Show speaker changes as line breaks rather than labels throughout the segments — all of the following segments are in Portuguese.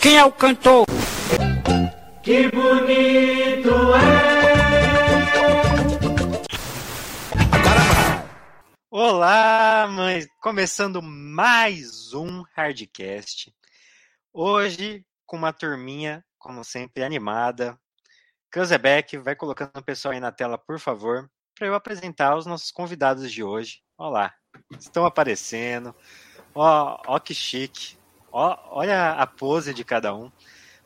Quem é o cantor?
Que bonito é!
Olá, mãe! Começando mais um Hardcast. Hoje com uma turminha, como sempre, animada. Canzebeck, vai colocando o pessoal aí na tela, por favor, para eu apresentar os nossos convidados de hoje. Olá, estão aparecendo. Ó, ó que chique. Ó, olha a pose de cada um.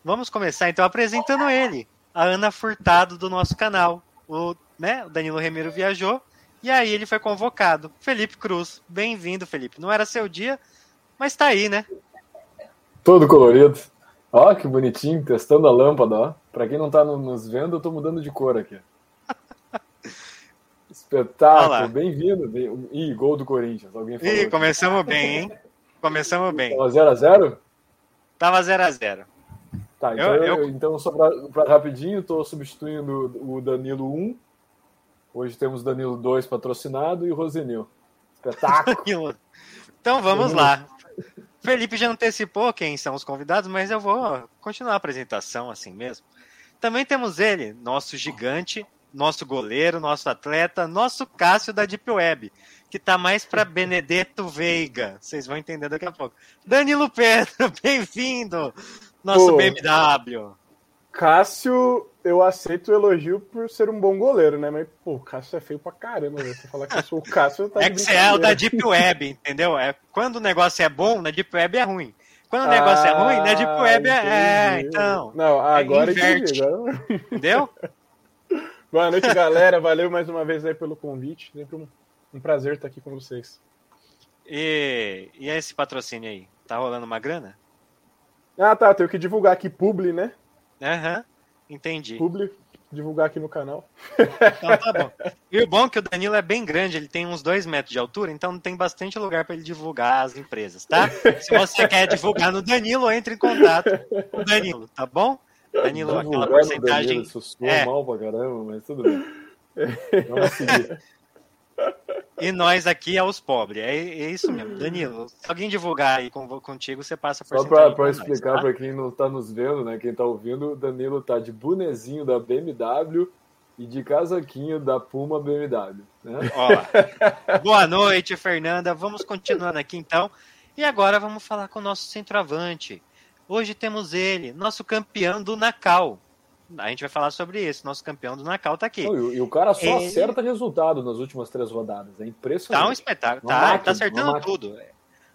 Vamos começar então apresentando ele, a Ana Furtado do nosso canal. O, né, o Danilo Remiro viajou e aí ele foi convocado. Felipe Cruz, bem-vindo, Felipe. Não era seu dia, mas tá aí, né?
Todo colorido. Ó, que bonitinho, testando a lâmpada, ó. Pra quem não tá nos vendo, eu tô mudando de cor aqui. Espetáculo, bem-vindo. Bem... Ih, gol do Corinthians. Alguém falou.
Ih, começamos bem, hein? Começamos bem.
Tava 0x0?
Tava 0x0.
Tá, então, eu, eu... então só pra, pra rapidinho, tô substituindo o Danilo 1. Hoje temos Danilo 2 patrocinado e o Rosenil. Espetáculo.
então vamos lá. Felipe já antecipou quem são os convidados, mas eu vou continuar a apresentação assim mesmo. Também temos ele, nosso gigante, nosso goleiro, nosso atleta, nosso Cássio da Deep Web, que tá mais para Benedetto Veiga. Vocês vão entender daqui a pouco. Danilo Pedro, bem-vindo, nosso Pô, BMW.
Cássio, eu aceito o elogio por ser um bom goleiro, né? Mas, pô, o Cássio é feio pra caramba, né? Você falar que eu sou o Cássio, tá
É que você é o da Deep Web, entendeu? É, quando o negócio é bom, na Deep Web é ruim. Quando o negócio ah, é ruim, na Deep Web é. é então.
Não, agora
é
entendi. Agora...
Entendeu?
Boa noite, galera. Valeu mais uma vez aí pelo convite. Sempre um, um prazer estar aqui com vocês.
E, e é esse patrocínio aí? Tá rolando uma grana?
Ah, tá. Tenho que divulgar aqui publi, né?
Aham. Uhum. Entendi.
Publi, divulgar aqui no canal.
Então tá bom. E o bom é que o Danilo é bem grande, ele tem uns dois metros de altura, então tem bastante lugar para ele divulgar as empresas, tá? Se você quer divulgar no Danilo, entre em contato com o Danilo, tá bom? Danilo,
Não
aquela porcentagem.
Danilo, isso é. mal pra caramba, mas tudo bem. Vamos seguir.
E nós aqui aos pobres, é, é isso mesmo. Danilo, se alguém divulgar aí com, contigo, você passa
por Só para pra explicar tá? para quem não está nos vendo, né? Quem está ouvindo, o Danilo tá de bonezinho da BMW e de casaquinho da Puma BMW. Né?
Boa noite, Fernanda. Vamos continuando aqui então. E agora vamos falar com o nosso centroavante. Hoje temos ele, nosso campeão do Nacal. A gente vai falar sobre isso. Nosso campeão do Nacal tá aqui.
Não, e, o cara só ele... acerta resultado nas últimas três rodadas. É impressionante.
Tá um espetáculo. Tá, máquina, tá acertando tudo.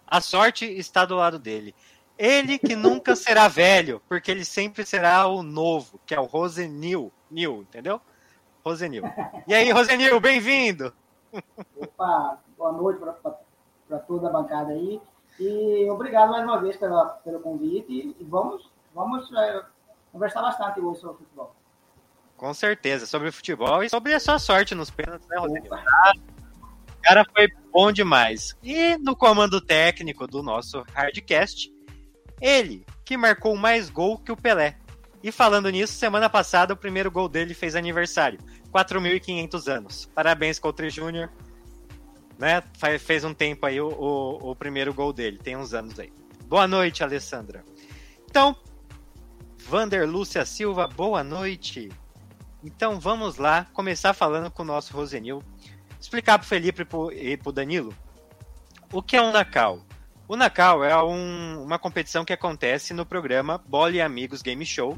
A sorte está do lado dele. Ele que nunca será velho, porque ele sempre será o novo, que é o Rosenil. Nil, entendeu? Rosenil. E aí, Rosenil, bem-vindo!
Opa, boa noite para toda a bancada aí. E obrigado mais uma vez pela, pelo convite. E vamos, vamos é, conversar bastante hoje sobre futebol.
Com certeza, sobre o futebol e sobre a sua sorte nos pênaltis, né, Rodrigo? O cara foi bom demais. E no comando técnico do nosso Hardcast, ele que marcou mais gol que o Pelé. E falando nisso, semana passada o primeiro gol dele fez aniversário, 4.500 anos. Parabéns, Coutre Júnior. Né? Fez um tempo aí o, o, o primeiro gol dele, tem uns anos aí. Boa noite, Alessandra. Então, Vander Lúcia Silva, boa noite. Então vamos lá, começar falando com o nosso Rosenil. Explicar para o Felipe e para o Danilo o que é um Nacal. O Nacal é um, uma competição que acontece no programa Bola e Amigos Game Show,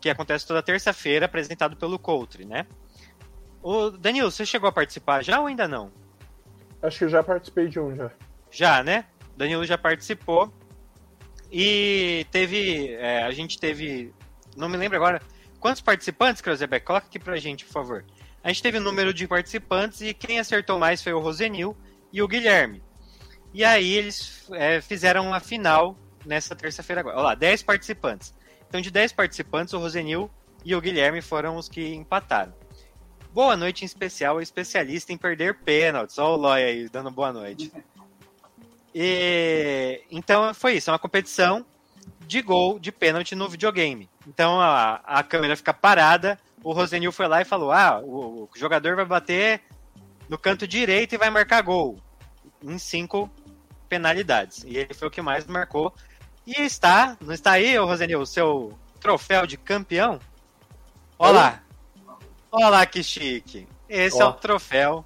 que acontece toda terça-feira, apresentado pelo Coutre, né? O Danilo, você chegou a participar já ou ainda não?
Acho que eu já participei de um já.
Já, né? O Danilo já participou. E teve. É, a gente teve. Não me lembro agora. Quantos participantes, Krausebeck? Coloca aqui pra gente, por favor. A gente teve o um número de participantes e quem acertou mais foi o Rosenil e o Guilherme. E aí eles é, fizeram a final nessa terça-feira agora. Olha lá, 10 participantes. Então, de 10 participantes, o Rosenil e o Guilherme foram os que empataram. Boa noite em especial, especialista em perder pênaltis. Olha o Loy aí dando boa noite. E, então foi isso, é uma competição de gol de pênalti no videogame. Então a, a câmera fica parada, o Rosenil foi lá e falou: ah, o, o, jogador vai bater no canto direito e vai marcar gol em cinco penalidades. E ele foi o que mais marcou. E está, não está aí, ô Rosenil, o seu troféu de campeão? Olha lá. Olha lá que chique. Esse
Ó.
é o troféu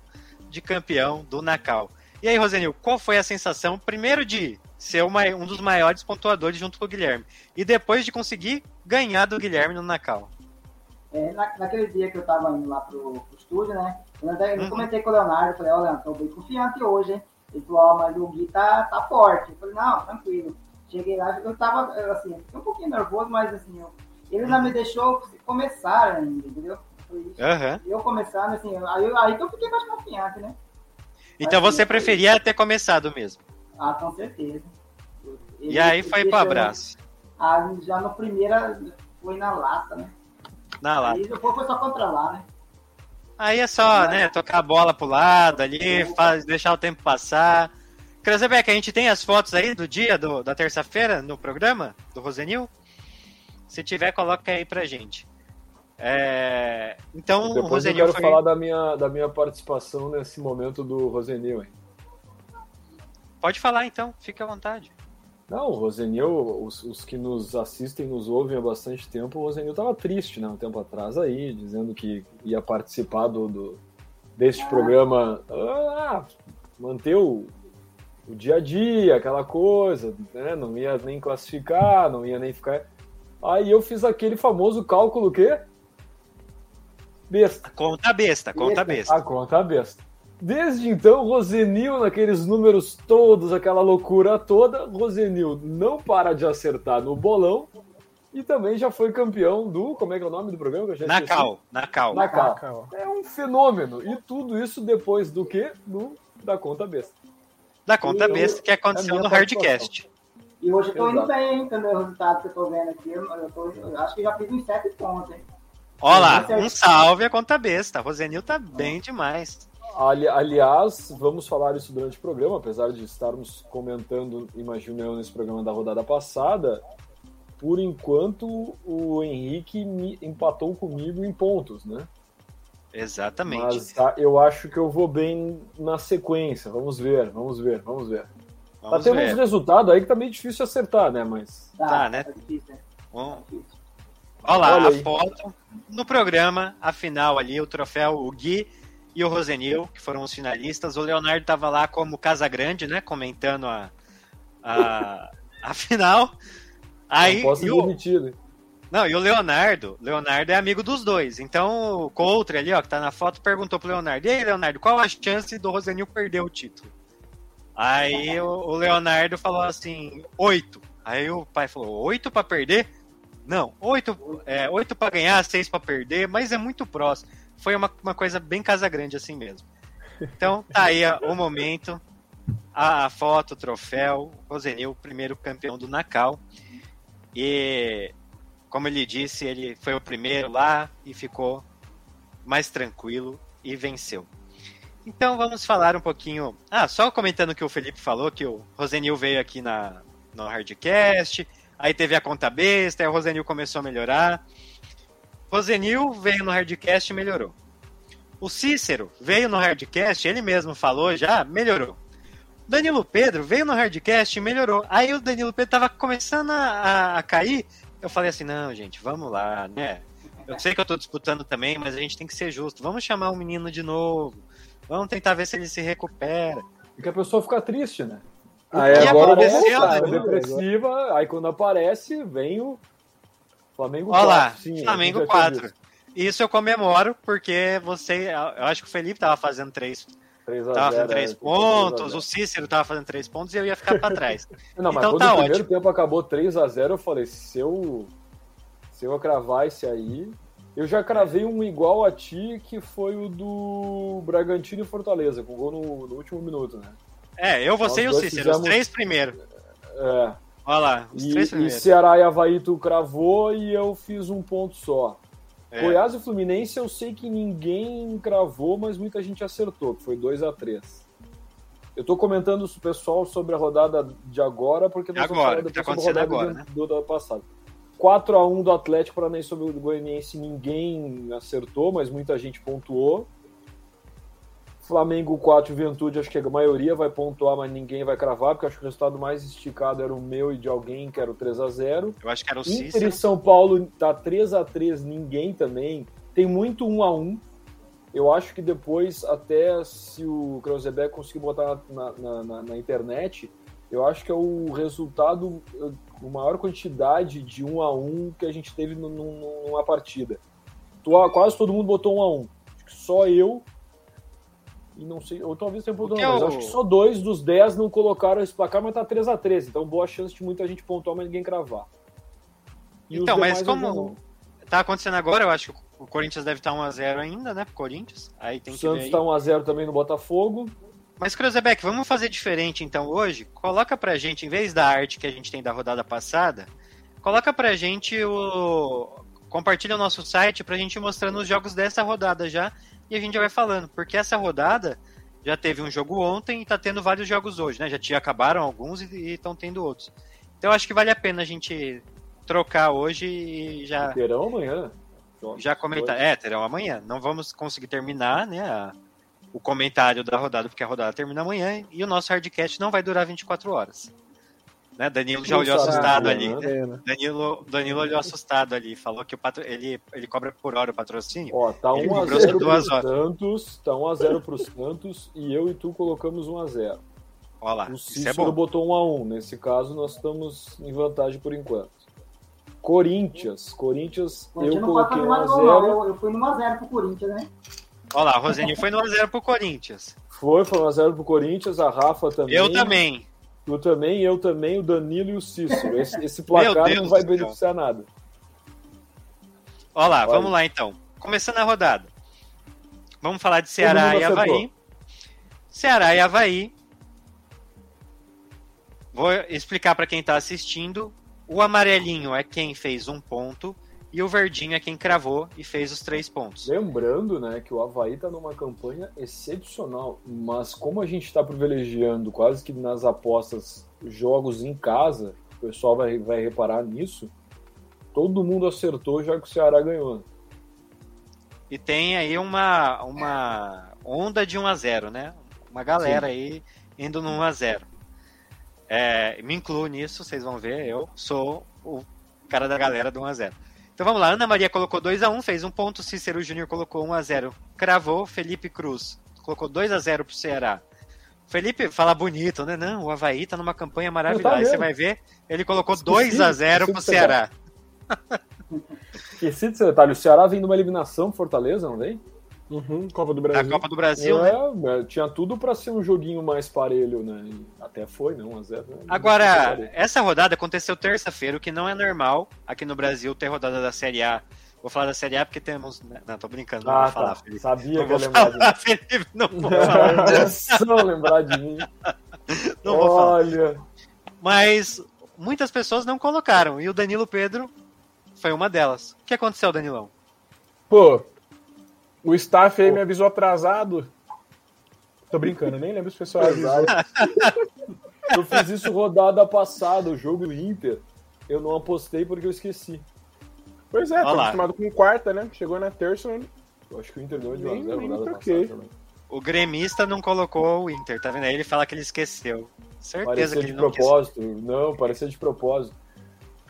de campeão do Nacal. E aí, Rosenil, qual foi a sensação, primeiro de ser uma- um dos maiores pontuadores junto com o Guilherme, e depois de conseguir ganhar do Guilherme no Nacal?
É, na, naquele dia que eu tava indo lá pro, pro estúdio, né? Eu até eu
Uhum.
comentei com o Leonardo, eu falei, ó, Leandro, tô bem confiante hoje, hein? Ele falou, ó, mas o Gui tá, tá forte. Eu falei, não, tranquilo. Cheguei lá, eu tava, eu, assim, fiquei um pouquinho nervoso, mas assim, eu- ele ainda me deixou começar ainda, entendeu? Eu falei, "Ixi",
Aham.
Eu começando, assim, eu- aí, eu- aí que eu fiquei mais confiante, né?
Então você preferia ter começado mesmo.
Ah, com certeza. Ele-
E aí
ele
foi pro
deixou-
abraço.
Ah, já no primeira foi na lata, né?
Na lá.
Aí depois foi só controlar, né?
Aí é só, né, tocar a bola pro lado ali, faz- deixar o tempo passar. Cruzebeck, a gente tem as fotos aí do dia, do- da terça-feira, no programa, do Rosenil? Se tiver, coloca aí pra gente. É, Então, o
Depois eu
Rosenil
quero
foi...
falar da minha, da minha participação nesse momento do Rosenil, hein?
Pode falar, então. Fique à vontade.
Não, o Rosenil, os, os que nos assistem, nos ouvem há bastante tempo, o Rosenil estava triste, né? Um tempo atrás aí, dizendo que ia participar do, do- deste programa. Ah, manter o, o dia a dia, aquela coisa, né? Não ia nem classificar, não ia nem ficar. Aí eu fiz aquele famoso cálculo que? Besta.
Conta besta, conta
Eita,
besta.
Ah, A conta besta. Desde então, Rosenil, naqueles números todos, aquela loucura toda, Rosenil não para de acertar no bolão e também já foi campeão do. Como é que é o nome do programa? que eu já esqueci?
Nacal, Nacal.
Na cal.
Caraca, ó.
É um fenômeno. E tudo isso depois do quê? Do, da conta besta.
Da conta
Eu-
besta que aconteceu
a minha
no Hardcast.
E hoje eu tô indo
Exato.
bem, hein? Pelo resultado que eu tô vendo aqui, eu, eu tô, eu acho que já fiz uns sete pontos, hein?
Ó
é
lá,
Certo.
um salve a conta besta. Rosenil tá bem demais.
Ali- aliás, vamos falar isso durante o programa, apesar de estarmos comentando, imagino eu, nesse programa da rodada passada. Por enquanto, o Henrique me empatou comigo em pontos, né?
Exatamente.
Mas tá, eu acho que eu vou bem na sequência. Vamos ver, vamos ver, vamos ver.
Vamos
tá tendo
ver.
uns resultados aí que tá meio difícil de acertar, né? Mas
Tá, né?
Tá difícil, né? Tá
Bom,
difícil.
Olha lá,
Olha
a
aí.
foto no programa, a final ali, o troféu, o Gui e o Rosenil, que foram os finalistas. O Leonardo estava lá como Casa Grande, né? Comentando a, a, a final. Aí,
não posso né?
e
ser
o,
demitido.
não, e o Leonardo, Leonardo é amigo dos dois. Então, o Coutre ali, ó, que tá na foto, perguntou pro Leonardo: E aí, Leonardo, qual a chance do Rosenil perder o título? Aí o, o Leonardo falou assim: oito. Aí o pai falou: oito pra perder? Não, oito, é, oito pra ganhar, seis pra perder, mas é muito próximo. Foi uma, uma coisa bem casa grande assim mesmo. Então, tá aí ó, o momento, a, a foto, o troféu, o Rosenil, primeiro campeão do Nacal. E como ele disse, ele foi o primeiro lá e ficou mais tranquilo e venceu. Então vamos falar um pouquinho. Ah, só comentando que o Felipe falou que o Rosenil veio aqui na no Hardcast, aí teve a conta besta, aí o Rosenil começou a melhorar. Rosenil veio no Hardcast e melhorou. O Cícero veio no Hardcast, ele mesmo falou já, melhorou. Danilo Pedro veio no Hardcast e melhorou. Aí o Danilo Pedro tava começando a, a- a cair. Eu falei assim: não, gente, vamos lá, né? Eu sei que eu tô disputando também, mas a gente tem que ser justo. Vamos chamar o menino de novo. Vamos tentar ver se ele se recupera.
Porque a pessoa fica triste, né?
Aí
E
Ah, é, agora eu
apareceu,
vou voltar,
Fica
né?
né?
depressiva, aí quando aparece, vem o Flamengo
Olha lá,
Um quatro, sim, é a
Flamengo
gente já tinha
4.
visto.
Isso eu comemoro, porque você. Eu acho que o Felipe tava fazendo três,
3 a
tava
0,
fazendo três
é, 3 a 0.
pontos, o Cícero tava fazendo três pontos e eu ia ficar pra trás.
Não, mas
Então
quando
tá
o primeiro tempo acabou 3x0, eu falei, se eu, se eu cravar esse aí... Eu já cravei um igual a ti, que foi o do Bragantino e Fortaleza, com gol no, no último minuto, né?
É, eu, você
Nós
e o
dois
Cícero, os
fizemos-
três primeiros.
É,
Olha lá, os três
e, e
primeiros.
Ceará e Havaí tu cravou e eu fiz um ponto só.
É.
Goiás e Fluminense eu sei que ninguém cravou, mas muita gente acertou, que foi 2 a 3 Eu tô comentando isso, pessoal, sobre a rodada de agora, porque nós vamos
Agora,
falar
que tá
depois
acontecendo
sobre a rodada
agora,
de- do, ano passado. 4 a 1 do Atlético Paranaense sobre o Goianiense, ninguém acertou, mas muita gente pontuou. Flamengo 4, Juventude, acho que a maioria vai pontuar, mas ninguém vai cravar, porque acho que o resultado mais esticado era o meu e de alguém, que era o 3 a 0
Eu acho que era o
Inter
Cícero.
e São Paulo tá 3 a 3 ninguém também. Tem muito 1 a 1 Eu acho que depois, até se o Krausebeck conseguir botar na, na, na- na internet, eu acho que é o resultado eh, com maior quantidade de 1 a 1 que a gente teve num- num- numa partida. To- Quase todo mundo botou 1 a 1 Acho que só eu. E não sei, ou talvez tenha pontuado,
que é
mas
eu-
acho que só dois dos 10 não colocaram esse placar, mas tá 3 a 3 Então, boa chance de muita gente pontuar, mas ninguém cravar. E os
Então, mas
demais eu
como tá acontecendo agora, eu acho que o Corinthians deve estar 1x0 ainda, né, pro Corinthians. Aí tem
O
que ver
Santos
aí.
tá 1x0 também no Botafogo.
Mas, Cruzebeck, vamos fazer diferente então hoje? Coloca pra gente, em vez da arte que a gente tem da rodada passada, coloca pra gente o. Compartilha o nosso site pra gente ir mostrando os jogos dessa rodada já. E a gente já vai falando, porque essa rodada já teve um jogo ontem e tá tendo vários jogos hoje, né? Já tinha, acabaram alguns e estão tendo outros. Então acho que vale a pena a gente trocar hoje e já,
Terão amanhã. Jogos.
É. já comentar. É, terão amanhã. Não vamos conseguir terminar, né? a- o comentário da rodada, porque a rodada termina amanhã e o nosso hardcast não vai durar 24 horas. Né? Danilo já
Não
olhou
sabe,
assustado
né?
ali. né? Danilo, Danilo olhou assustado ali, falou que o patro... ele, ele cobra por hora o patrocínio.
Ó, tá
Ele
1x0
trouxe
pro
duas horas.
Santos. Tá 1x0 pro Santos. E eu e tu colocamos 1x0.
Olha lá,
O
isso é
Cícero
bom.
botou 1x1. Nesse caso, nós estamos em vantagem por enquanto. Corinthians. Corinthians,
A gente
eu
não pode
coloquei
fazer mais gol, não.
1x0.
Eu, eu fui no 1x0 pro Corinthians, né?
Olha lá, o Rosenil foi no 1x0 pro Corinthians.
Foi, foi 1x0 pro Corinthians. A Rafa também.
Eu também.
Tu também, eu também, o Danilo e o Cícero. Esse, esse placar
Deus
não vai
do céu.
beneficiar nada.
Olha lá,
Olha.
vamos lá então. Começando a rodada. Vamos falar de Ceará
mundo
e Havaí.
acertou.
Ceará e Havaí. Vou explicar para quem tá assistindo. O amarelinho é quem fez um ponto e o verdinho é quem cravou e fez os três pontos.
Lembrando, né, que o Havaí tá numa campanha excepcional, mas como a gente tá privilegiando quase que nas apostas jogos em casa, o pessoal vai, vai reparar nisso, todo mundo acertou já que o Ceará ganhou.
E tem aí uma, uma onda de 1 a 0 né? Uma galera aí indo no 1 a 0 É, Me incluo nisso, vocês vão ver, eu sou o cara da galera do 1 a 0 Então vamos lá, Ana Maria colocou 2 a 1 fez um ponto, Cícero Júnior colocou 1 a 0 cravou, Felipe Cruz colocou 2 a 0 pro Ceará. Felipe fala bonito, né? Não, o Havaí tá numa campanha maravilhosa. Aí você
mesmo.
vai ver, ele colocou
Esqueci,
2 a 0
esqueci
pro
de pegar.
Ceará.
Esqueci desse detalhe, o Ceará vem de uma eliminação pro Fortaleza, não vem?
Uhum, Copa do
Da
Brasil.
Copa do Brasil, né?
é, né, tinha tudo pra ser um joguinho mais parelho, né? E até foi, né? 1 a 0 né?
Agora, essa rodada aconteceu terça-feira, o que não é normal aqui no Brasil ter rodada da Série A. Vou falar da Série A porque temos. né? Não, tô brincando, não
ah,
vou falar,
tá.
Felipe.
sabia
Não
que ia
vou
lembrar disso.
falar, Felipe, não vou falar.
Não lembrar de mim.
Não vou falar.
Olha.
Mas muitas pessoas não colocaram, e o Danilo Pedro foi uma delas. O que aconteceu, Danilão?
Pô, o staff aí me avisou atrasado. Tô brincando, eu nem lembro se o pessoal avisou.
Eu fiz isso rodada passada, o jogo do Inter. Eu não apostei porque eu esqueci.
Pois é,
Olha
tô
lá.
acostumado com quarta, né? Chegou na terça,
Eu acho que o Inter ganhou de
Nem-
1x0
nem
rodada
troquei.
passada também.
O gremista não colocou o Inter, tá vendo? Aí ele fala que ele esqueceu. Certeza
Parecia
que
de
ele não quis.
propósito. Não, parecia de propósito.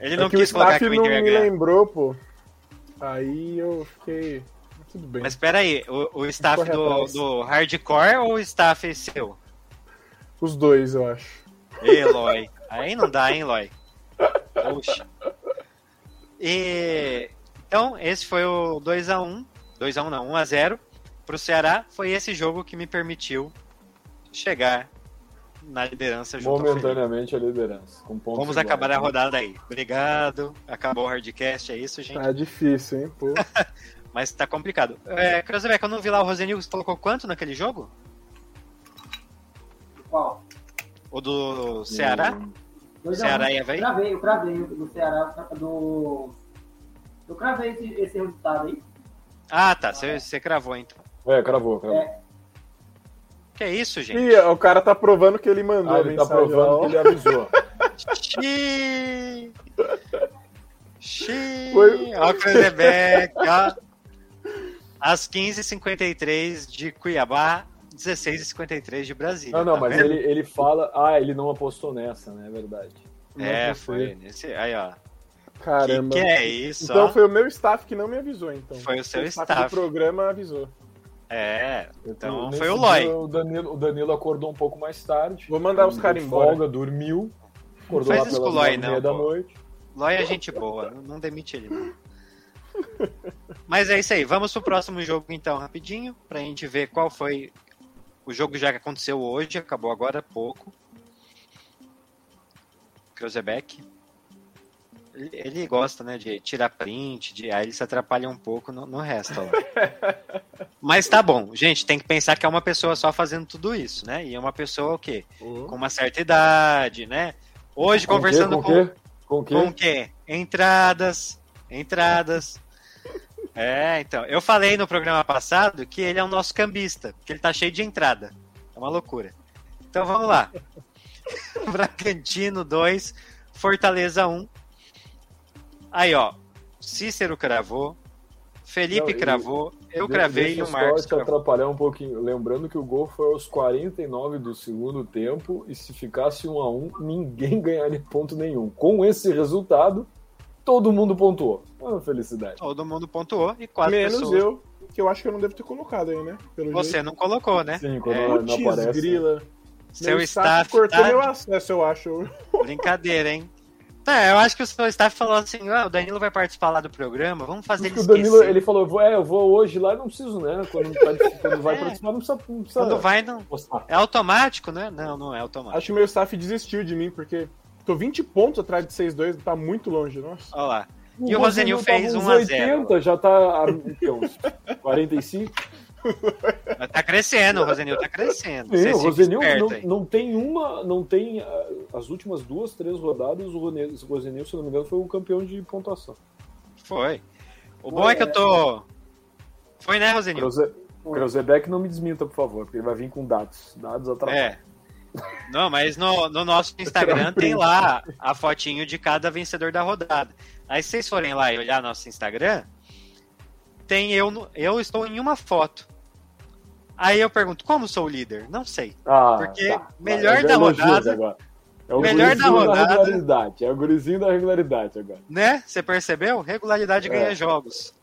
Ele
É
não
que
quis
o
colocar
staff
que o
não
Inter ia
me
ganhar.
lembrou, pô. Aí eu fiquei. Mas Tudo bem.
Mas peraí, o, o staff
Corre
do,
atrás.
do hardcore ou o staff seu?
Os dois, eu acho.
Ei, Eloy. Aí não dá, hein, Eloy? Poxa. E, então, esse foi o 2x1. 2x1 não, 1x0 pro Ceará. Foi esse jogo que me permitiu chegar na liderança junto ao Felipe.
Momentaneamente a liderança. Com pontos
Vamos
iguais.
acabar a rodada aí. Obrigado. Acabou o hardcast, é isso, gente.
Tá difícil, hein, pô.
Mas tá complicado. É, Cruzebeck, eu não vi lá o Rosenil, você colocou quanto naquele jogo?
Qual?
O do
Hum.
Ceará?
Dois a um.
Ceará e Havaí?
Eu cravei, eu cravei do Ceará, do... Eu cravei esse, esse resultado aí.
Ah, tá. Você você cravou, então.
É, cravou, cravou.
É,
Que é isso, gente?
Ih, ó, o cara tá provando que ele mandou
Ah,
a
ele tá
mensagem.
provando
lá, ó.
que ele avisou.
Xiii. Xiii.
Foi-
Ó, Cruzebeck, ó. Às 15h53 de Cuiabá, 16 e 53 de Brasília.
Ah, não,
tá
mas
vendo?
ele, ele fala. Ah, ele não apostou nessa, né? É verdade.
É,
Nossa,
foi nesse. Aí, ó.
Caramba.
Que que é isso?
Então
ó?
foi o meu staff que não me avisou, então.
Foi o seu
O
staff.
programa avisou.
É,
Eu tô-
Então,
nesse
foi o
dia,
Loi.
O Danilo, o Danilo acordou um pouco mais tarde.
Vou mandar os
Deu
caras embora.
Hum, folga, dormiu. Acordou
faz
lá
isso
pelas
com o Loi,
nove e meia
não,
da
pô.
noite.
Lóia é gente boa, não- não demite ele. Não. Mas é isso aí, vamos pro próximo jogo então, rapidinho, pra gente ver qual foi o jogo já que aconteceu hoje, acabou agora há pouco. Cruzebeck. Ele, ele gosta, né, de tirar print, de, aí ele se atrapalha um pouco no, no resto. Ó. Mas tá bom, gente, tem que pensar que é uma pessoa só fazendo tudo isso, né? E é uma pessoa o quê? Com uma certa idade, né? Hoje, conversando
o
com,
quê? Com o quê?
com o quê? Entradas. Entradas. É, então. Eu falei no programa passado que ele é o nosso cambista, porque ele tá cheio de entrada. É uma loucura. Então vamos lá. Bragantino 2, Fortaleza 1. Aí, ó. Cícero cravou. Felipe
Não, e-
cravou. Eu
De-
cravei e
deixa
o
eu
Marcos
só te
cravou.
atrapalhar um pouquinho. Lembrando que o gol foi aos 49 do segundo tempo e se ficasse 1 a 1 ninguém ganharia ponto nenhum. Com esse resultado, todo mundo pontuou. Uma felicidade.
Todo mundo pontuou e quatro
Menos
pessoas.
eu, que eu acho que eu não devo ter colocado aí, né? Pelo
Você não colocou, né?
Sim, quando
É,
não- não
jeito.
aparece.
grila.
Seu
meu
staff,
cortou
tá
meu acesso, eu acho.
Brincadeira, hein? Tá, eu acho que o seu staff falou assim: ah, o Danilo vai participar lá do programa, vamos fazer ele
Porque o Danilo
esquecer.
ele falou, eu vou- é, eu vou hoje lá e não preciso, né? Quando, tá- quando vai
É.
participar, não precisa, não precisa
Quando vai, não.
postar.
É automático, né? Não, não é automático.
Acho que meu staff desistiu de mim, porque tô 20 pontos atrás de 6-2, tá muito longe, nossa.
Olha lá. E o Rosenil fez
tava uns
1 a 0.
80, tá já tá a, então, 45.
Mas Tá crescendo, o Rosenil tá crescendo.
Sim,
Vocês
o
ficam
Rosenil
espertos
não,
aí.
não tem uma, não tem ah, as últimas duas, três rodadas, o Rone- o Rosenil, se não me engano, foi o campeão de pontuação.
Foi. O bom é que eu tô. Foi, né, Rosenil?
Krause- Krausebeck não me desminta, por favor, porque ele vai vir com dados. Dados atrás.
É. Não, mas no, no nosso Instagram tem lá a fotinho de cada vencedor da rodada. Aí se vocês forem lá e olhar nosso Instagram, tem eu, no- eu estou em uma foto. Aí eu pergunto, como sou o líder? Não sei.
Ah,
Porque
tá.
melhor
Ah, já
da
elogios
rodada-
Agora. É o
Melhor da
gurizinho
rodada-
regularidade. É o gurizinho da regularidade agora.
Né? Você percebeu? Regularidade
É.
ganha jogos.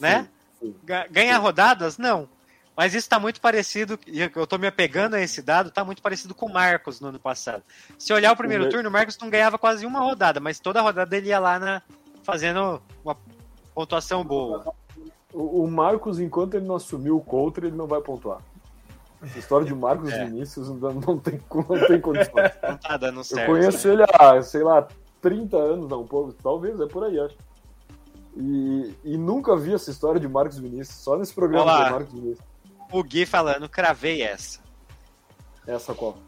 Né?
Sim, sim.
Ga- Ganha rodadas? Não. Mas isso tá muito parecido, e eu tô me apegando a esse dado, tá muito parecido com o Marcos no ano passado. Se olhar o primeiro
O me-
turno, o Marcos não ganhava quase uma rodada, mas toda rodada ele ia lá na, fazendo uma pontuação boa.
O, o Marcos, enquanto ele não assumiu o contra, ele não vai pontuar. Essa história de Marcos
É.
Vinícius não, não tem, não tem condições.
Não tá dando
Eu
certo.
conheço ele há, sei lá, 30 anos, não, um pouco, talvez, é por aí, acho. E, e nunca vi essa história de Marcos Vinícius, só nesse programa
Olá.
do Marcos Vinícius.
O Gui falando, cravei essa.
Essa qual?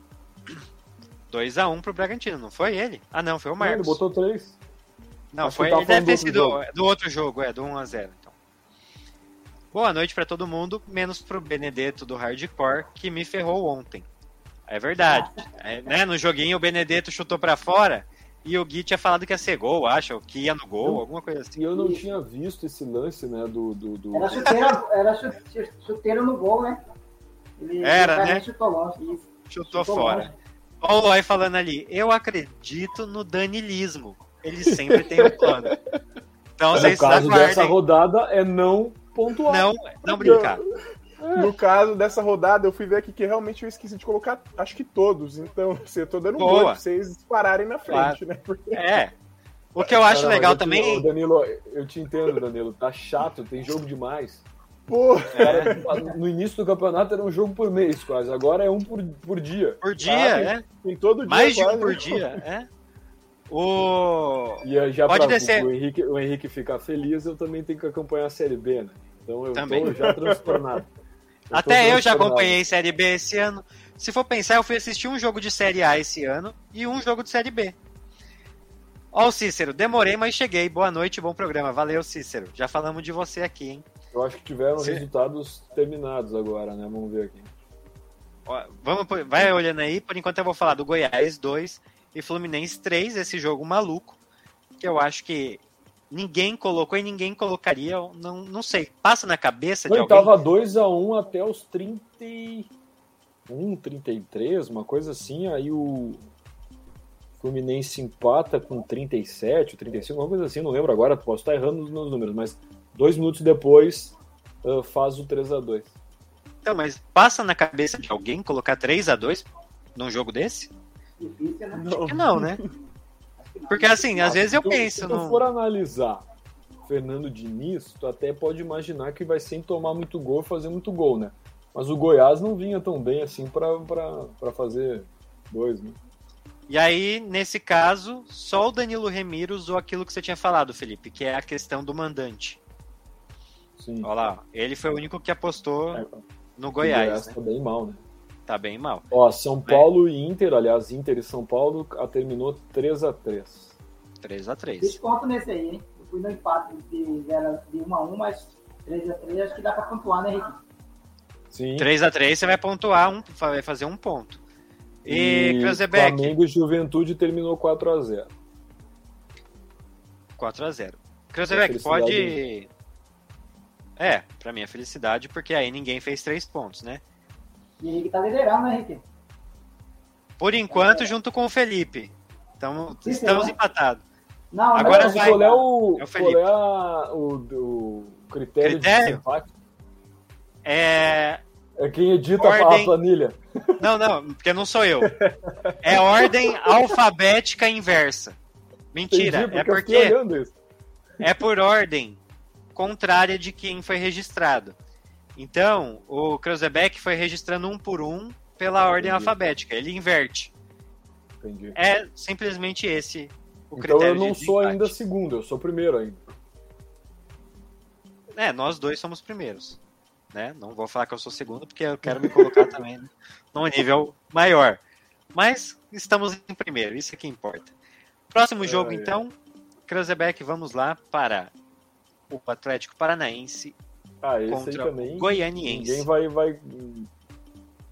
2x1 pro Bragantino, não foi ele? Ah, não, foi o
Ele
Marcos.
botou três.
Não,
Acho
foi,
que eu
ele
tava
deve ter sido
falando do outro
do outro jogo, é, do 1x0. Então. Boa noite pra todo mundo, menos pro Benedetto do Hardcore, que me ferrou ontem. É verdade. É, né, no joguinho o Benedetto chutou pra fora e o Gui tinha falado que ia ser gol, acho, ou que ia no gol, alguma coisa assim.
E eu não tinha visto esse lance, né, do... do, do-
Era chuteira, era chu- chuteiro no gol, né? Ele,
Era,
o cara
né?
chutou longe, isso.
Chutou
Chutou
fora.
longe.
Olha o Loi falando ali, eu acredito no danilismo. Ele sempre tem um plano. Então
No
vocês
É caso dessa
aguardem.
rodada é não pontuar.
Não, não brincar.
É.
No caso dessa rodada, eu fui ver aqui que realmente eu esqueci de colocar, acho que todos. Então, assim, eu tô dando um
Boa.
gol pra vocês dispararem na frente, né? Porque
É. O que eu acho
Não, não,
legal
mas eu te-
também.
ô, Danilo, eu te entendo, Danilo. Tá chato, tem jogo demais.
Pô,
Cara, tipo, no início do campeonato era um jogo por mês, quase. Agora é um por, por dia.
Por dia,
Sabe?
né?
em todo dia.
Mais de um
quase.
por dia, é. O...
E aí já
Pode
pra,
descer.
O, Henrique, o Henrique ficar feliz, eu também tenho que acompanhar a Série B, né? Então eu
Também.
tô já transtornado. Eu tô
Até eu já
transtornado.
acompanhei Série B esse ano. Se for pensar, eu fui assistir um jogo de Série A esse ano e um jogo de Série B. Ó, o Cícero, demorei, mas cheguei. Boa noite, bom programa. Valeu, Cícero. Já falamos de você aqui, hein?
Eu acho que tiveram
Sim.
resultados terminados agora, né? Vamos ver aqui.
Ó, vamos, por- vai olhando aí. Por enquanto eu vou falar do Goiás 2 e Fluminense 3, esse jogo maluco, que eu acho que ninguém colocou e ninguém colocaria. eu Não, não sei. Passa na cabeça de
Não, e
alguém.
tava 2x1 até os 30. e- 1,33, uma coisa assim, aí o Fluminense empata com 37, 35, alguma coisa assim, não lembro agora, posso estar errando nos meus números, mas dois minutos depois uh, faz o 3 a 2
Então, mas passa na cabeça de alguém colocar 3 a 2 num jogo desse?
Difícil, né?
Acho que não, né? Porque assim, às vezes eu
Então,
penso.
Se tu
num-
for analisar Fernando Diniz, tu até pode imaginar que vai sem tomar muito gol fazer muito gol, né? Mas o Goiás não vinha tão bem assim pra- pra pra fazer dois, né?
E aí, nesse caso, só o Danilo Remiro usou aquilo que você tinha falado, Felipe, que é a questão do mandante.
Sim.
Olha lá, ele foi o único que
É,
apostou
o
no Goiás, né? É.
tá bem mal, né?
Tá bem mal.
Ó, São Paulo e Inter, aliás, Inter e São Paulo a- terminou 3 a 3
3 a 3
Desconto nesse aí, hein? Eu fui no empate de 0 de 1 a 1, mas 3 a 3 acho que dá pra pontuar, né, Henrique?
Sim.
3 a 3 você vai pontuar, um, vai fazer um ponto. E, Cruzebeck,
Flamengo e Juventude terminou 4 a 0
4 a 0 Cruzebeck,
Felicidade.
pode... É, pra minha felicidade, porque aí ninguém fez três pontos, né?
E Henrique tá liderando, né, Henrique?
Por
É.
enquanto, junto com o Felipe. Então, estamos
né?
empatados.
Não, assim,
Agora
não,
Mas
vai.
qual é o,
É o Felipe.
qual é a- o, o critério, de
Critério?
desempate?
É,
É quem edita
Ordem.
a planilha.
Não, não, porque não sou eu. É ordem alfabética inversa. Mentira,
Entendi,
é
eu fiquei
porque
olhando isso.
é por ordem contrária de quem foi registrado. Então, o Cruzebeck foi registrando um por um pela ordem
Entendi.
alfabética, ele inverte.
Entendi.
É simplesmente esse o
Então
critério
eu não
de
sou
desempate.
ainda segundo, eu sou primeiro ainda.
É, nós dois somos primeiros. Né? Não vou falar que eu sou segundo, porque eu quero me colocar também né, num nível maior. Mas estamos em primeiro, isso é que importa. Próximo jogo,
Ai, ai.
então. Cruzebeck, vamos lá para o Atlético Paranaense
Ah, esse
contra
aí também
o Goianiense.
ninguém vai, vai,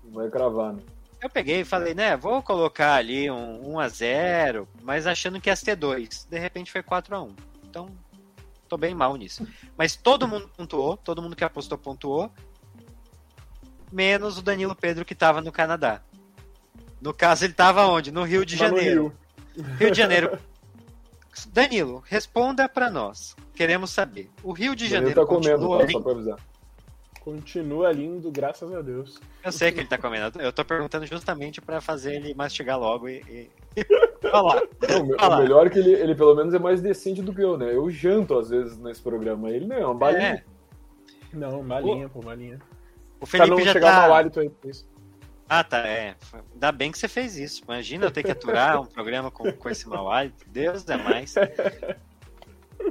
vai cravar, né?
Eu peguei e falei, né, vou colocar ali um 1x0, mas achando que ia ser 2. De repente foi 4x1. Então, tô bem mal nisso. Mas todo mundo pontuou, todo mundo que apostou pontuou. Menos o Danilo Pedro que tava no Canadá. No caso, ele tava onde? No Rio de
Mas tá no
Janeiro.
Rio.
Rio de Janeiro. Danilo, responda pra nós. Queremos saber. O Rio de
Ele
Janeiro
tá comendo,
continua
tá?
lindo?
Só pra avisar.
Continua lindo, graças a Deus.
Eu sei que ele tá comendo. Eu tô perguntando justamente pra fazer ele mastigar logo e, e falar.
Não, o me-
Fala.
o melhor é que ele, ele pelo menos é mais decente do que eu, né? Eu janto às vezes nesse programa. Ele não, é uma balinha.
É,
Não, malinha, pô, malinha.
o
Pra não
Felipe já
chegar
tá.
um mau hálito aí pra isso.
Ah, tá. É. Ainda bem que você fez isso. Imagina eu ter que aturar um programa com, com esse mau hálito. Deus é mais.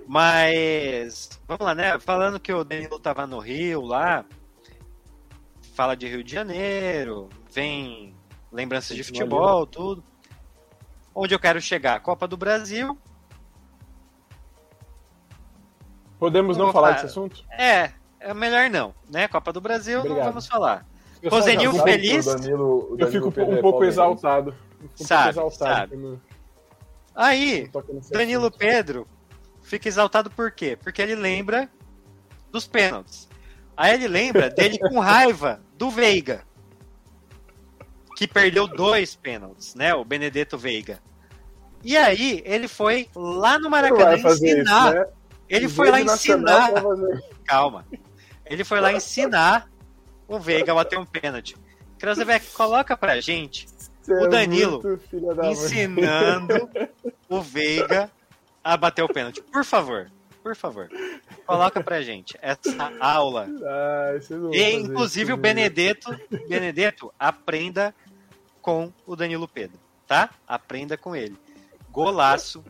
Mas vamos lá, né? Falando que o Danilo tava no Rio lá. Fala de Rio de Janeiro, vem lembranças de futebol, tudo. Onde eu quero chegar? Copa do Brasil.
Podemos não
Vou
falar
falar.
desse assunto?
É, é melhor não, né? Copa do Brasil,
Obrigado.
não vamos falar.
Eu só
Rosenil
já-
Sabe que
feliz?
o Danilo- o
Eu
Danilo
fico
Pedro
um
é
pouco
palmeirense?
exaltado. Um pouco
Sabe, sabe.
exaltado. quando
Aí,
toca nesse
Danilo
assunto.
Pedro fica exaltado por quê? Porque ele lembra dos pênaltis. Aí ele lembra dele com raiva do Veiga, que perdeu dois pênaltis, né? O Benedetto Veiga. E aí ele foi lá no
Não
Maracanã
vai fazer
ensinar.
isso, né?
Ele
Em
foi lá
rede nacional, né?
ensinar.
vai fazer-
Calma. Ele foi lá ensinar o Veiga a bater um pênalti. Krasnevec, coloca pra gente
Você é
Danilo
muito filha da mãe.
ensinando o Veiga a bater o pênalti. Por favor, por favor, coloca pra gente essa aula.
Ai, vocês não vão
E,
fazer
inclusive,
isso,
o Benedetto, Benedetto, aprenda com o Danilo Pedro, tá? Aprenda com ele. Golaço,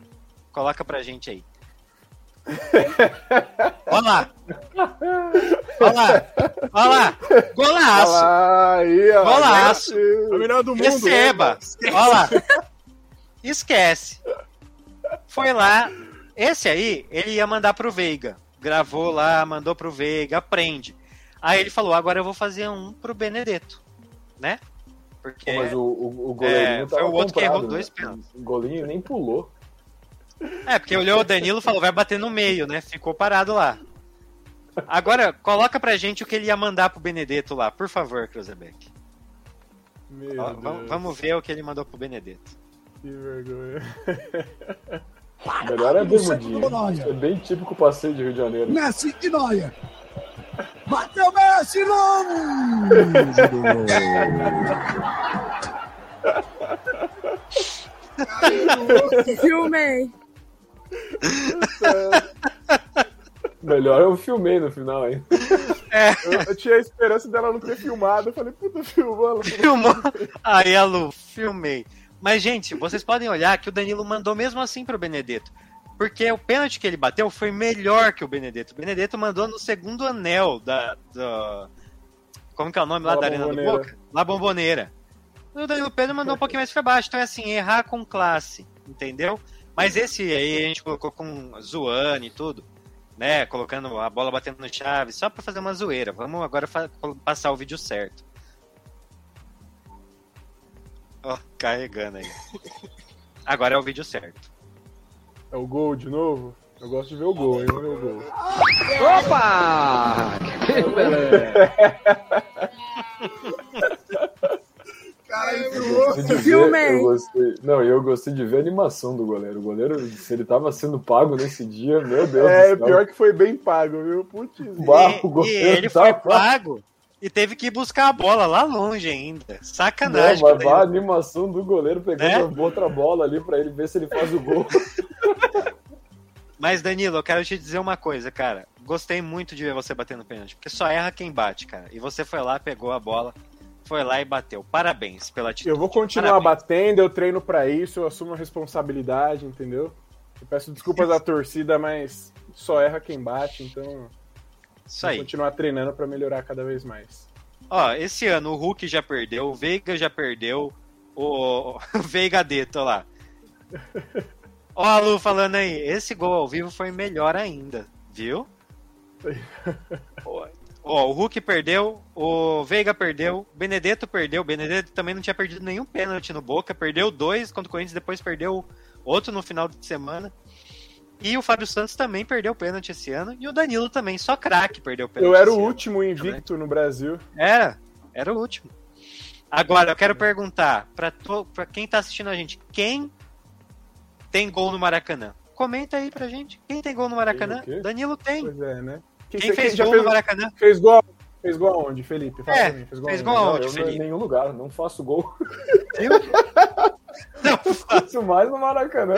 coloca pra gente aí. Olha lá! Olha lá! Olha lá!
Olha
Golaço!
lá, aí, ó.
Golaço.
É o melhor do
Receba! Olha lá. Esquece. Foi lá. Esse aí, ele ia mandar pro Veiga. Gravou lá, mandou pro Veiga, aprende. Aí ele falou: agora eu vou fazer um pro Benedetto. Né? Porque.
Mas o, o, o goleirinho
É, foi
tava
o outro que
comprado,
errou dois
né?
pênaltis.
O goleirinho nem pulou.
assim?
É, porque olhou o Danilo e falou: vai bater no meio, né? Ficou parado lá. Agora, coloca pra gente o que ele ia mandar pro Benedetto lá, por favor, Cruzebeck.
Meu
Ó,
Deus,
vamos, vamos ver o que ele mandou pro Benedetto.
que vergonha. Ah,
Melhor é
do centro
bermudinha.
do Noia.
É bem típico passeio de Rio de Janeiro.
Messi e Noia. Bateu Messi, longe!
Filmei.
Melhor eu filmei no final, hein?
Eu, eu tinha a esperança dela não ter filmado. Eu falei, puta, filmou. Ela falou,
Filmou. Aí, Alu, filmei. Mas, gente, vocês podem olhar que o Danilo mandou mesmo assim pro Benedetto. Porque o pênalti que ele bateu foi melhor que o Benedetto. O Benedetto mandou no segundo anel da. da- Como que é o nome lá
La
da Arena do
Bombonera.
Boca? La Bomboneira. E o Danilo Pedro mandou um pouquinho mais pra baixo. Então é assim, errar com classe, entendeu? Mas esse aí a gente colocou com Zuane e tudo, né? Colocando a bola batendo no chave, só pra fazer uma zoeira. Vamos agora fa- passar o vídeo certo. Ó, carregando aí. Agora é o vídeo certo.
é o gol de novo? Eu gosto de ver o gol, hein? Vamos ver o gol.
Gostei de ver-
Filmei.
eu gostei- Não, eu gostei de ver a animação do goleiro. O goleiro, se ele tava sendo pago nesse dia, meu Deus
É,
do céu.
pior que foi bem pago, viu? Putz.
Uau,
E-
o
e,
goleiro
ele
tá
foi
lá.
pago e teve que ir buscar a bola lá longe ainda. Sacanagem. Né?
Não, Né, mas
Danilo.
vai a animação do goleiro pegando outra bola ali pra ele ver se ele faz o gol.
Mas, Danilo, eu quero te dizer uma coisa, cara. Gostei muito de ver você batendo pênalti, porque só erra quem bate, cara. E você foi lá, pegou a bola, foi lá e bateu. Parabéns pela atitude.
Eu vou continuar
Parabéns.
batendo, eu treino pra isso, eu assumo a responsabilidade, entendeu? Eu peço desculpas à torcida, mas só erra quem bate, então
Isso
vou
aí.
continuar treinando pra melhorar cada vez mais.
Ó, esse ano o Hulk já perdeu, o Veiga já perdeu, o o Veiga Deto, ó lá. Ó, a Lu falando aí, esse gol ao vivo foi melhor ainda, viu? Ó, Ó, o Hulk perdeu, o Veiga perdeu, o Benedetto perdeu, o Benedetto também não tinha perdido nenhum pênalti no Boca, perdeu dois contra o Corinthians, depois perdeu outro no final de semana. E o Fábio Santos também perdeu pênalti esse ano, e o Danilo também, só craque perdeu pênalti.
Eu era o
esse ano.
último invicto no Brasil.
Era, era o último. Agora, eu quero perguntar pra, to, pra quem tá assistindo a gente, quem tem gol no Maracanã? Comenta aí pra gente. Quem tem gol no Maracanã?
Quem o quê?
Danilo tem.
Pois é, né? Quem,
Quem
quem
fez
já
gol
fez,
no Maracanã?
fez gol? Fez gol aonde, Felipe? Fala
É,
pra mim,
fez gol
aonde?
Não,
Onde,
eu não,
Felipe?
em nenhum lugar, não faço gol.
Não,
Isso mais no Maracanã.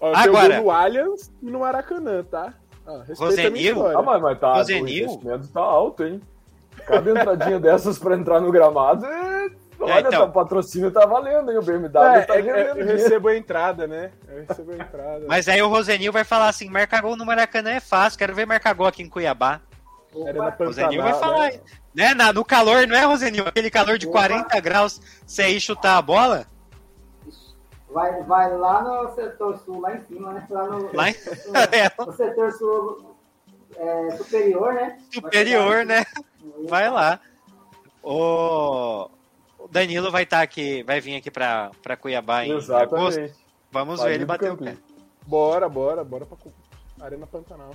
Ó, tem o
Agora.
gol no Allianz e no Maracanã, tá? Ó, respeita a minha
Rosenil?
história.
Ah, mas, mas tá, o
Rosenil?
investimento tá alto, hein? Cada entradinha dessas pra entrar no gramado, é... olha,
então.
tá- o patrocínio tá valendo, hein? O BMW
É,
tá
é, é,
vendendo.
eu
dinheiro.
recebo a entrada, né? Eu recebo a entrada.
mas aí o Rosenil vai falar assim: marcar gol no Maracanã é fácil, quero ver marcar gol aqui em Cuiabá.
Era na
O Rosenil vai
Pantanal,
falar.
né?
Né? na- no calor, não é, Rosenil? Aquele calor de
Opa.
40 graus, você ir chutar a bola?
Vai, vai lá no setor sul, lá em cima, né? Lá no,
Lá em-
no-
É,
no setor sul é, superior, né?
superior, né? Vai lá. O o Danilo vai estar aqui, vai vir aqui pra, pra Cuiabá em agosto.
Exatamente.
Vamos
Vai
ver ele
no
bater o pé.
campinho.
Bora, bora, bora pra Cu- Arena Pantanal.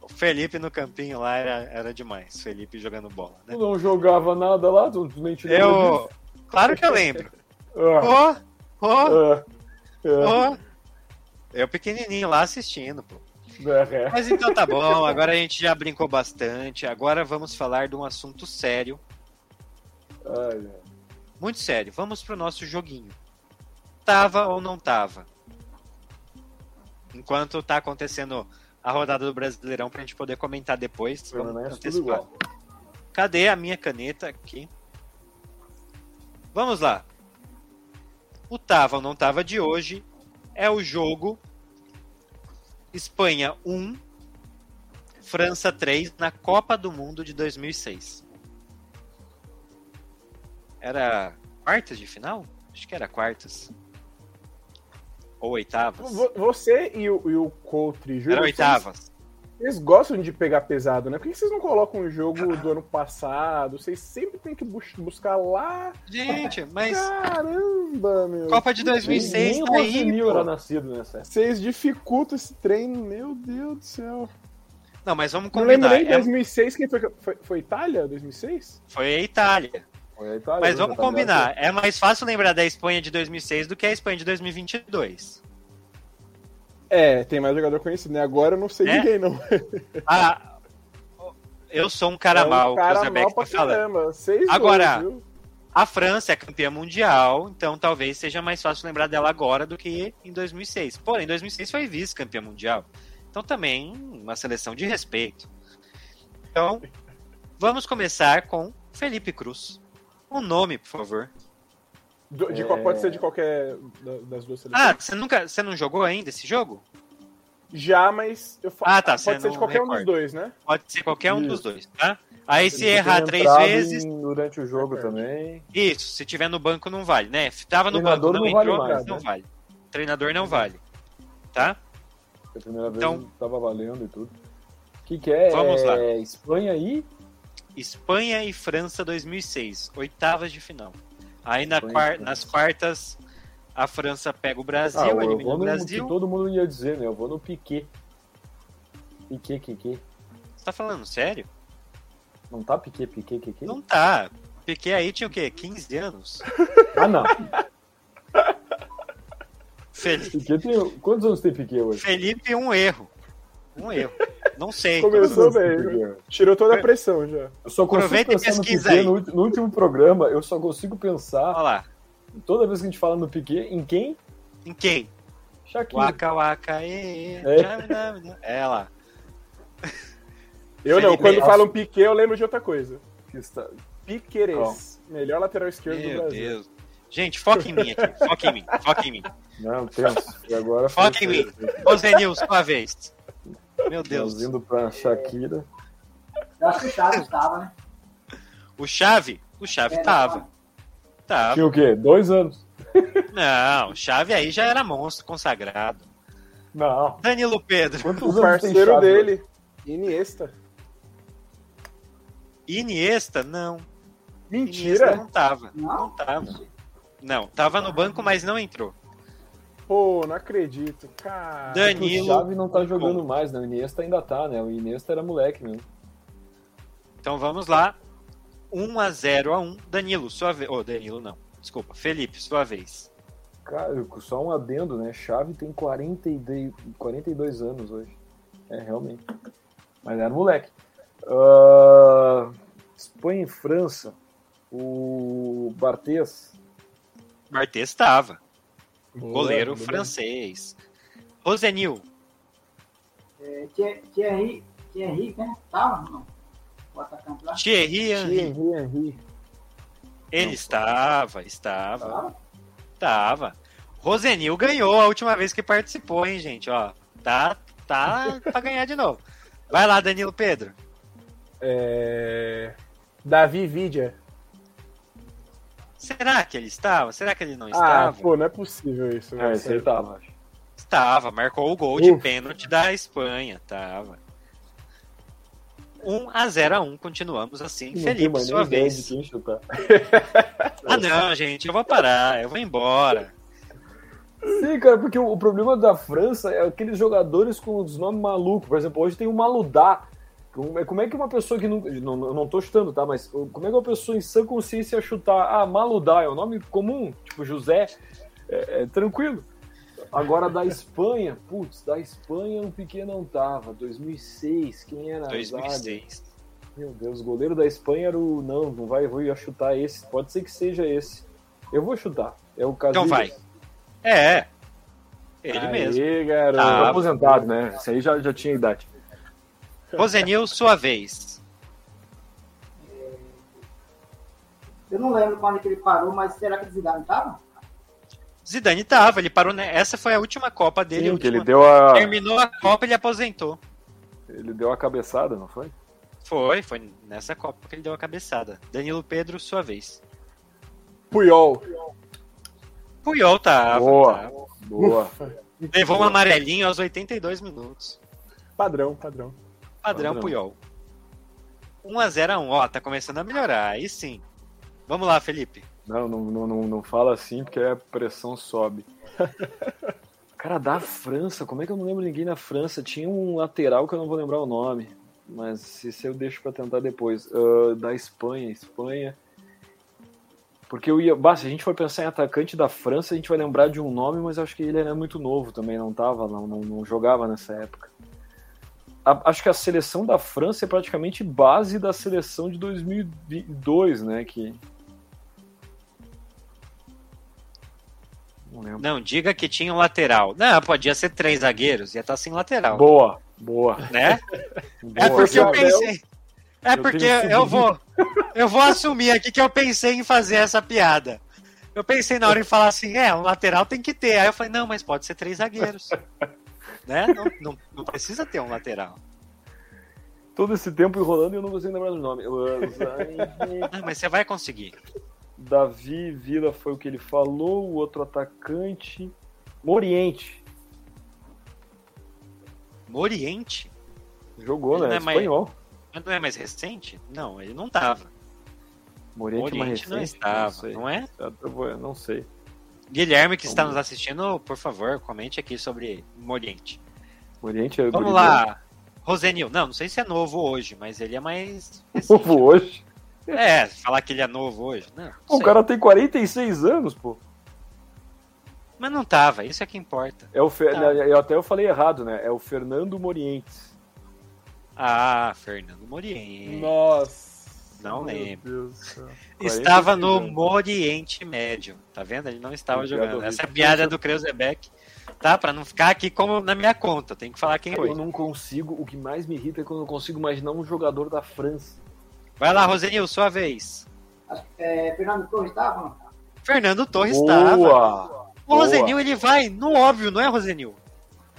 O Felipe no campinho lá era, era demais. Felipe jogando bola, né?
Tu não jogava nada lá, tu tu nem te lembra
Eu. Claro que eu lembro.
disso?
Ô, ô,
Ah, ah,
ô. Eu pequenininho lá assistindo, pô.
é, é.
Mas então tá bom, agora a gente já brincou bastante. Agora vamos falar de um assunto sério.
Ai, ai.
Muito sério. Vamos pro nosso joguinho. Tava ou não tava? Enquanto tá acontecendo a rodada do Brasileirão pra gente poder comentar depois.
Foi, mas não é
Vamos
tudo
antecipar.
igual.
Cadê a minha caneta aqui? Vamos lá. O Tava ou não Tava de hoje é o jogo Espanha 1, França 3 na Copa do Mundo de 2006. Era quartas de final? Acho que era quartas. Ou oitavas.
Vo- Você e o, e o Coutri, juro,
Era
vocês-
oitavas.
Vocês gostam de pegar pesado, né? Por que vocês não colocam um jogo do ano passado? Vocês sempre têm que bus- buscar lá.
Gente, mas
Caramba, meu.
Copa de
Nem,
2006
nem o
tá aí.
Rosenil
pô.
era nascido nessa época.
Vocês dificultam esse treino, meu Deus do céu.
Não, mas vamos
Não lembro
combinar.
nem em
É-
2006 quem foi. que- Foi, foi Itália? 2006?
foi a Itália.
Foi a Itália,
Mas
né?
vamos
Já tá ligado?
combinar. É mais fácil lembrar da Espanha de 2006 do que a Espanha de 2022.
É, tem mais jogador conhecido, né? Agora eu não sei
Né?
ninguém, não.
Ah, eu sou um cara
é um
mal, o
cara
Cruzebeck tá
mal pra
falando.
caramba. Seis
Agora,
gols, viu?
A França é campeã mundial, então talvez seja mais fácil lembrar dela agora do que em 2006. Porém, 2006 foi vice-campeã mundial. Então também uma seleção de respeito. Então, vamos começar com Felipe Cruz. Um nome, por favor.
Do- de
É.
qual- Pode ser de qualquer da- das duas seleções.
Ah, você nunca, você não jogou ainda esse jogo?
Já, mas eu fa-
Ah, tá, você
pode ser de
não
qualquer um
recorda.
dos dois, né?
Pode ser qualquer um
Isso.
dos dois, tá? Aí se
Ele tem
errar três
entrado
vezes, É
em- durante o jogo também.
Isso, se tiver no banco não vale, né? Tava no banco,
Treinador
não,
não vale
entrou,
mais,
não
né?
vale. Treinador não vale. Tá?
A primeira vez
Então-
não tava valendo e tudo. O que, que é?
Vamos lá.
É Espanha aí?
Espanha e França 2006, oitavas de final. Aí na
Espanha e
quar-
França.
nas quartas a França pega o Brasil,
Ah, eu, eu
elimina
vou
o
no que
Brasil.
todo mundo ia dizer, né? Eu vou no Piquet. Piquet, Piquet.
Você tá falando sério?
Não tá Piquet, Piquet, Piquet?
Não tá. Piquet aí tinha o quê? 15 anos?
Ah, não.
Fel-
Piquet tem... Quantos anos tem Piquet hoje?
Felipe, um erro. Um erro. Não sei.
Começou
Quantos anos
bem,
tem Piquet?
Tirou
É.
toda a pressão já.
Eu só consigo
Aproveita e
pensar no
pesquisa
Piquet
aí.
no, ulti- no último programa, eu só consigo pensar,
Olha lá.
toda vez que a gente fala no Piquet, em quem?
Em quem?
Shakira.
Waka waka e.
É.
É lá.
Eu não,
Felipe,
quando
nossa.
falam Piquet, eu lembro de outra coisa.
Que está-
Piqueires, melhor lateral
é
esquerdo do
Meu
Brasil.
Deus. Gente, foca em mim aqui. Foca em mim. Foca em mim.
Não, penso. E agora...
Foca em mim. Ô, Zenil, sua vez. Meu
Deus.
Deus.
Indo pra Shakira.
Eu acho que o Chaves tava, né?
O Chave? O Chave
Era-
tava. Tava.
Tinha o quê? Dois anos?
Não, o Chave aí já era monstro consagrado.
Não.
Danilo Pedro.
Quantos
O
anos tem
parceiro
Xavi?
dele, Iniesta.
Iniesta? Não. Iniesta
né?
Mentira!
não tava.
Não?
Não tava. Não, tava no banco, mas não entrou.
Pô, não acredito. Cara.
O
Danilo.
Xavi não tá jogando mais, né? O Iniesta ainda tá, né? O Iniesta era moleque mesmo.
Então vamos lá. 1 a 0 a 1. Danilo, sua vez. Ô, Danilo não. Desculpa. Felipe, sua vez.
Cara, só um adendo, né? Chave tem 40 e de- 42 anos hoje. É, realmente. Mas era moleque. Ah, Espanha e França. O Bartes.
Bartes tava.
Boa,
Goleiro
tudo bem.
francês. Rosenil,
É, Thier- Thierry, Thierry, né? Tava? Não. O atacante lá.
Thierry Henry.
Thierry Henry.
Ele
Não,
estava, estava,
Tava?
estava. Rosenil ganhou a última vez que participou, hein, gente? Ó, tá, tá pra ganhar de novo. Vai lá, Danilo Pedro.
É... Davi Vidia.
Será que ele estava? Será que ele não
Ah,
estava?
pô, não é possível isso.
Ah,
velho.
esse aí tava, acho.
Estava, marcou o gol de
Ufa.
pênalti da Espanha, tava. 1 a 0 a 1, continuamos assim.
Não tem
Felipe,
mais
sua
nem ideia
vez.
de quem chutar.
Ah, não, gente, eu vou parar, eu vou embora.
Sim, cara, porque o, o problema da França é aqueles jogadores com os nomes malucos. Por exemplo, hoje tem o Maludá. Como é- como é que uma pessoa que nunca. Não, não, não tô chutando, tá? Mas o- como é que uma pessoa em sã consciência ia chutar? Ah, Maludá é um nome comum, tipo José. É, é tranquilo. Agora da Espanha, putz, da Espanha o Piquet não tava. 2006, quem era? a zaga?
2006.
Meu Deus, o goleiro da Espanha era o. Não, não vai, eu vou chutar esse. Pode ser que seja esse. Eu vou chutar. É o caso
vai. É, ele
Aê,
mesmo.
garoto.
Ah,
Tá aposentado, né? Isso aí já, já tinha idade.
Rosenil, sua vez.
Eu não lembro quando que ele parou, mas será que o Zidane tava?
Zidane tava, ele parou, né? Essa foi a última Copa dele. a
Sim, que ele
última-
deu a.
Terminou a Copa, ele aposentou.
Ele deu a cabeçada, não foi?
Foi, foi nessa Copa que ele deu a cabeçada. Danilo Pedro, sua vez.
Puyol.
Puyol tava.
Boa.
tava.
Boa.
Levou um amarelinho aos 82 minutos.
Padrão, padrão.
Padrão,
Padrão.
Puyol. 1x0x1, ó, tá começando a melhorar, aí sim. Vamos lá, Felipe.
Não, não, não, não, não fala assim porque a pressão sobe. Cara, da França, como é que eu não lembro ninguém na França? Tinha um lateral que eu não vou lembrar o nome, mas isso eu deixo para tentar depois. Ah, da Espanha, Espanha. Porque eu ia. Bah, se a gente for pensar em atacante da França, a gente vai lembrar de um nome, mas acho que ele era muito novo também, não tava, não, não, não jogava nessa época. A- acho que a seleção da França é praticamente base da seleção de 2002, né? Que. Não lembro.
Não, diga que tinha um lateral. Não, podia ser três zagueiros, ia estar sem lateral.
Boa, boa.
Né?
boa.
É porque eu
Isabel.
pensei. É
Eu
porque
tenho subido.
eu vou. Eu vou assumir aqui que eu pensei em fazer essa piada. Eu pensei na hora em falar assim, é, um lateral tem que ter. Aí eu falei, não, mas pode ser três zagueiros. né? Não, não, não precisa ter um lateral.
Todo esse tempo enrolando e eu não consigo lembrar do nome. Lanzani,
Ah, mas você vai conseguir.
Davi Vila foi o que ele falou, o outro atacante. Moriente.
No Oriente?
Jogou,
Ele
né?
não é mais-
Espanhol.
Mas não é mais recente? Não, ele não tava. No
Moriente,
Oriente
mais
é não
recente,
estava,
sei.
não é?
Eu vou- não sei.
Guilherme, que está nos assistindo, por favor, comente aqui sobre Moriente.
Moriente é
Vamos
guri
lá. Rosenil, não, não sei se é novo hoje, mas ele é mais.
novo.
recente.
Novo hoje.
É, falar que ele é novo hoje. Não, não
Pô,
sei.
o Um cara tem 46 anos, pô.
Mas não tava, isso é que importa.
É o Fer...
Tá.
Eu até eu falei errado, né? É o Fernando Morientes.
Ah, Fernando Moriente.
Nossa.
É. Não
meu
lembro.
Deus do céu.
Estava no
46 anos.
Oriente Médio, tá vendo? Ele não estava
Piada
jogando.
horrível.
Essa é a piada do Creuzebeck, tá? Pra não ficar aqui como na minha conta, tem que falar quem foi.
Eu não consigo. O que mais me irrita é quando eu não consigo imaginar um jogador da França.
Vai lá, Rosenil, sua vez.
É, Fernando Torres estava?
Fernando Torres estava.
Boa!
O
boa.
Rosenil, ele vai no óbvio, não é, Rosenil?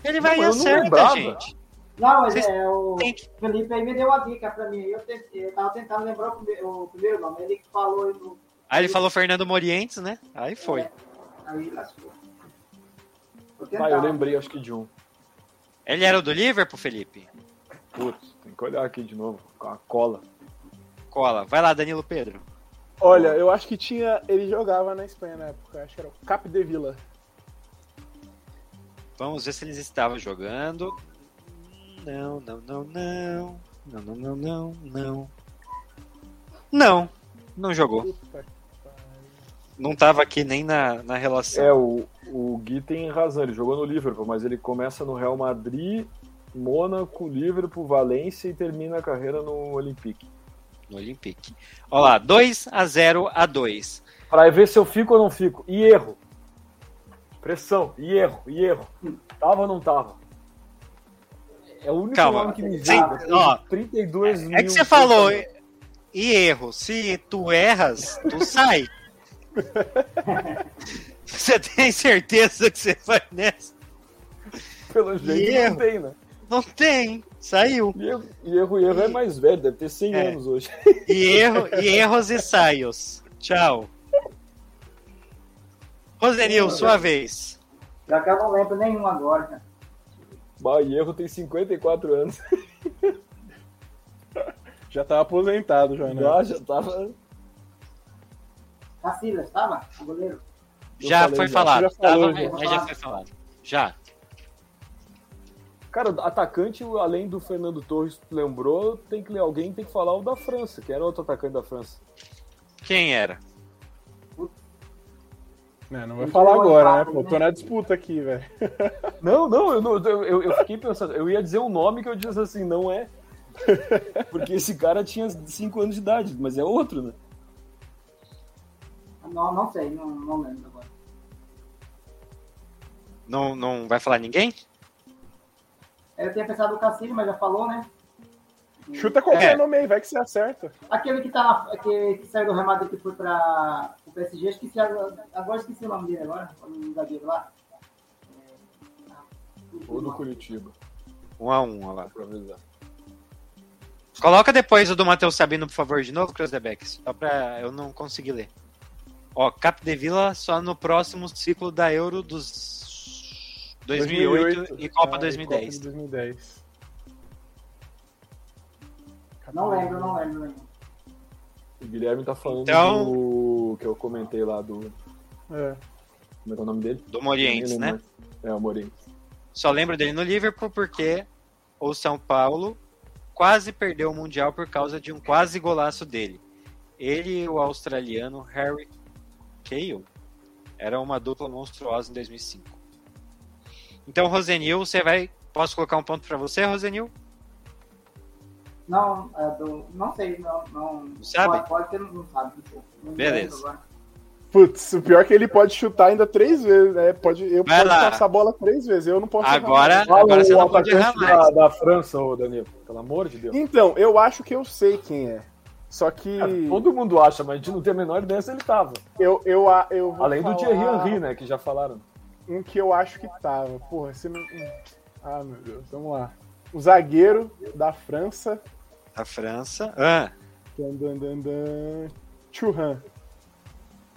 Ele vai
Não,
e
eu não
acerta,
lembrava.
gente.
Não, mas
Vocês
é o
Tem que...
Felipe aí me deu uma dica pra mim. Eu, te- eu tava tentando lembrar o, prime- o primeiro nome. Ele que falou. Eu,
Aí ele falou Fernando Morientes, né? Aí foi.
aí lascou. Vou
Ah,
tentar.
eu lembrei, acho que de um.
Ele era o do Liverpool, Felipe?
Putz, tem que olhar aqui de novo. Com a cola.
Cola. Vai lá, Danilo Pedro.
Olha, eu acho que tinha. Ele jogava na Espanha na época. eu Acho que era o Cap de Vila.
Vamos ver se eles estavam jogando. Não, não, não, não. Não, não, não, não, não. Não, não jogou.
Puta.
Não tava aqui nem na, na relação.
É, o, o Gui tem razão, ele jogou no Liverpool, mas ele começa no Real Madrid, Mônaco, Liverpool, Valência e termina a carreira no Olympique.
No Olympique. Olha lá, 2 a 0 a 2.
Pra ver se eu fico ou não fico. E erro. Pressão, e erro, e erro. Tava ou não tava? É o único
Calma.
nome que me
Sim,
vira.
ó.
32 mil.
É que você falou, e e erro. Se tu erras, tu sai. você tem certeza que você vai nessa?
Pelo jeito
erro.
não tem, né?
Não tem. Saiu.
E erro, e erro, e erro é mais velho, deve ter 100
É.
anos hoje.
E, erro, e erros e saios. Tchau. Rosenil, sua vez.
Já que eu não lembro nenhum agora. cara.
Bah, e erro tem 54 anos.
Já tava aposentado, já, né?
Já, já tava.
Casillas, estava? O goleiro?
Eu
Já
falei
foi
já,
falado.
já
Tava-
falou,
já.
é, já foi falado. Já.
Cara, atacante, além do Fernando Torres, tu lembrou, tem que alguém tem que falar o da França, que era outro atacante da França.
Quem era?
É, Não, não vai falar agora, né? Pô, tô na disputa aqui, velho.
Não, não, eu, não- eu, eu- eu fiquei pensando, eu ia dizer um nome que eu disse assim, não é. Porque esse cara tinha 5 anos de idade, mas é outro, né?
Não, não sei, não, não lembro agora.
Não, não vai falar ninguém?
É, Eu tinha pensado o Casillas, mas já falou, né?
Chuta qualquer
É.
nome aí, vai que você acerta.
Aquele que, tá na, que, que saiu do Real Madrid que foi para o PSG, esqueci agora, agora esqueci o nome dele agora, o zagueiro lá. É,
Ou do Curitiba,
Um a um, olha lá.
pra avisar.
Coloca depois o do Matheus Sabino, por favor, de novo, Cruzdebeck. Só pra eu não conseguir ler. Ó, Cap de Vila só no próximo ciclo da Euro dos 2008, e Copa
Ah,
2010.
Copa de 2010.
Não lembro, não lembro. não lembro.
O Guilherme tá falando
Então-
do que eu comentei lá do,
É.
Como é que é o nome dele?
do Morientes,
Nem
né?
lembro mais. É, o Morientes.
Só lembro dele no Liverpool porque o São Paulo quase perdeu o Mundial por causa de um quase golaço dele. Ele e o australiano Harry Cahill eram uma dupla monstruosa em 2005. Então, Rosenil, você vai. Posso colocar um ponto pra você, Rosenil?
Não, é do, não sei, não. não
Sabe?
Pode, pode ter, não sabe. não sei. Não
Beleza.
lembro agora.
Putz, o pior é que ele pode chutar ainda três vezes, né? Pode, eu
Vai
posso
lá.
passar a bola três vezes, eu não posso errar.
Agora,
Fala
agora você
o
não pode errar
atacante
mais.
da, da França, ô Danilo. Pelo amor de Deus.
Então, eu acho que eu sei quem é. Só que
Cara, todo mundo acha, mas a gente não tem a menor ideia se ele tava.
eu, eu, a- eu vou
Além do
falar
Thierry Henry, né? Que já falaram.
Um que eu acho que tava. Porra, esse não... Ah, meu Deus, vamos lá. O zagueiro da França,
Da França. Ah.
dan, dan, dan, dan, Churran.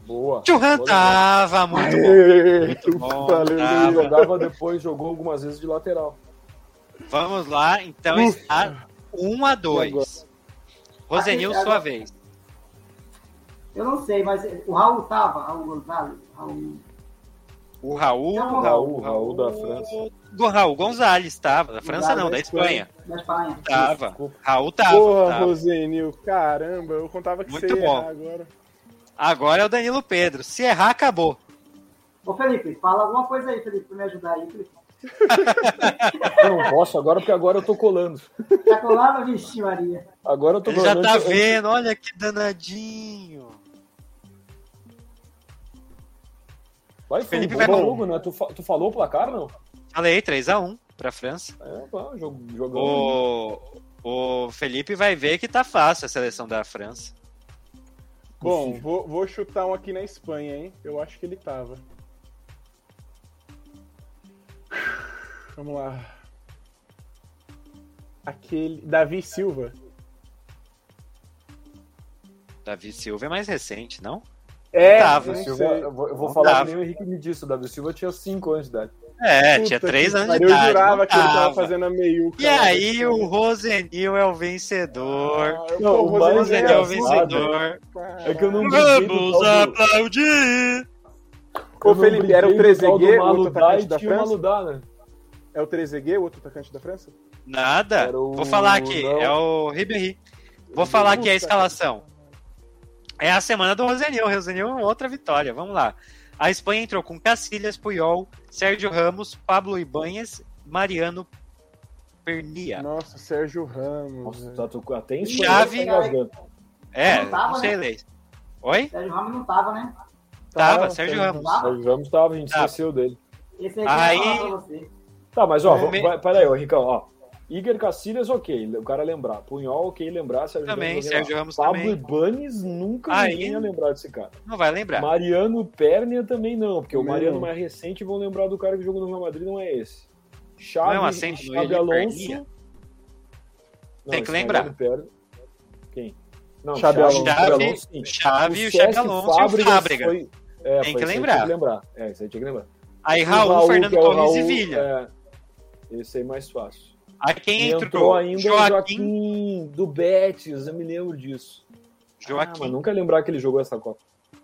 Boa.
Churran
Boa
tava muito bom. bom,
Valeu,
tá.
Ele
Danilo.
jogava depois, jogou algumas vezes de lateral.
Vamos lá, então
Ufa.
está 1 a 2. Rosenil,
Aqui,
sua
agora-
vez.
Eu não sei, mas o Raul tava, Raul Gonzalez, Raul.
Hum.
O Raul,
Não, o
Raul, Raul da França.
Do Raul Gonzalez estava, da França não, da Espanha.
Da Espanha.
Tava.
Desculpa.
Raul tava.
Porra,
tava.
Rosenil, caramba, eu contava que
tá, Muito
você ia
bom.
errar agora.
Agora é o Danilo Pedro. Se errar, acabou.
Ô Felipe, fala alguma coisa aí, Felipe, pra me ajudar aí, Felipe.
Eu não posso agora, porque agora eu tô colando.
Tá colado, vixe, Maria.
Agora eu tô
Ele
colando.
já tá
Antes-
vendo, olha que danadinho.
Vai, Felipe,
Felipe
vai
vai
bom
com-
jogo, né? Tu, fa- tu falou o placar, não?
Falei, 3x1 pra França.
É, tá, jogo, jogando.
O, o Felipe vai ver que tá fácil a seleção da França.
Bom, vou, vou chutar um aqui na Espanha, hein? Eu acho que ele tava. Vamos lá. Aquele. Davi Silva.
Davi Silva é mais recente, não?
É,
Tava,
eu não
Silva,
sei.
eu vou, eu vou
Não
falar
dava.
que nem o Henrique me disse, o Davi Silva tinha 5 anos de idade.
É,
Puta
tinha
que
3 anos de
pariu,
idade.
Eu jurava
não
que ele tava
tava.
fazendo a meiuca. né?
E aí, o Rosenil é o vencedor.
Ah,
Não, o
Rosenil
mais
Rosenil é o
engraçado-
vencedor.
Cara.
É que eu não briguei do
Vamos
tal do-
aplaudir!
Ô,
eu não
Felipe, era o
briguei do tal do
3G, o outro
Maludá
atacante
e
da
tinha o
França?
Maludá, né?
É o 3G, o outro atacante da França?
Nada.
Era o-
Vou falar aqui.
não.
É o Ribéry. Vou falar aqui a
Puta.
escalação. É a semana do Rosenil. Rosenil é outra vitória. Vamos lá. A Espanha entrou com Cacilhas, Puyol, Sérgio Ramos, Pablo Ibanhes, Mariano Pernia.
Nossa, Sérgio Ramos.
Nossa,
né?
tá, tu, até em
Chave.
espanhol tá rasgando.
É,
Não tava,
não sei
né?
ler. Oi?
Sérgio Ramos não tava, né?
Tava,
tá,
Sérgio
tá.
Ramos.
Tava?
Mas Vamos, tava, a gente
Tava.
esqueceu dele.
Esse aí,
Aí-
que eu ia falar pra você.
Tá, mas ó,
É.
vamos- vai- peraí, ô Ricão, ó. Igor Cacilhas, ok, o cara lembrar. Punhol, ok, lembrar. Sérgio
Também,
Ramos, ok,
Sérgio
lembrar.
Ramos
Pablo
também.
Ibanes, nunca
Aí-
ninguém ia lembrar desse cara.
Não vai lembrar.
Mariano Pérnia também não, porque o
Também
Mariano
não.
mais recente vão lembrar do cara que jogou no Real Madrid, não é esse.
Não
Chave,
é um acento no
Xabi
ele,
Alonso.
Pernia?
Não,
Tem que
esse
lembrar.
Mariano Pérnia- Quem? Não,
Xabi
Xabi
Alonso.
Xabi
Chave,
Alonso, sim.
Chave, o Chave
Cesc
Alonso e o Fábrega.
foi- é,
Tem
foi
que
esse aí
lembrar.
Tinha que lembrar. É, isso aí tinha que lembrar.
Aí
O
Raul, Fernando
que é o
Torres e
Raul,
Vilha.
é, esse aí mais fácil.
Aí quem
E
entrou?
entrou ainda é o
Joaquim.
Joaquim do Betis, eu me lembro disso. Ah,
Joaquim.
mas nunca lembrar que ele jogou essa Copa.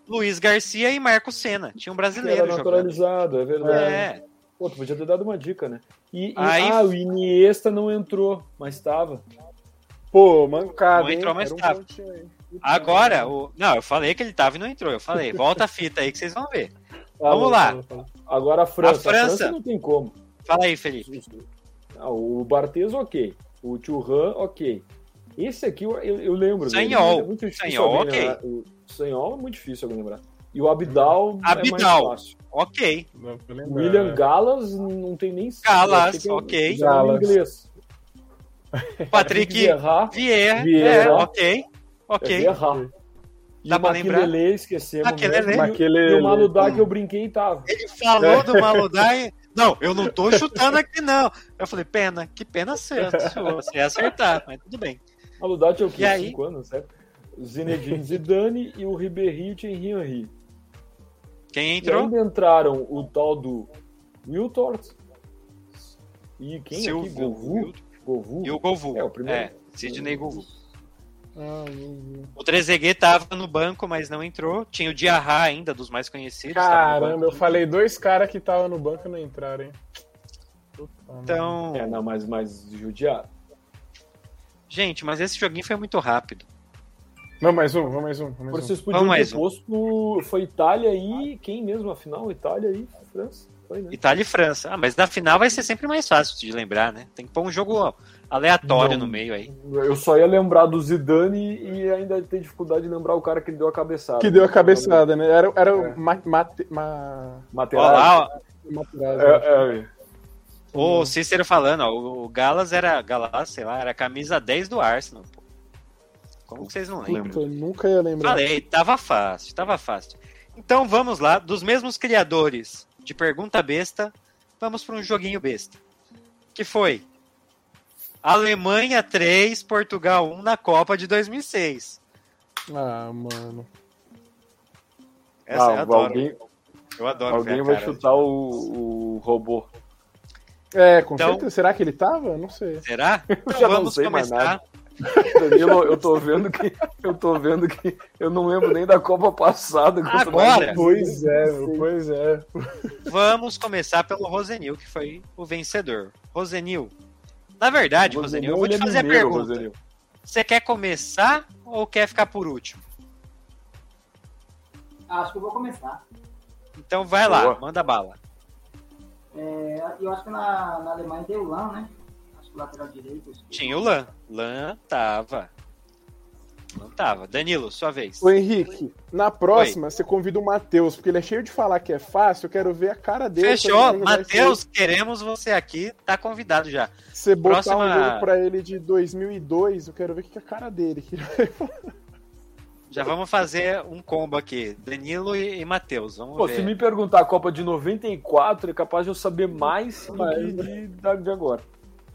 Luiz Garcia e Marco Senna. Tinha um
Ele era
brasileiro jogando.
naturalizado, é verdade.
É,
Pô, tu podia ter dado uma dica, né? E, e-
Aí-
ah, o Iniesta não entrou, mas tava.
Pô, mancada.
Não entrou,
hein?
mas
Era um
tava.
pontinho aí.
agora, o... não, eu falei que ele tava e não entrou. Eu falei, volta a fita aí que vocês vão ver.
Ah,
Vamos lá.
Agora a França.
A França
não tem como.
Fala aí, Felipe.
Ah, o Bartes, ok. O Thuram, ok. Esse aqui eu, eu- eu lembro. dele.
Sanhol.
É muito difícil
Sanhol,
alguém lembrar. O Sanhol é muito difícil alguém lembrar. E o Abdal, é mais
Abidal.
fácil.
Ok.
Não, pra
O
lembrar.
William Gallas não tem nem...
Gallas,
eu achei que-
ok.
que era
Gallas.
inglês.
Patrick
Vieira.
Vieira.
Vieira.
É, ok.
É
Ok.
Vieira. E
Dá
o
pra lembrar?
Maquilele, esquecemos.
Maquilele.
mesmo. E o-
Maquilele.
E o Maludá que eu brinquei e tava.
Ele
É.
falou do Maludai. Não, eu não tô chutando aqui, não. Eu falei, pena, que pena certa, senhor. Você ia acertar, mas tudo bem.
Maludá tinha é o quê?
E aí?
5 anos, certo? Zinedine Zidane e o Ribéry e o Thierry Henry.
Quem
E
entrou?
ainda entraram o tal do Wiltord e quem aqui?
Silvio.
Govu? Govu?
E o Govu.
É, o primeiro.
É, Sidney Govu.
Ah, não vi.
O Trezeguet tava no banco, mas não entrou. Tinha o Diarra ainda, dos mais conhecidos. tava no
Caramba, eu
tá banco.
falei dois caras que estavam no banco e não entraram, hein? Puta merda.
Então,
É, não, mas, mas judiar.
gente, mas esse joguinho foi muito rápido.
Não, mais um, vamos mais um. Vamos
Por
mais um.
vocês podiam
Vamos
ter
mais um.
posto. Foi Itália e. Quem mesmo? Afinal, Itália e França? Foi, né?
Itália e França. Ah, mas na final vai ser sempre mais fácil de lembrar, né? Tem que pôr um jogo aleatório
Não.
no meio aí.
Eu só ia lembrar do Zidane e ainda tem dificuldade de lembrar o cara que deu a cabeçada.
Que deu a cabeçada, né? Era, era o
É.
ma, mate, ma,
Olha lá, ó.
Materazzi.
Materazzi, né?
É, é,
O Cícero falando, ó, o o Galas era, Galas, sei lá, era a camisa 10 do Arsenal, pô. Como que vocês não lembram?
Puta, eu nunca ia lembrar.
Falei, tava fácil, tava fácil. Então vamos lá, dos mesmos criadores de Pergunta Besta, vamos para um joguinho besta. Que foi Alemanha 3, Portugal 1 na Copa de 2006.
Ah, mano.
Essa
Ah,
eu adoro.
alguém-
eu adoro ver
Alguém
a
vai
cara.
chutar o, o robô.
É, com
Então-
certeza. Será que ele tava? Eu Não sei.
Será? Então
já não
vamos
sei mais
começar.
Danilo, eu tô vendo que. Eu tô vendo que. Eu não lembro nem da Copa passada. quanto mais
Agora?
eu-
Pois é, meu, pois é.
Vamos começar pelo Rosenil, que foi o vencedor. Rosenil. Na verdade, Rosenil, eu vou te
ele é
fazer
mineiro,
a pergunta.
Rosenil.
Você quer começar ou quer ficar por último?
Acho que eu vou começar.
Então vai lá,
Boa.
manda bala.
É, eu acho que na, na Alemanha deu Lan, né? Acho que o lateral direito. acho que-
Tinha o Lan. Lan tava. Lan tava. Danilo, sua vez.
Ô, Henrique, na próxima você convida o Matheus, porque ele é cheio de falar que é fácil. Eu quero ver a cara dele. quando
Fechou.
ele vai
Matheus, queremos você aqui. Tá convidado já.
ser- Você botar um
Próxima-
jogo pra ele de 2002, eu quero ver o que é a cara dele. que-
Já vamos fazer um combo aqui. Danilo e, e Matheus. Vamos
Pô,
ver.
se me perguntar a Copa de 94, é capaz de eu saber mais do que
Mas-
de, da- de agora.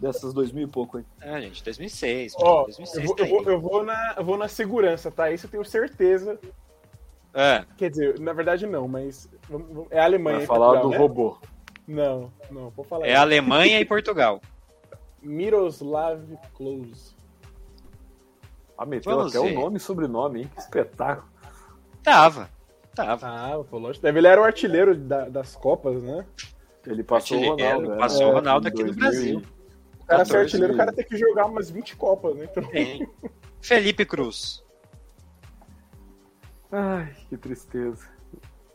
Dessas 2000 e pouco, hein?
Ah, gente, 2006.
Ó, eu
2006
vou,
tá
eu,
aí.
vou, eu vou na, eu vou na segurança, tá? Isso eu tenho certeza.
Ah,
Quer dizer, na verdade não, mas vamos- vamos- é a Alemanha.
Vai
é
falar
Portugal,
do
né?
robô.
Não, não, vou falar.
é Alemanha e Portugal.
Miroslav Klose.
Ah, meteu
Vamos
até
ver.
o nome e sobrenome, hein? Que espetáculo.
Tava. Tava.
Ah, pô, lógico. Deve ele era o artilheiro da- das Copas, né?
Ele passou o
Artilheiro,
Ronaldo. né?
passou
o
Ronaldo
em
aqui no
2000
Brasil.
e-
O cara
14
ser artilheiro, o
mil.
cara tem que jogar umas 20 Copas, né? Então,
Tem. Felipe Cruz.
Ai, que tristeza.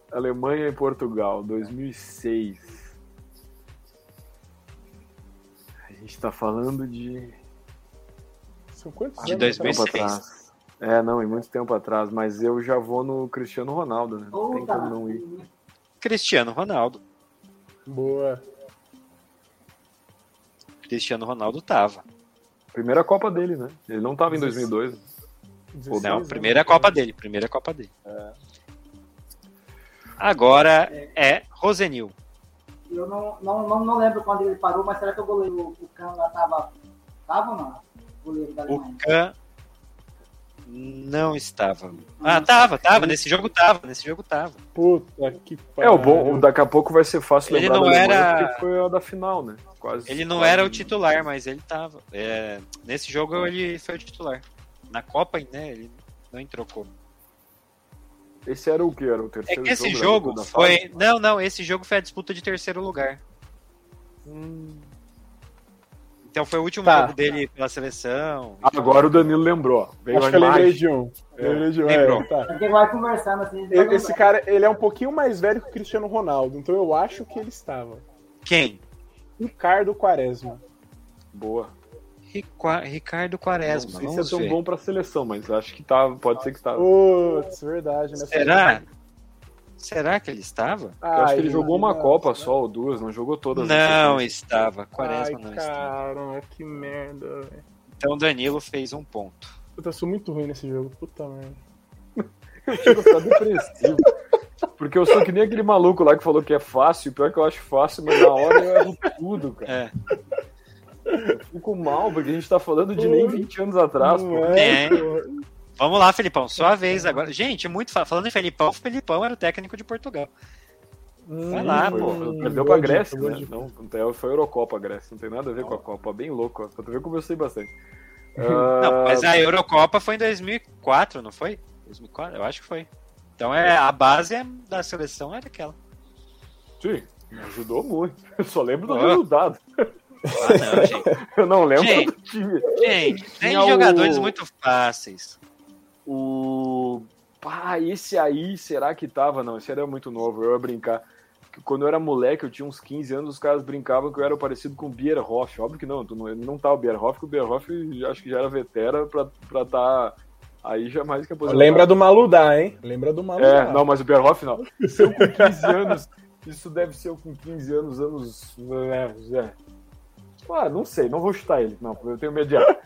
Alemanha e Portugal, 2006. A gente tá falando de.
são quantos
De
anos?
muito
2006.
tempo atrás. É, não, e muito tempo atrás, mas eu já vou no Cristiano Ronaldo, né? Não tem
Puta,
como não ir.
Cristiano Ronaldo.
Boa.
Cristiano Ronaldo tava.
Primeira Copa dele, né? Ele não tava em 2002. né?
16
Não,
anos.
primeira Copa dele. Primeira Copa dele.
É.
Agora é Rosenil.
Eu não, não, não, não lembro quando ele parou, mas será que o goleiro, o Can lá tava. Tava ou não? O goleiro da
O
Alemanha.
Can não estava. Ah, tava, tava. Nesse jogo tava. Nesse jogo tava.
Puta que
É,
pariu.
o bom, o daqui a pouco vai ser fácil
Ele
lembrar
não
da Alemanha,
era-
porque foi a da final, né? Quase.
Ele não
quase-
era o titular, mas ele tava. É, nesse jogo ele foi o titular. Na Copa, né? Ele não entrou como.
Esse era o que? Era o
É
terceiro
que esse
jogo,
jogo
da- da
foi.
fase?
Não, não, esse jogo foi a disputa de terceiro lugar. Hum. Então foi o último
Tá.
jogo dele pela seleção.
Agora o Danilo lembrou. Veio
Acho
a
que eu lembrei
imagem.
de um. Lembrei de um.
Lembrou.
é, tá.
Porque vai conversando assim. ele
E-
vai
Esse
lembrar.
cara, ele é um pouquinho mais velho que o Cristiano Ronaldo, então eu acho que ele estava.
Quem?
Ricardo Quaresma.
Boa.
Riqua- Ricardo Quaresma.
Não sei
Vamos
se é tão
ver.
bom pra seleção, mas acho que tá, pode ser que tá.
Putz, verdade, né?
Será? Será que ele estava?
Ah,
Eu acho que ele
Henrique,
jogou uma
não,
Copa
não.
só ou duas, não jogou todas.
Não
né?
estava.
Ai,
é
Quaresma não estava.
caramba, que merda, velho.
Então Danilo fez um ponto.
Puta, eu sou muito ruim nesse jogo, puta merda.
Chega a ficar depressivo. Porque eu sou que nem aquele maluco lá que falou que é fácil, pior que eu acho fácil, mas na hora eu erro tudo, cara.
É.
Eu fico mal, porque a gente tá falando de nem 20 anos atrás, Tá, pô.
Não
É.
pô.
Vamos lá, Felipão. Sua vez agora. Gente, muito fa- falando em Felipão, o Felipão era o técnico de Portugal. Vai
Hum,
lá,
Foi-
pô.
Perdeu pra Grécia, é, né? Não, não tem- foi a Eurocopa a Grécia, não tem nada a ver com a Copa, bem louco. ó. Pra tu ver, eu conversei bastante.
Não, mas a Eurocopa foi em 2004, não foi? 2004, eu acho que foi. Então é, a base é- da seleção era aquela.
Sim, me ajudou muito. Eu só lembro do
Ah.
resultado.
Ah, não, gente.
Eu não lembro
Gente.
do time.
Gente, tem
Tinha o-
jogadores muito fáceis.
O. Pá, esse aí, será que tava? Não, esse era muito novo, eu ia brincar. Que Quando eu era moleque, eu tinha uns 15 anos, os caras brincavam que eu era parecido com o Bierhoff. Óbvio que não, tu não, não tá o Bierhoff, porque o Bierhoff já- acho que já era vetera pra estar tá aí já mais que aposentado.
Lembra do Maludá, hein? Lembra do Maludá.
É, não, mas o Bierhoff não. Se eu com 15 anos, isso deve ser eu com 15 anos, anos. É, é. Ah, não sei, não vou chutar ele, não, eu tenho medo de errar.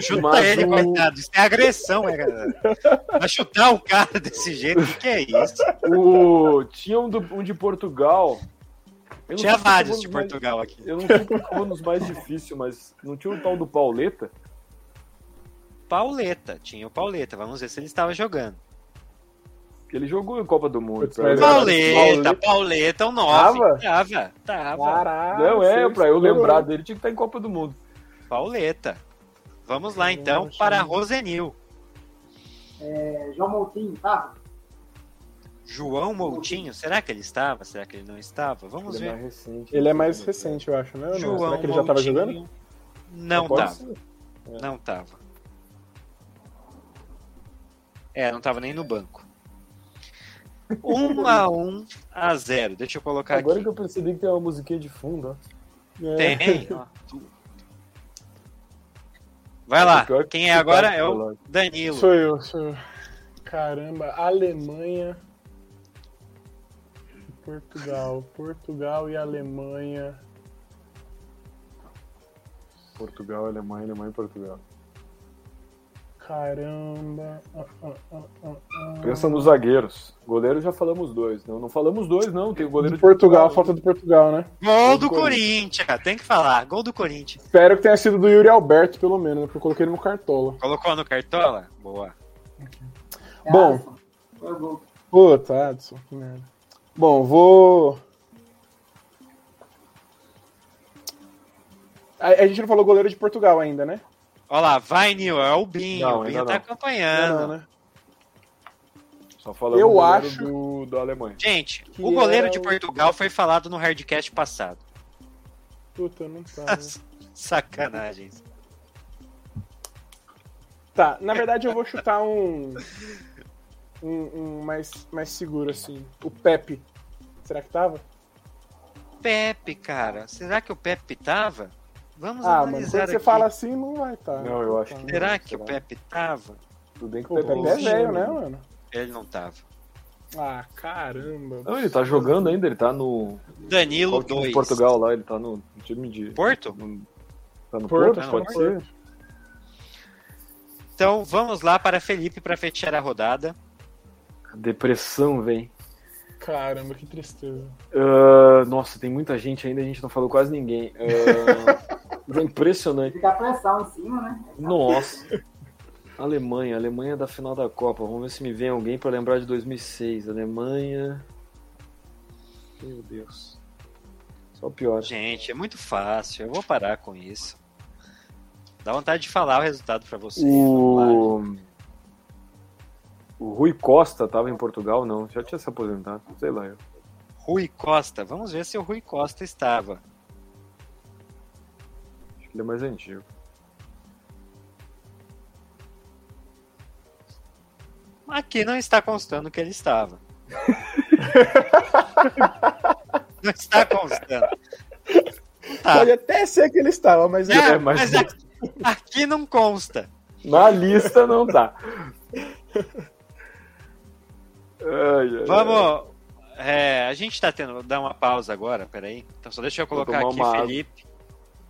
Chuta
Mas
ele,
o-
coitado. Isso é agressão, é, galera. Vai chutar o cara desse jeito, o que é isso?
O... Tinha um, do- um de Portugal. Eu não
Tinha
sei se
vários
eu
de
vou nos
Portugal aqui.
Mais... Eu não sei qual que eu vou nos mais difícil, mas não tinha o tal do Pauleta?
Pauleta, tinha o Pauleta. Vamos ver se ele estava jogando.
Que ele jogou em Copa do Mundo.
Putz,
pra
mas
eu-
Pauleta, Pauleta, é o 9.
Tava?
Tava, tava.
Caraca.
Não, é,
vocês
pra eu
foram-
lembrar dele, tinha que estar em Copa do Mundo.
Pauleta. Vamos lá
Caramba,
então
achei-
para Rosenil.
É, João Moutinho, tá?
João Moutinho, será que ele estava? Será que ele não estava? Vamos
Ele é
ver.
mais recente.
Ele é mais recente, eu acho, né? Ou não?
João
Será que ele já tava
Moutinho.
jogando?
Não
Pode
tava,
ser.
não tava. É, não tava nem no banco. 1 a 1 a 0. Deixa eu colocar
Agora
aqui.
que eu percebi que tem uma musiquinha de fundo, ó.
É.
Tem. ó. Vai lá.
Pior que
Quem é agora
tá,
é o
lá.
Danilo.
Sou eu, sou eu. Caramba, Alemanha. Portugal, Portugal e Alemanha.
Portugal, Alemanha, Alemanha e Portugal.
Caramba. Ah, ah, ah, ah, ah.
Pensa nos zagueiros. Goleiro já falamos dois. Não, não falamos dois, não. Tem o goleiro
Do Portugal,
de
falta do Portugal, né?
Gol do Corinthians. Tem que falar. Gol do Corinthians.
Espero que tenha sido do Yuri Alberto, pelo menos, né? Porque eu coloquei ele no cartola.
Colocou no cartola? Boa.
É
Bom.
Alisson. Foi o gol.
Puta, Adson, que merda. Bom, vou. A, a gente não falou goleiro de Portugal ainda, né?
Olha lá, vai, Nil. É o Binho.
Não,
o Binho
ainda
tá
não.
acompanhando.
Não, né?
Só falamos
Eu
do goleiro
acho-
do, da Alemanha.
Gente,
Que
o goleiro
é
de
o-
Portugal foi falado no Hardcast passado.
Puta, não tá. né?
Sacanagem.
Tá, na verdade eu vou chutar um. Um, um mais, mais seguro, assim. O Pepe. Será que tava?
Pepe, cara. Será que o Pepe tava? Vamos
ah, mano, quando
analisar
você
aqui.
fala assim, não vai tá.
Não, eu acho que não.
Será que o
Será?
Pepe tava?
Tudo bem que
O Pepe é
Sim.
velho, né, mano?
Ele não tava.
Ah, caramba.
Não, ele tá jogando ainda, ele tá no.
Danilo
Qual time de
2.
Portugal lá, ele tá no time de.
Porto?
no- tá no
Porto,
Porto,
acho que é
pode
no
ser.
Porto.
Então vamos lá para Felipe para fechar a rodada.
Depressão, vem.
Caramba, que tristeza.
Ah, nossa, tem muita gente ainda, a gente não falou quase ninguém. Ah, impressionante.
Fica a pressão em cima, né?
Nossa. Alemanha, Alemanha da final da Copa. Vamos ver se me vem alguém pra lembrar de 2006. Alemanha. Meu Deus. Só o pior.
Gente, é muito fácil. Eu vou parar com isso. Dá vontade de falar o resultado para vocês. vamos lá.
O... o Rui Costa tava em Portugal, não. Já tinha se aposentado. Sei lá. eu.
Rui Costa. Vamos ver se o Rui Costa estava.
Acho que ele é mais antigo.
Aqui não está constando que ele estava. não está constando. Não tá.
Pode Ah, até ser que ele estava, mas.
É,
é, mas-
mas aqui, aqui não consta.
Na lista não tá. Ai, ai,
Vamos. é, a gente tá tendo. Dar uma pausa agora, peraí. Então só deixa eu
Vou
colocar
tomar
aqui
uma água.
Felipe.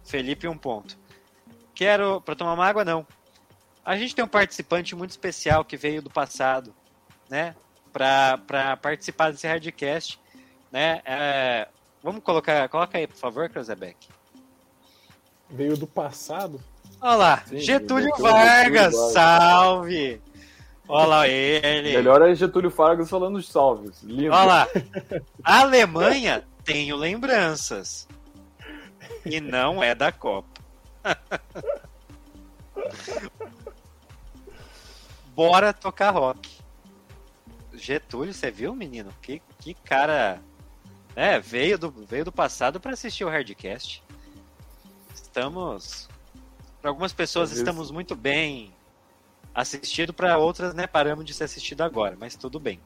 Felipe, um ponto. Quero. Pra tomar uma água, não. A gente tem um participante muito especial que veio do passado, né? Pra, pra participar desse hardcast. Né? É, vamos colocar. Coloca aí, por favor, Cruzebeck.
Veio do passado?
Olha lá,
Sim,
Getúlio
Getúlio
Vargas,
Vargas.
salve! Olha lá ele.
Melhor é Getúlio Fargas falando os salves. Lindo.
Olha lá. A Alemanha tenho lembranças. E não é da Copa. Bora tocar rock. Getúlio, você viu, menino? Que, que cara. É, veio do, veio do passado para assistir o Hardcast. Estamos. Para algumas pessoas,
Talvez.
estamos muito bem assistido, para outras, né, paramos de ser assistido agora, mas tudo bem.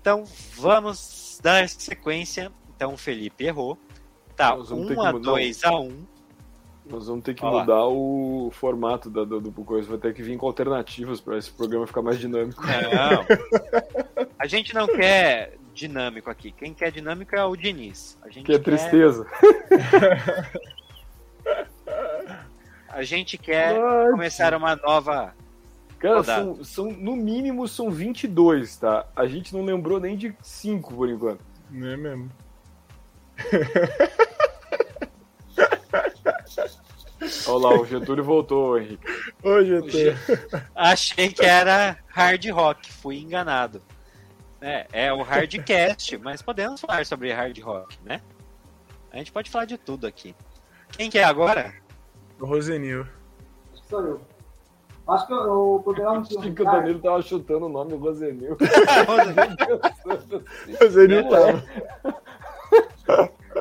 Então, vamos dar sequência. Então, o Felipe errou. Tá,
Nós vamos ter que
1 a
mudar
2 a 1
Nós vamos ter que
Olha lá.
mudar o formato da, do, do coisa. Vai ter que vir com alternativas para esse programa ficar mais dinâmico.
Não. A gente não quer dinâmico aqui. Quem quer dinâmico é o Diniz. A gente
Que é
quer-
tristeza.
A gente quer
Ai,
começar uma nova.
Cara,
é. rodada.
são, são- no mínimo são 22, tá? A gente não lembrou nem de 5 por enquanto.
Não é mesmo?
Olha lá, o Getúlio voltou, Henrique.
Ô, GT.
Achei que era hard rock, fui enganado. É, é o hardcast, mas podemos falar sobre hard rock, né? A gente pode falar de tudo aqui. Quem quer agora?
O Rosenil.
Acho que sou eu. Acho que o o programa tinha
Achei
um
que o
cara-
Danilo tava chutando o nome do Rosenil.
Rosenil tá.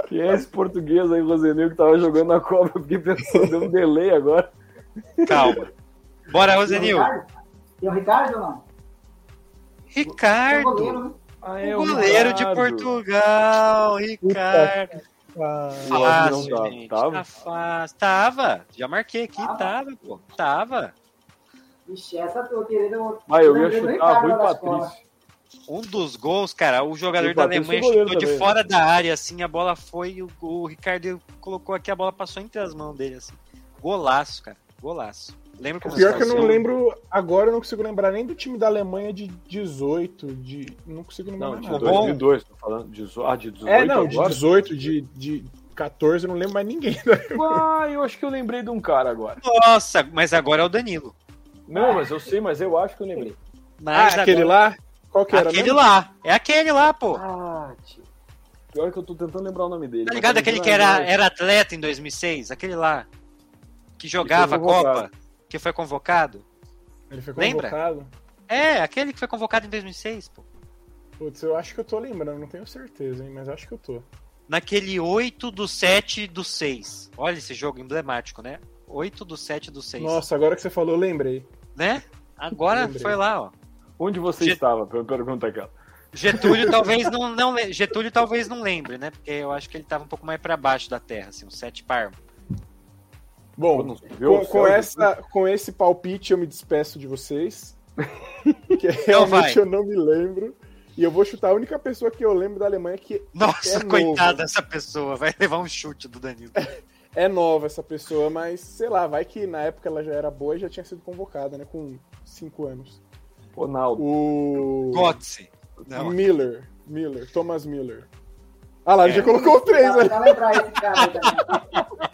Quem é esse português aí, Rosenil, que tava jogando na Copa? Eu fiquei pensando, deu um delay agora.
Calma. Bora,
Tem o
Rosenil.
Ricardo? Tem o Ricardo ou não? Tem o
Ricardo.
goleiro, né?
Ah,
é
um
O goleiro de
Ricardo.
Portugal, Ricardo.
Ah,
Fácil,
Não dá,
gente.
tava?
Tá fácil. Tava. Já marquei aqui. Tava,
Tava?
pô. Tava.
Vixe, essa eu tirei do.
Ah, eu ia
lembrei do
chutar
Ricardo
Rui
lá da escola.
Patrício.
Um dos gols, cara, o jogador
E
da
bateu
Alemanha
sem goleiro
chutou de
né?
também.
fora da área, assim, a bola foi, e o, o Ricardo colocou aqui, a bola passou entre as mãos dele, assim. Golaço, cara. Golaço. Lembra como é
Pior que eu não
aconteceu?
lembro, agora eu não consigo lembrar nem do time da Alemanha de 18, de. Não consigo lembrar
Não, de
nada.
dois.
2002, tô falando. Dezo- Ah, de 18
É, não, de
agora?
18, de, de 14, eu não lembro mais ninguém. né?
Ah, eu acho que eu lembrei de um cara agora.
Nossa, mas agora é o Danilo.
Não, mas eu sei, mas eu acho que eu lembrei.
Mas
ah, aquele
agora-
lá? Qual que era?
Aquele
mesmo?
lá. É aquele lá, pô.
Ah, tio. Pior que eu tô tentando lembrar o nome dele.
Tá
mas
ligado
eu não
aquele
tô
que era,
lembrando.
é
era atleta em 2006? Aquele lá. Que jogava a
convocado.
Copa. Que foi convocado.
Ele foi
Lembra?
convocado?
É, aquele que foi convocado em 2006, pô.
Putz, eu acho que eu tô lembrando, não tenho certeza, hein, mas acho que eu tô.
Naquele 8 do 7 do 6. Olha esse jogo emblemático, né? 8 do 7 do 6.
Nossa, agora que você falou, eu lembrei.
Né? Agora
Lembrei.
foi lá, ó.
Onde você
Ge-
estava? Foi uma pergunta aquela.
Getúlio talvez não, não le- Getúlio talvez não lembre, né? Porque eu acho que ele tava um pouco mais pra baixo da terra, assim, uns 7 par.
Bom,
Pô, não sei, viu?
com, com
é
Céu,
essa, com esse palpite eu me despeço de vocês. Porque
Então vai.
realmente eu não me lembro. E eu vou chutar a única pessoa que eu lembro da Alemanha que
Nossa,
É
coitada
novo.
dessa pessoa, vai levar um chute do Danilo.
é nova essa pessoa, mas sei lá, vai que na época ela já era boa e já tinha sido convocada, né? Com 5 anos.
Ronaldo.
O.
Gotze. Não.
Miller. Miller, Thomas Miller. Ah lá, ele
É.
já colocou três né?
Dá-
ali.
dá lembrar esse cara aí também.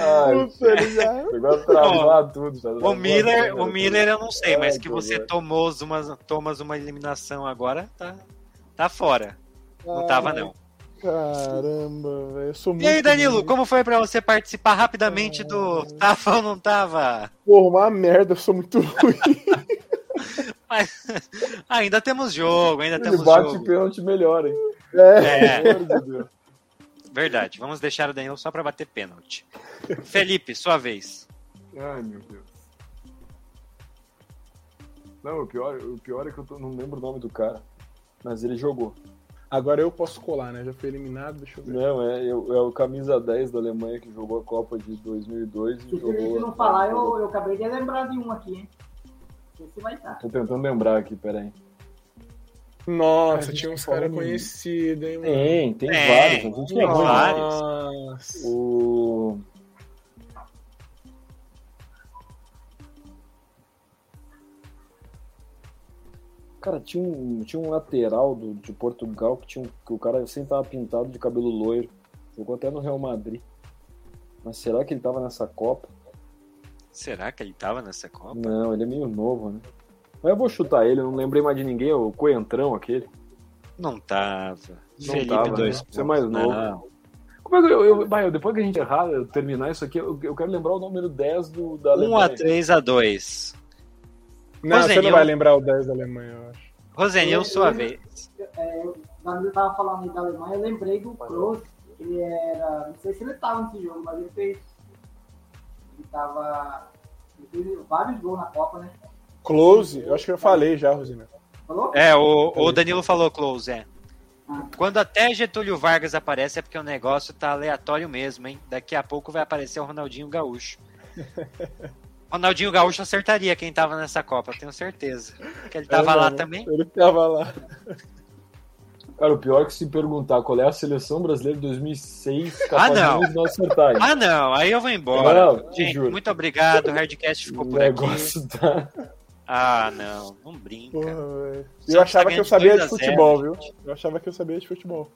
Ai,
Puta, ele já.
chegou a travar tudo. tá?
O Miller,
Agora,
o Miller eu não sei, mas
Ai,
que
que
você
horror.
tomou uma, tomas uma eliminação agora, tá, tá fora.
Ah,
Não tava, não.
Caramba, velho. Eu sou muito.
E aí, Danilo,
ruim.
como foi pra você participar rapidamente do
Ah.
Tava ou não tava?
Porra, uma merda, eu sou muito ruim.
Mas ainda temos jogo, ainda
Ele
temos
bate
jogo.
pênalti melhor, hein?
É.
É,
Pelo amor de Deus.
verdade. Vamos deixar o Danilo só pra bater pênalti. Felipe, sua vez.
Ai, meu Deus. Não, o pior, o pior é que eu tô- não lembro o nome do cara. Mas ele jogou.
Agora eu posso colar, né? Já fui eliminado, deixa eu ver.
Não, é, eu- é o camisa 10 da Alemanha que jogou a Copa de 2002 e
Se o Felipe
jogou...
não falar, eu, eu acabei de lembrar de um aqui, hein? Esse vai estar.
Tô tentando lembrar aqui, peraí.
Nossa,
Ai,
tinha uns
que
caras
fome.
conhecidos, hein, mano?
Tem, tem
Tem,
vários. A gente
tem
é ruim, né?
vários.
Nossa.
O... Cara, tinha um, tinha um lateral do, de Portugal que, tinha um, que o cara sempre tava pintado de cabelo loiro. Jogou até no Real Madrid. Mas será que ele tava nessa Copa?
Será que ele tava nessa Copa?
Não, ele é meio novo, né? Mas eu vou chutar ele, eu não lembrei mais de ninguém, é o Coentrão aquele.
Não tava.
Não
Felipe,
tava, né?
dois
Você é mais
pontos.
novo.
Não.
Como é que eu, eu- bah, eu- depois que a gente errar, eu terminar isso aqui, eu, eu quero lembrar o número 10 do, da
1 a
Alemanha.
3 a 2.
Não, você
Rosenil.
não vai lembrar o 10 da Alemanha, eu acho.
Rosenil, sua vez.
É, o Danilo tava falando aí da Alemanha, eu lembrei do Kroos, ele era. Não sei se ele tava nesse jogo, mas ele fez. Ele tava. Ele fez vários gols na Copa, né?
Close, eu acho que eu falei já, Rosinha.
Falou?
É, o,
Tá
o Danilo falou close, é.
Ah.
Quando até Getúlio Vargas aparece é porque o negócio tá aleatório mesmo, hein? Daqui a pouco vai aparecer o Ronaldinho Gaúcho. Ronaldinho Gaúcho acertaria quem tava nessa Copa, tenho certeza. Que ele tava lá
É,
né?
mano,
também.
Ele tava lá.
Cara, o pior é que se perguntar qual é a seleção brasileira de 2006,
Ah,
capaz
não.
de não acertar. hein?
Ah, não, aí eu vou embora.
Não, te
Gente,
juro.
muito obrigado. O Hardcast ficou
o
por aqui.
negócio tá...
Ah, não, não brinca.
Porra, velho. E
Santos
eu
tá
achava que eu
ganhando
sabia
2 a
de
0,
futebol, viu? Eu achava que eu sabia de futebol.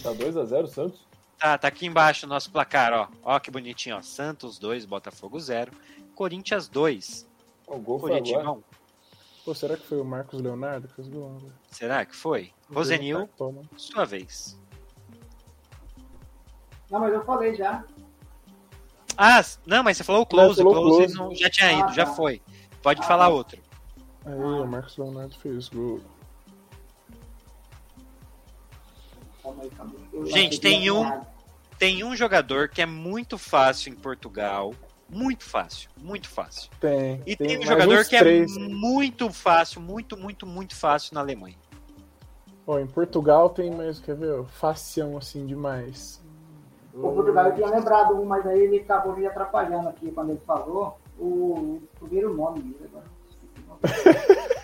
Tá 2x0 Santos?
Tá, tá aqui embaixo o nosso placar, ó. Ó que bonitinho, ó. Santos 2, Botafogo 0, Corinthians 2,
O Tá um gol foi
Corinthians
agora.
1.
Pô, será que foi o Marcos Leonardo que fez gol? né? tá
Será que foi?
tá.
Rosenil,
Toma.
sua vez.
Não, mas eu falei já.
Ah, s- não, mas você falou o close,
falou
close,
close.
não- já tinha ido,
Ah,
já
tá.
foi. Pode
Ah,
falar
tá.
outro.
Aí, o Marcos Leonardo fez gol.
Calma aí, calma aí. Eu
Gente,
achei que
tem
ia
um.
ganhar.
Tem um jogador que é muito fácil em Portugal, muito fácil, muito fácil.
Tem.
E tem, um
mais
jogador
uns
que
três.
é muito fácil, muito, muito, muito fácil na Alemanha.
Ah,
Ó, em Portugal tem mais, quer ver? ó, Facião assim demais.
O Portugal eu tinha lembrado um, mas aí ele acabou me atrapalhando aqui quando ele falou o o primeiro nome dele agora.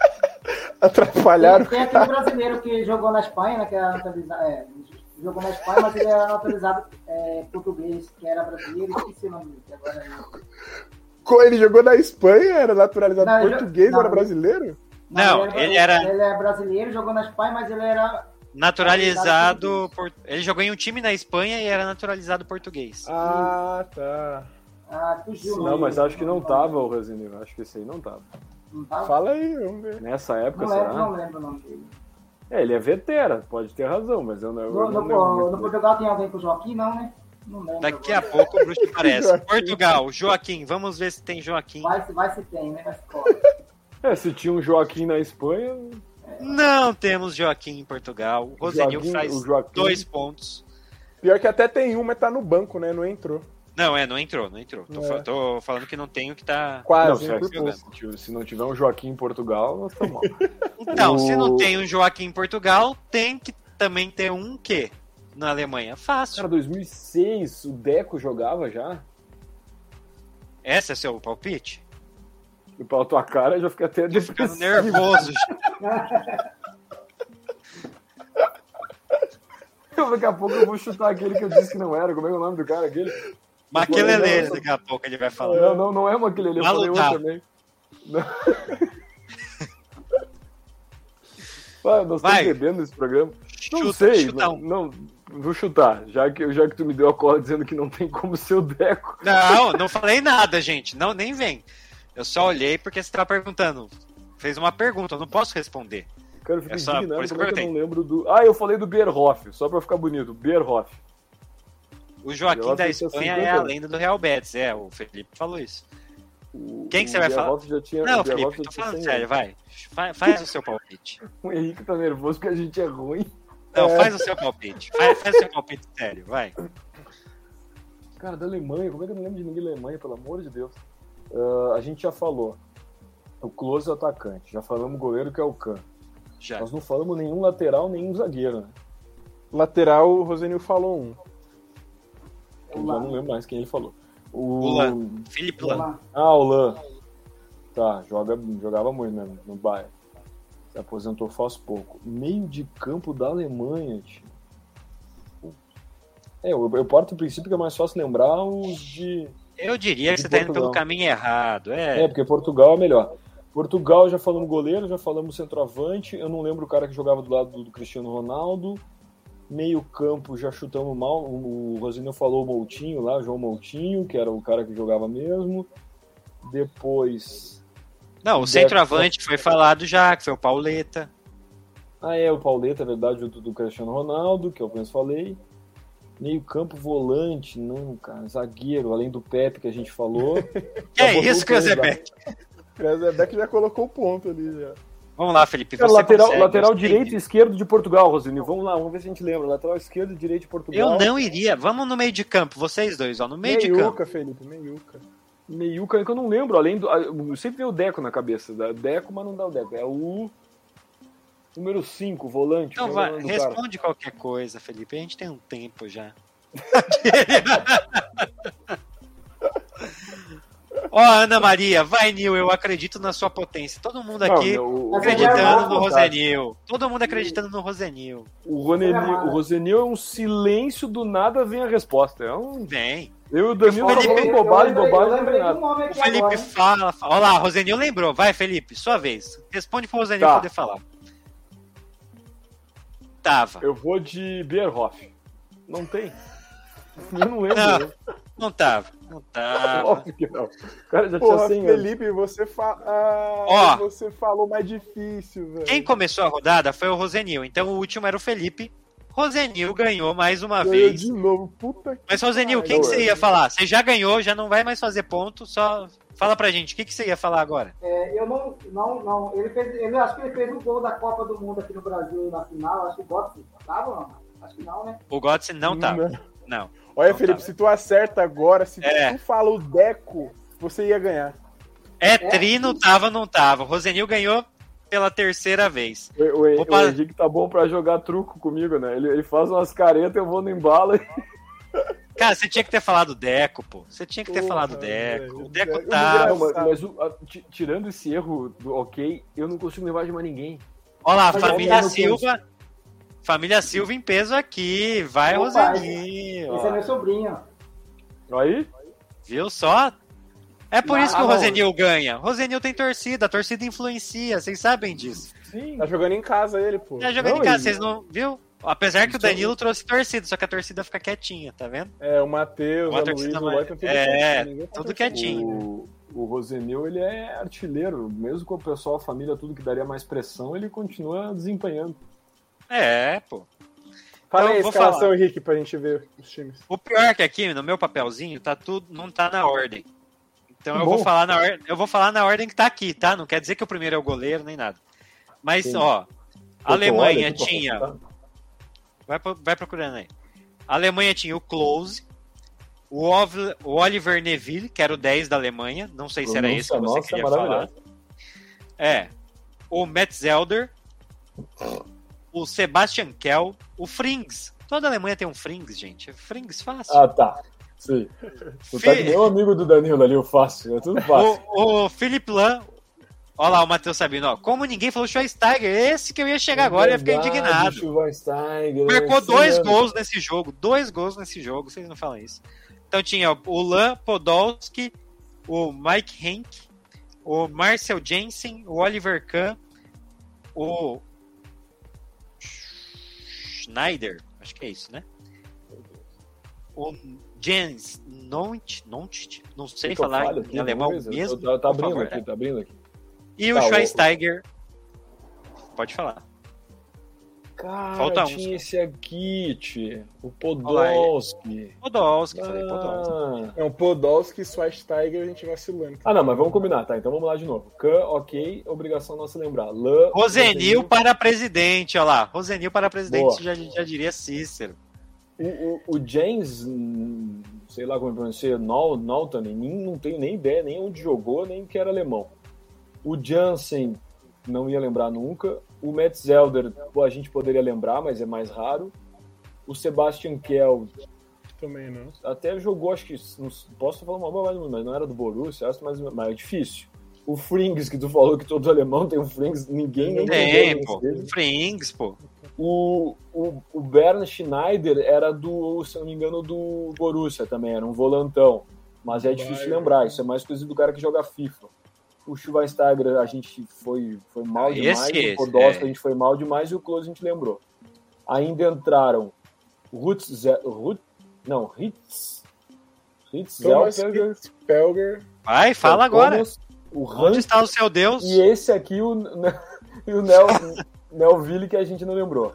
Atrapalharam.
Tem aquele brasileiro que jogou na Espanha, né, que era naturalizado, é, jogou na Espanha, mas ele era naturalizado é, português, que era brasileiro, esqueci o nome dele, que agora é...
Co- Ele jogou na Espanha, era naturalizado
Não, ele-
português,
não,
era
ele-
brasileiro?
Não, ele era-
Ele é brasileiro, jogou na Espanha, mas ele era...
Naturalizado. por- Ele jogou em um time na Espanha e era naturalizado português.
Ah, tá.
Ah, fugiu o
Não,
nome
mas
dele.
acho que não tava o Rosinho. Acho que esse aí não tava.
Não tava?
Fala aí, vamos ver.
Nessa época,
Não lembro, não
será?
lembro o nome dele.
É, ele é vetera, pode ter razão, mas eu não, eu
No,
não
no-
lembro muito
no
dele.
Portugal tem alguém com o Joaquim, não, né? Não lembro.
Daqui
agora.
a pouco o Bruxo aparece.
Joaquim.
Portugal, Joaquim, vamos ver se tem Joaquim.
Vai, se- vai se tem, né? Vai se corre.
É, se tinha um Joaquim na Espanha,
Não temos Joaquim em Portugal. O Rosenil
Joaquim-
faz
o Joaquim-
dois pontos.
Pior que até tem um, mas tá no banco, né? Não entrou.
Não, é, não entrou, não entrou. Tô,
É.
fa- tô falando que não tem o que tá.
não,
Quase.
se, é-
por pouco.
se tiver- se não tiver um Joaquim em Portugal, nós estamos mal.
Então, se não
O-
tem um Joaquim em Portugal, tem que também ter um que na Alemanha. Fácil.
Cara, 2006, o Deco jogava já?
Esse é seu palpite?
E pela tua cara, eu já fiquei até
Ficando
depressivo.
nervoso.
Daqui a pouco eu vou chutar aquele que eu disse que não era. Como é que é o nome do cara? Aquele?
Maquelele, é daqui a pouco ele vai falar.
Não, não, não é aquele ali. Eu falei outro
Malutá.
também. Não. Vai, nós
Vai.
estamos bebendo esse programa. Não
Chuta,
sei.
chuta um.
Não, não, vou chutar. Já que, já que tu me deu a cola dizendo que não tem como ser o Deco.
Não, não falei nada, gente. Não, nem vem. Eu só olhei porque você tá perguntando. Fez uma pergunta, eu não posso responder.
Cara, eu fico
É só- por
indignado.
isso
Como é
que
que
eu
eu não lembro do... Ah, eu falei do Bierhoff. Só pra ficar bonito. Bierhoff.
O Joaquim
Joaquim
da
tem
Espanha
50
é a
anos.
lenda do Real Betis. É, o Felipe falou isso.
O-
Quem que você
o
vai
Bierhoff Já tinha,
Não,
o
Felipe,
Bierhoff já
eu tô
tinha
falando
100
sério,
anos.
vai. Fa- Faz o seu palpite.
O Henrique tá nervoso porque a gente é ruim.
Não, faz o seu palpite. Faz, faz o seu palpite sério, vai.
Cara, da Alemanha, como é que eu não lembro de ninguém da Alemanha, pelo amor de Deus? Ah, a gente já falou. O Close é o atacante. Já falamos o goleiro que é o Kahn.
Já.
Nós não falamos nenhum lateral, nenhum zagueiro, né?
Lateral, o Rosenil falou um.
Eu já não lembro mais quem ele falou.
O
O.
Lan. Felipe
Vamos
Lan.
lá.
Ah, o Lan. Tá, joga, jogava muito mesmo no Bayern. Se aposentou faz pouco. Meio de campo da Alemanha, tio. É, eu, eu parto do princípio que é mais fácil lembrar os de.
Eu diria que
De
você tá indo
Portugal.
pelo caminho errado.
É,
É.
porque Portugal é melhor. Portugal já falamos goleiro, já falamos centroavante. Eu não lembro o cara que jogava do lado do Cristiano Ronaldo. Meio campo já chutamos mal. O o Rosinho falou o Moutinho lá, o João Moutinho, que era o cara que jogava mesmo. Depois.
Não, o centroavante foi falado já, que foi o Pauleta.
é Ah, é, o Pauleta, é verdade, o do do Cristiano Ronaldo, que eu apenas falei. Meio campo volante, não, cara. Zagueiro, além do Pepe que a gente falou.
Que é isso, Cruzebeck?
Krezebeck já colocou o ponto ali já.
Vamos lá, Felipe.
Cara,
você
É, lateral
consegue,
lateral
você tem
direito e
que-
esquerdo de Portugal, Rosinho. Vamos lá, vamos ver se a gente lembra. Lateral esquerdo e direito de
Eu
Portugal.
não iria. Vamos no meio de campo, vocês dois, ó. No meio de campo.
Meiuca, Felipe, meiuca.
Meiuca, que eu não lembro. Além do. ah, eu Sempre vem o Deco na cabeça. Dá Deco, mas não dá o Deco. É o. Número 5, volante.
Então
que é o
vai,
nome do cara.
responde qualquer coisa, Felipe. A gente tem um tempo já. Ó, Ana Maria, vai, Nil, eu acredito na sua potência. Todo mundo
Não,
aqui
meu, o-
acreditando no
o-
Rosenil. Todo mundo acreditando no Rosenil.
O Rosenil, o Rosenil é um silêncio do nada vem a resposta. É um,
Vem.
eu e o Danilo
Felipe-
falando
Eu
é bobagem,
lembrei-
bobagem,
eu
não vem
lembrei de
nada.
um nome
O
aqui
Felipe
agora.
fala, fala. Olha lá, Rosenil lembrou. Vai, Felipe, sua vez. Responde pro Rosenil
Tá.
poder falar. Tava.
Eu vou de Bierhoff. Não tem. Eu não lembro.
Não.
né?
Não tava. Não tava.
Óbvio que não. O cara já tinha assim,
Porra,
100 anos.
Felipe, você fala. Ah,
Ó.
Você falou mais difícil, velho.
Quem começou a rodada foi o Rosenil. Então o último era o Felipe. Rosenil ganhou mais uma
Ganhou
vez.
de novo, puta que.
Mas, Rosenil, o que,
Não,
que você
eu-
ia falar? Você já ganhou, já não vai mais fazer ponto. Só fala pra gente, o que, que você ia falar agora?
É, eu não, não, não. Ele fez, ele, acho que ele fez um gol da Copa do Mundo aqui no Brasil na final. Acho que o Bottas tava, ou não? Acho que não, né?
O Godse não tá. Não.
Olha,
Não
Felipe,
tá.
se tu acerta agora, se
É.
tu fala o Deco, você ia ganhar.
É tri, não tava, não tava. O Rosenil ganhou pela terceira vez.
O, o,
Opa.
o Henrique tá bom pra jogar truco comigo, né? Ele, ele faz umas caretas, eu vou no embalo.
Cara, você tinha que ter falado Deco, pô. Você tinha que ter
Porra,
falado Deco.
velho.
O Deco
Deco-
tá.
Não, mas, mas o- a- ti- tirando esse erro do ok, eu não consigo levar de mais ninguém.
Olha lá,
Mas
família
eu-
Silva. Família Silva em peso aqui. Vai,
Opa,
Rosenil. ó.
Esse é meu sobrinho.
Aí,
Viu só? É por
Ah,
isso que o
não.
Rosenil ganha. Rosenil tem torcida, a torcida influencia, vocês sabem disso.
sim.
Tá jogando em casa ele, pô.
Tá jogando
Não,
em casa,
e-
vocês não. Viu? Apesar que o
Isso é-
Danilo trouxe torcida, só que a torcida fica quietinha, tá vendo?
É, o Matheus,
Uma
a
torcida
Luísa, o
mais-
Leiton, tudo
É,
quietinho, ninguém tá
tudo
torcendo.
quietinho.
O, o Rosenil, ele é artilheiro. Mesmo com o pessoal, a família, tudo que daria mais pressão, ele continua desempenhando.
É, pô.
Fala
Então,
aí a
vou
escalação,
falar.
Henrique, pra gente ver os times.
O pior é que aqui, no meu papelzinho, tá tudo. não tá na ordem. Então eu
Bom.
vou falar na ordem. Eu vou falar na ordem que tá aqui, tá? Não quer dizer que o primeiro é o goleiro, nem nada. Mas,
Sim.
ó, a
Olha,
Alemanha
eu tô
tinha.
falando, tá?
Vai, pro- vai procurando aí. A Alemanha tinha o Close, o, Ov- o Oliver Neville, que era o 10 da Alemanha. Não sei se era
Pronúncia
esse que você
nossa,
queria falar.
maravilhosa.
É. O Matt Zelder, o Sebastian Kell, o Frings. Toda a Alemanha tem um Frings, gente. Frings fácil.
Ah, tá. Sim. Tu tá
Fi-
que nem o amigo do Danilo ali, o fácil. É tudo fácil.
o, o Philip Lan. Olha lá o Matheus Sabino. ó. Como ninguém falou Schweinsteiger, esse que eu ia chegar agora, eu ia ficar
É Verdade,
indignado.
Schweinsteiger,
Marcou
esse
dois
ano.
gols nesse jogo. Dois gols nesse jogo, vocês não falam isso. Então tinha o Lan Podolski, o Mike Henk, o Marcel Jensen, o Oliver Kahn, o Schneider, acho que é isso, né? O Jens Nont, Nont, não sei
Então,
falar
fala
em
aqui,
alemão
beleza.
mesmo.
Tá, tá
por
abrindo
favor. é.
aqui, tá abrindo aqui.
E
Tá,
o
o-
Schweinsteiger. Pode falar.
Cara,
Falta um.
tinha esse aqui, tchê. O
Olha lá, ele-
Podolski.
Podolski, falei Podolski.
Ah.
Não, É um Podolski e Schweinsteiger, a gente vacilando.
ah, não, mas vamos combinar, tá? Então vamos lá de novo. Can, ok, obrigação nossa lembrar. Lã,
Rosenil para presidente, olha lá. Rosenil para presidente,
Boa.
já, já diria Cícero.
O, o- o James, hum, sei lá como pronuncia, Nol- Nolton, nem- não tenho nem ideia nem onde jogou, nem que era alemão. O Jansen, não ia lembrar nunca. O Metzelder, a gente poderia lembrar, mas é mais raro. O Sebastian Kell,
Também não.
até jogou, acho que não posso falar uma bobagem, mas não era do Borussia, acho, mas, mas é difícil. O Frings, que tu falou que todo alemão tem um Frings, ninguém nem
Tem,
lembra,
pô.
não sei.
Frings, pô.
O, o, o Bernd Schneider era do, se eu não me engano, do Borussia também, era um volantão. Mas é difícil
Bayern.
lembrar, isso é mais coisa do cara que joga FIFA. O Schweinsteiger a gente foi, foi mal demais,
Esse, esse,
o Podolski
é.
a gente foi mal demais e o Close a gente lembrou. Ainda entraram Rutz, Ze- Rutz não, Ritz, Ritz
Thomas
Zelberger,
Pelger.
Vai, fala
o
agora.
Thomas, o
Onde
Hans
está o seu Deus?
Então, e esse aqui, o, e o Nel, Nelville, que a gente não lembrou.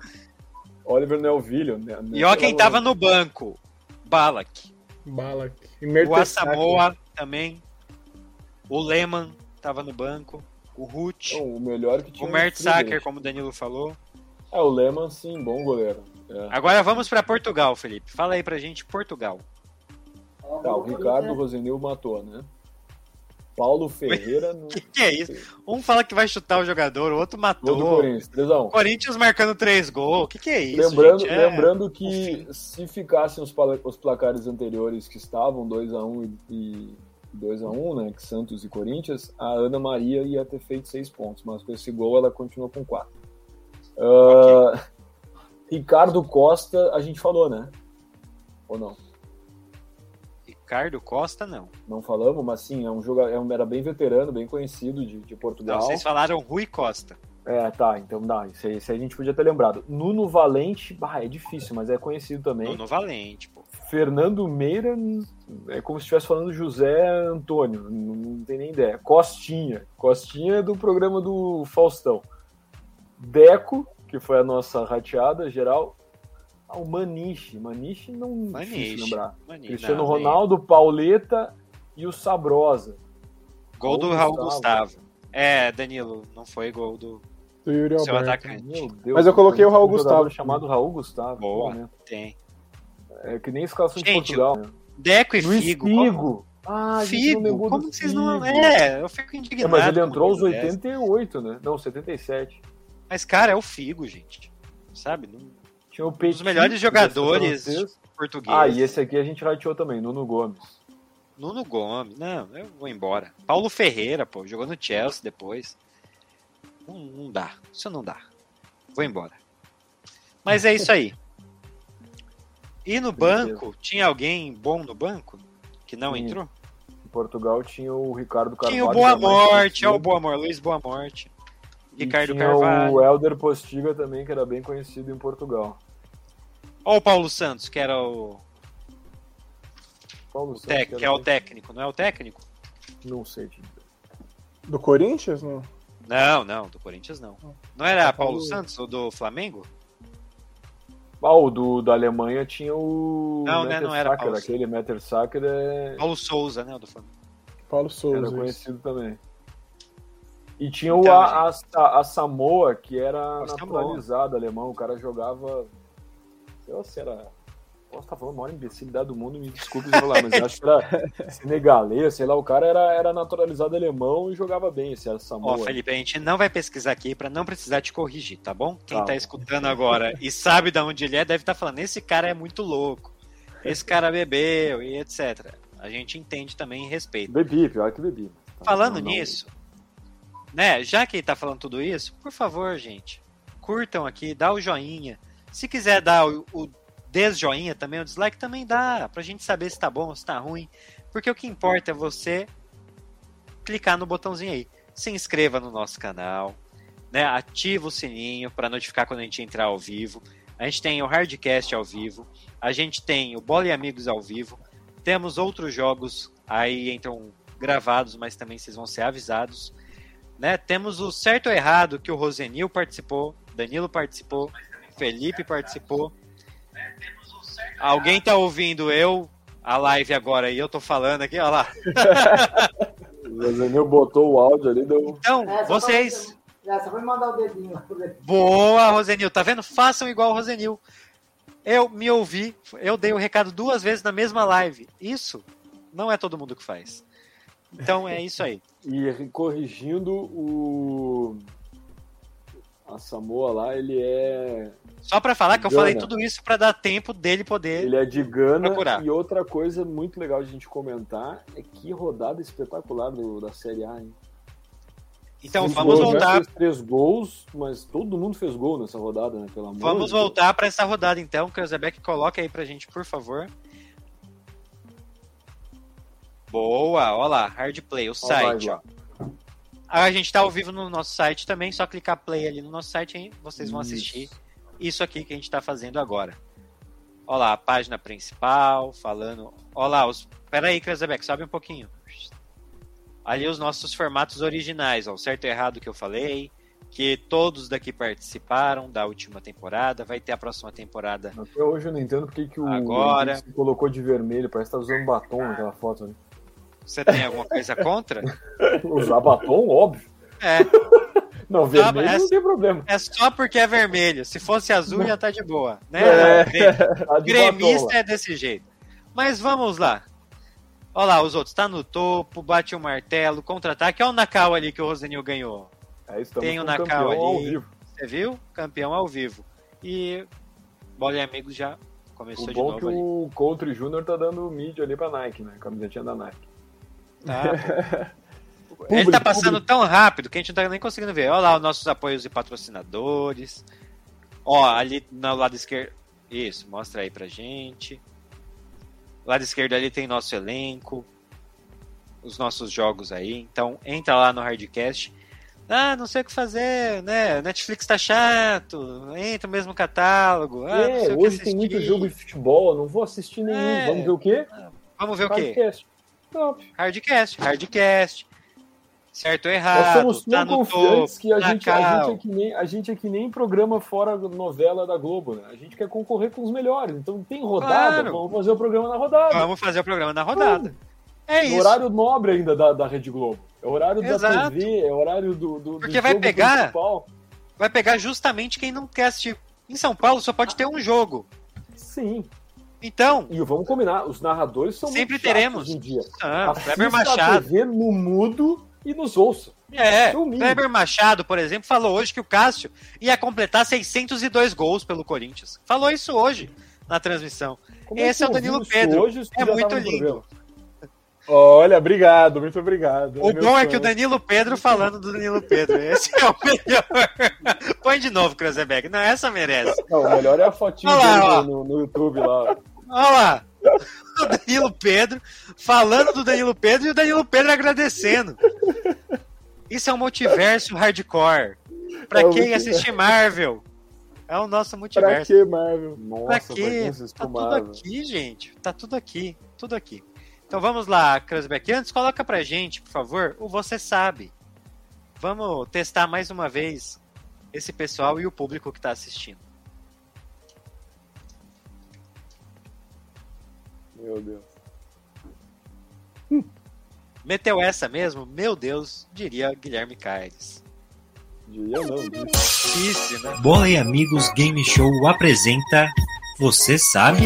Oliver Nelville. né?
E ó quem tava no banco. Balak.
Balak. E
O
Mertesacker.
Assamoa também. O Lehman tava no banco. O Ruth.
Então, o melhor que tinha.
o
era
Mertzacker,
Friedrich.
como o Danilo falou.
É, o Lehmann, sim, bom goleiro. É.
Agora vamos pra Portugal, Felipe. Fala aí pra gente, Portugal.
Ó,
Tá, o
Corinthians-
Ricardo Rosenil matou, né? Paulo Ferreira no.
Que que é isso? Um fala que vai chutar o jogador, o outro
Gol do
matou.
Corinthians, 3x1.
O Corinthians marcando três gols. O que, que é isso?
lembrando,
gente? É-
lembrando que se ficassem os, pala- os placares anteriores que estavam 2x1 e 2x1, né, que Santos e Corinthians, a Ana Maria ia ter feito seis pontos, mas com esse gol ela continuou com quatro. Ah, Ricardo Costa, a gente falou, né? Ou não?
Ricardo Costa, não.
Não falamos, mas sim, é um jogador, é um, era bem veterano, bem conhecido de, de Portugal.
Não, vocês falaram Rui Costa.
É, tá, então dá, isso aí, isso aí a gente podia ter lembrado. Nuno Valente, bah, é difícil, mas é conhecido também.
Nuno Valente, pô.
Fernando Meira é como se estivesse falando José Antônio, não, não tem nem ideia. Costinha, Costinha é do programa do Faustão. Deco, que foi a nossa rateada geral. Ah, o Maniche, Maniche não
Maniche,
difícil lembrar.
Mani,
Cristiano
não, nem-
Ronaldo, Pauleta e o Sabrosa.
Gol do
Gol do
Raul
Gustavo.
Gustavo. É, Danilo, não foi gol do
Do Yuri
seu
Alberto.
atacante.
Meu Deus,
Mas eu coloquei o Raul
um jogador
Gustavo.
chamado Raul Gustavo.
tipo, Boa.
né?
Tem.
É que nem a escalação
Gente,
de Portugal. né?
Deco e
Luiz
Figo.
Ah, a
Como,
gente não
Figo?
lembrou do
Como que vocês não.
Figo.
É, eu fico
É,
indignado.
mas ele
com
entrou
uma
aos
coisa dessa.
88, né? Não, 77.
Mas, cara, é o Figo, gente. Sabe? Não-
Tinha o Petit,
Um melhores
que
jogadores.
deve ser francês.
Português.
Ah, e esse aqui a gente rateou também, Nuno Gomes.
Nuno Gomes. Não, eu vou embora. Paulo Ferreira, pô, jogou no Chelsea depois. Não, não dá. Isso não dá. Vou embora. Mas é isso aí. E no banco, tinha alguém bom no banco? Que não
Sim.
entrou?
Em Portugal tinha o Ricardo Carvalho.
tinha o Boa
que era mais
Morte, ó, o
conhecido,
Boa Morte, Luiz Boa Morte.
e
Ricardo
tinha
Carvalho.
o Helder Postiga também, que era bem conhecido em Portugal.
Ó, o Paulo Santos, que era o,
Paulo
tec-
Santos,
que é o técnico, não é o técnico?
Não sei, te dizer.
Do Corinthians? Não.
Não, não, do Corinthians não. Não
É,
era Paulo
Paulo-
Santos ou do Flamengo?
Ah, o do, da Alemanha tinha o.
Não, né, não era
Mertesacker,
Paulo.
Aquele Mettersacker é...
Paulo Souza, né, o do Flamengo.
Paulo
É,
Souza.
era
isso.
conhecido também. E tinha o,
Então,
a, a, a Samoa, que era
A Samoa.
naturalizado alemão. O cara jogava. Sei lá se era. Posso estar falando a maior imbecilidade do mundo, me desculpe se eu falar, mas eu acho que era senegalês, sei lá. O cara era, era naturalizado alemão e jogava bem, esse era
Ó,
Samoa.
Felipe, a gente não vai pesquisar aqui pra não precisar te corrigir, tá bom? Quem
Tá.
tá escutando agora e sabe de onde ele é, deve estar falando, esse cara é muito louco, esse cara bebeu e etc. A gente entende também e respeita.
Bebi, pior que bebi. Tá,
Falando
não- não-
nisso, né? Já que ele tá falando tudo isso, por favor, gente, curtam aqui, dá o joinha. Se quiser dar o, o desjoinha também, o dislike também dá, pra gente saber se tá bom, se tá ruim. Porque o que importa é você clicar no botãozinho aí. Se inscreva no nosso canal, né? Ativa o sininho pra notificar quando a gente entrar ao vivo. A gente tem o Hardcast ao vivo, a gente tem o Bola e Amigos ao vivo, temos outros jogos aí um entram gravados, mas também vocês vão ser avisados. Né? Temos o certo ou errado que o Rosenil participou, Danilo participou, Felipe participou. Alguém tá ouvindo eu a live agora e eu tô falando aqui, olha lá.
O Rosenil botou o áudio ali, deu.
Então,
É, só
vocês,
pra- É, só foi mandar o dedinho. por aí.
boa Rosenil, tá vendo? Façam igual o Rosenil. Eu me ouvi, eu dei o recado duas vezes na mesma live. Isso não é todo mundo que faz. Então é isso aí.
E corrigindo o. A Samoa lá, ele é.
Só pra falar que eu falei
Gana.
tudo isso pra dar tempo dele poder
Ele é de Gana.
Procurar.
E outra coisa muito legal de a gente comentar é que rodada espetacular do- da Série A. Hein?
Então
Os
vamos
gols, né?
voltar,
Fez três gols, mas todo mundo fez gol nessa rodada, né? Pelo amor
vamos
de Deus.
voltar para essa rodada então, Kreuzebeck, coloca aí pra gente, por favor. Boa, olha lá, hard play, o
Ó, vai
site, ó.
lá.
A gente tá ao vivo no nosso site também, só clicar play ali no nosso site aí, vocês vão assistir isso aqui que a gente tá fazendo agora. Olha lá, a página principal, falando. Olha lá, os. Pera aí, Kreuzebeck, sobe um pouquinho. Ali os nossos formatos originais, ó, o certo e errado que eu falei, que todos daqui participaram da última temporada, vai ter a próxima temporada.
Até hoje eu não entendo porque que o
Agora.
Henrique se colocou de vermelho, parece que tá usando batom naquela foto. Né?
Você tem alguma coisa contra?
Usar batom, óbvio.
É,
Não, vermelho
essa-
não tem problema.
é só porque é vermelho. Se fosse azul já tá de boa, né?
É. Tá de batom
Gremista
lá.
é desse jeito. Mas vamos lá. Olha lá, os outros. Tá no topo, bate o martelo, contra-ataque. Olha o Nakao ali que o Rosenil ganhou.
É, estamos
tem o
com
Nakao
campeão
ali.
ao vivo.
Você viu? Campeão ao vivo. E Bola e Amigos já começou
O
de
bom é que
novo ali.
o Country Júnior tá dando mídia ali pra Nike, né? Camisetinha da Nike.
Tá, pô. Ele
Público,
tá passando
público.
tão rápido que a gente não tá nem conseguindo ver. Olha lá os nossos apoios e patrocinadores. Ó, ali no lado esquerdo. Isso, mostra aí pra gente. Lado esquerdo ali tem nosso elenco. Os nossos jogos aí. Então, entra lá no Hardcast. Ah, não sei o que fazer, né? Netflix tá chato. Entra o mesmo catálogo. Ah, não sei
é,
o que
hoje
assistir.
tem muito jogo de futebol, não vou assistir nenhum.
É.
Vamos ver o quê?
Vamos ver o quê?
Podcast. Top.
Hardcast, Hardcast. Certo ou
Nós
errado.
somos
tá
tão
no topo,
confiantes
tá
que a
na
gente, a,
cal.
gente é que nem, a gente é que nem programa fora novela da Globo, né? A gente quer concorrer com os melhores. Então tem rodada,
Claro.
vamos fazer o programa na rodada.
Então, Vamos fazer o programa na rodada. É
Hum, No
isso.
horário nobre ainda da, da Rede Globo. É horário da
Exato.
TV, é horário do, do, do
Porque vai
jogo
pegar-
principal.
Vai pegar justamente quem não quer assistir. Em São Paulo só pode ter um jogo.
Sim.
Então,
E vamos combinar, os narradores são
Sempre
muito chatos
teremos.
hoje em dia.
ah,
Assista
Kleber
a
Machado.
TV no mudo e nos ouça.
É,
Isso é o mínimo.
Kleber Machado, por exemplo, falou hoje que o Cássio ia completar 602 gols pelo Corinthians. Falou isso hoje na transmissão.
Como
Esse
que
é o
eu
Danilo
ouvi isso
Pedro.
hoje, isso
É
já
muito
tava no
lindo.
programa?
Olha, obrigado, muito obrigado.
O
Meu
bom é
sonho.
que o Danilo Pedro falando do Danilo Pedro. Esse é o melhor. Põe de novo, Cruzebeck. Não, essa merece.
Não, o melhor é a fotinha
Olha lá, ó.
dele no, no YouTube lá.
Olha lá. O Danilo Pedro falando do Danilo Pedro e o Danilo Pedro agradecendo. Isso é um multiverso hardcore. Pra
É um
quem
multiverso.
assistir Marvel. É o nosso
Pra
multiverso.
que, Marvel?
Pra
Nossa,
quê? Tá tudo aqui, gente. Tá tudo aqui. Tudo aqui. Então vamos lá, Cruzbeck. Antes, coloca pra gente, por favor, o Você Sabe. Vamos testar mais uma vez esse pessoal e o público que tá assistindo.
Meu Deus.
Meteu essa mesmo? Meu Deus, diria Guilherme Caires.
Diria não.
Difícil, né?
Bola e Amigos Game Show apresenta Você Sabe?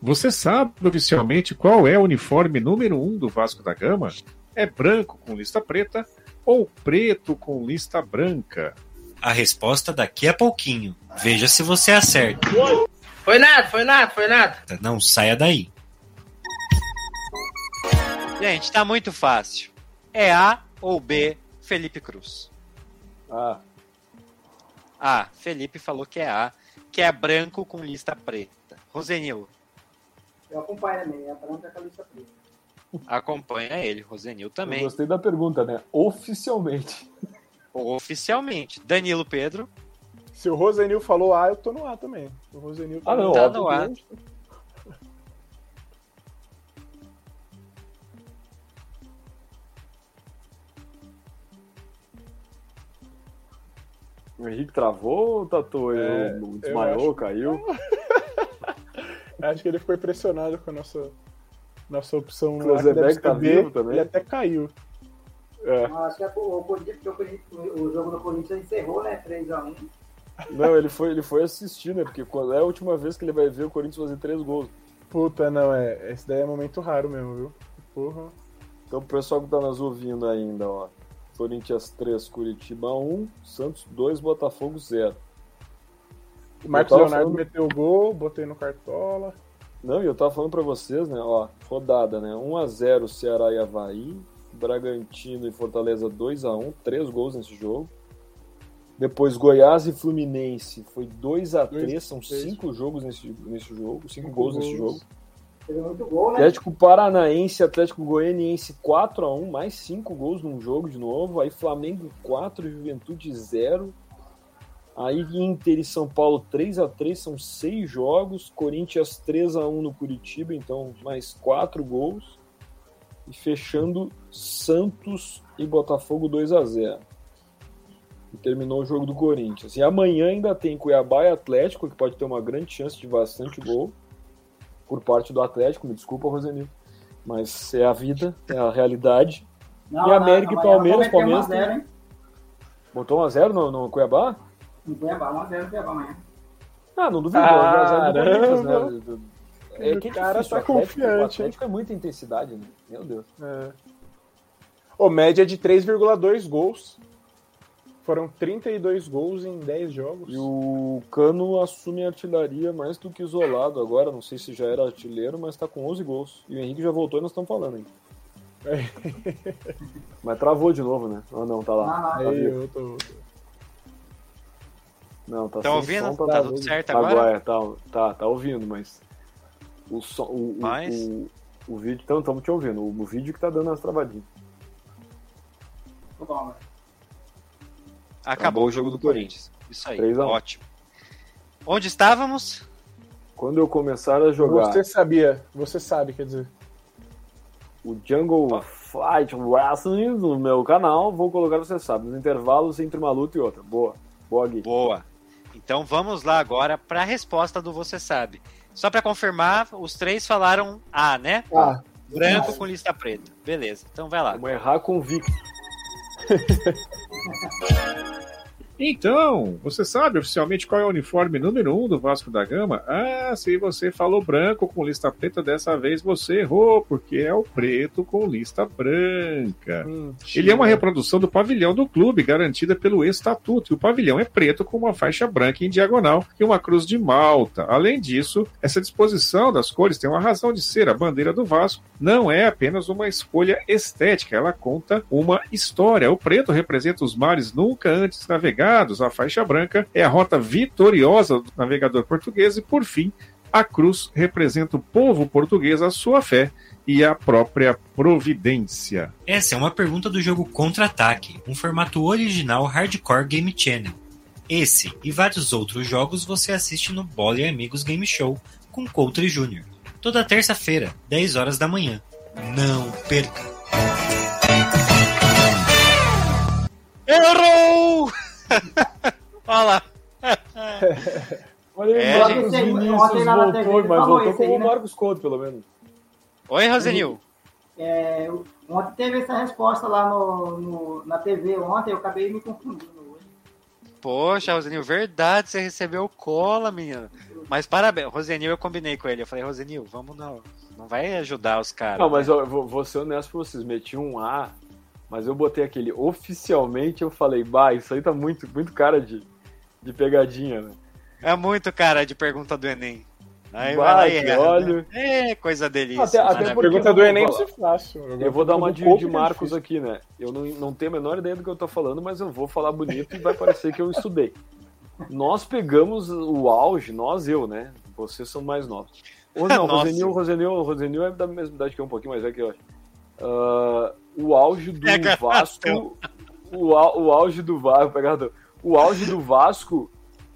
Você sabe oficialmente qual é o uniforme número 1 um do Vasco da Gama? É branco com lista preta ou preto com lista branca?
A resposta daqui a pouquinho. Veja se você acerta.
Foi nada, foi nada, foi nada.
Não saia daí.
Gente, tá muito fácil. É A ou B, Felipe Cruz?
Ah,
A. Felipe falou que é A, que é branco com lista preta. Rosenil,
Eu acompanho também, é a branca com a lista preta.
acompanha ele. Rosenil
eu
também.
gostei da pergunta, né? Oficialmente.
Oficialmente. Danilo Pedro.
Se o Rosenil falou A, eu tô no A também. O Rosenil
Ah, não,
Tá
óbvio
no
que
ar.
não. O Henrique travou, tatuou,
É,
ele desmaiou,
acho-
caiu.
Acho que ele ficou impressionado com a nossa, nossa opção. lá, que
Klozebeck
deve ser
tá
B.
vivo também.
Ele até caiu.
É.
Não, acho que é o, o, Corinthians- porque o, Corinthians- o jogo do Corinthians encerrou, né? 3x1.
Não, ele foi, ele foi assistir, né? Porque quando é a última vez que ele vai ver o Corinthians fazer três gols.
Puta, não, é. Esse daí é momento raro mesmo, viu? Porra.
Então, o pessoal que tá nos ouvindo ainda, ó. Corinthians 3, Curitiba 1, Santos 2, Botafogo 0.
O Marcos
tava
Leonardo
falando-
meteu o gol, botei no cartola.
Não, e eu tava falando pra vocês, né? Ó, rodada, né? 1x0 Ceará e Havaí, Bragantino e Fortaleza 2x1, três gols nesse jogo. Depois Goiás e Fluminense foi 2x3, são
três.
cinco jogos nesse, nesse jogo, cinco
Cinco
gols nesse
gols.
jogo.
Teve muito gol, né?
Atlético Paranaense, Atlético Goianiense 4x1, mais 5 gols num jogo de novo. Aí Flamengo 4, Juventude 0. Aí Inter e São Paulo 3x3, são 6 jogos. Corinthians 3x1 no Curitiba, então mais 4 gols. E fechando Santos e Botafogo 2x0. e terminou o jogo do Corinthians. E amanhã ainda tem Cuiabá e Atlético, que pode ter uma grande chance de bastante gol por parte do Atlético. Me desculpa, Rosenil, mas é a vida, é a realidade.
Não,
e
não,
América e
amanhã
Palmeiras,
vamos meter
Palmeiras né?
1 a 0,
tem-
hein?
botou 1x0 no, no Cuiabá?
Em Cuiabá, 1 a 0 Cuiabá amanhã.
Ah, não duvido. 1
Caramba!
a 0 do Corinthians, né? É,
O
que é
cara
difícil,
tá
o Atlético-
confiante,
O Atlético é muita intensidade, né? Meu Deus.
É. Ô, média de 3,2 gols. Foram 32 gols em 10 jogos.
E o Cano assume a artilharia mais do que isolado agora. Não sei se já era artilheiro, mas tá com 11 gols. E o Henrique já voltou e nós estamos falando aí. mas travou de novo, né? Ah, não, tá
Lá,
lá.
lá.
Tá
Aí,
vivo.
eu tô...
não, tá
Tá
sem
ouvindo?
som,
Tá
travado.
tudo certo agora?
tá, tá, tá ouvindo, mas. O, som, o, o-
Mas?
o, o, vídeo. Então, estamos te ouvindo. O, o vídeo que tá dando as travadinhas. É.
Tô bom, velho.
Acabou o jogo do Corinthians. um. Isso aí,
3 a 1.
ótimo. Onde estávamos?
Quando eu começar a jogar
Você sabia, você sabe, quer dizer.
o Jungle
Tá.
Fight Wrestling no meu canal, vou colocar, você sabe, nos intervalos entre uma luta e outra. Boa. Boa, Gui.
Boa. Então vamos lá agora para a resposta do Você Sabe. Só para confirmar, os três falaram A, né?
Ah,
Branco com lista preta. Beleza, então vai lá.
Vamos errar convicto.
Então, você sabe oficialmente qual é o uniforme número 1 um do Vasco da Gama? Ah, se você falou branco com lista preta, dessa vez você errou, porque é o preto com lista branca. Ele é uma reprodução do pavilhão do clube, garantida pelo estatuto. E o pavilhão é preto com uma faixa branca em diagonal e uma cruz de malta. Além disso, essa disposição das cores tem uma razão de ser. A bandeira do Vasco não é apenas uma escolha estética, ela conta uma história. O preto representa os mares nunca antes navegados. A faixa branca é a rota vitoriosa do navegador português e, por fim, a cruz representa o povo português, a sua fé e a própria providência.
Essa é uma pergunta do jogo Contra-Ataque, um formato original Hardcore Game Channel. Esse e vários outros jogos você assiste no Bola e Amigos Game Show com Coutre Júnior. Toda terça-feira, 10 horas da manhã. Não perca!
Errou! Olha lá.
Olha aí,
É,
Marcos
gente.
Vinícius
Ontem lá na TV
voltou,
ele
mas
falou
voltou
isso aí,
como o
né?
Marcos Couto, pelo menos.
Oi, Rosenil.
É, eu- ontem teve essa resposta lá no, no- na TV ontem, eu acabei me confundindo hoje.
Poxa, Rosenil, verdade, você recebeu cola, menina. Mas parabéns, Rosenil, eu combinei com ele. Eu falei, Rosenil, vamos não. Não vai ajudar os caras.
Não, mas eu vou, vou ser honesto pra vocês, meti um A, mas eu botei aquele oficialmente, eu falei, bah, isso aí tá muito, muito cara de, de pegadinha, né?
É muito cara de pergunta do Enem. Aí vai
Bah,
lá e
que
erra,
olha.
né? É, coisa delícia. né?
Até- até
maravilha.
porque-
pergunta do Enem
eu vou-
você fácil. Agora,
Eu vou dar uma
do
de,
Couto
de
é
Marcos
difícil.
aqui, né? Eu não, não tenho a menor ideia do que eu tô falando, mas eu vou falar bonito e vai parecer que eu estudei. Nós pegamos o auge, nós eu, né? Vocês são mais novos. Ou não,
Nossa.
Rosenil, Rosenil, Rosenil é da mesma idade que eu, um pouquinho mais velho que eu acho. Ah, o auge do
Pega
Vasco. O, au- o auge do Vasco. pega ratão. O auge do Vasco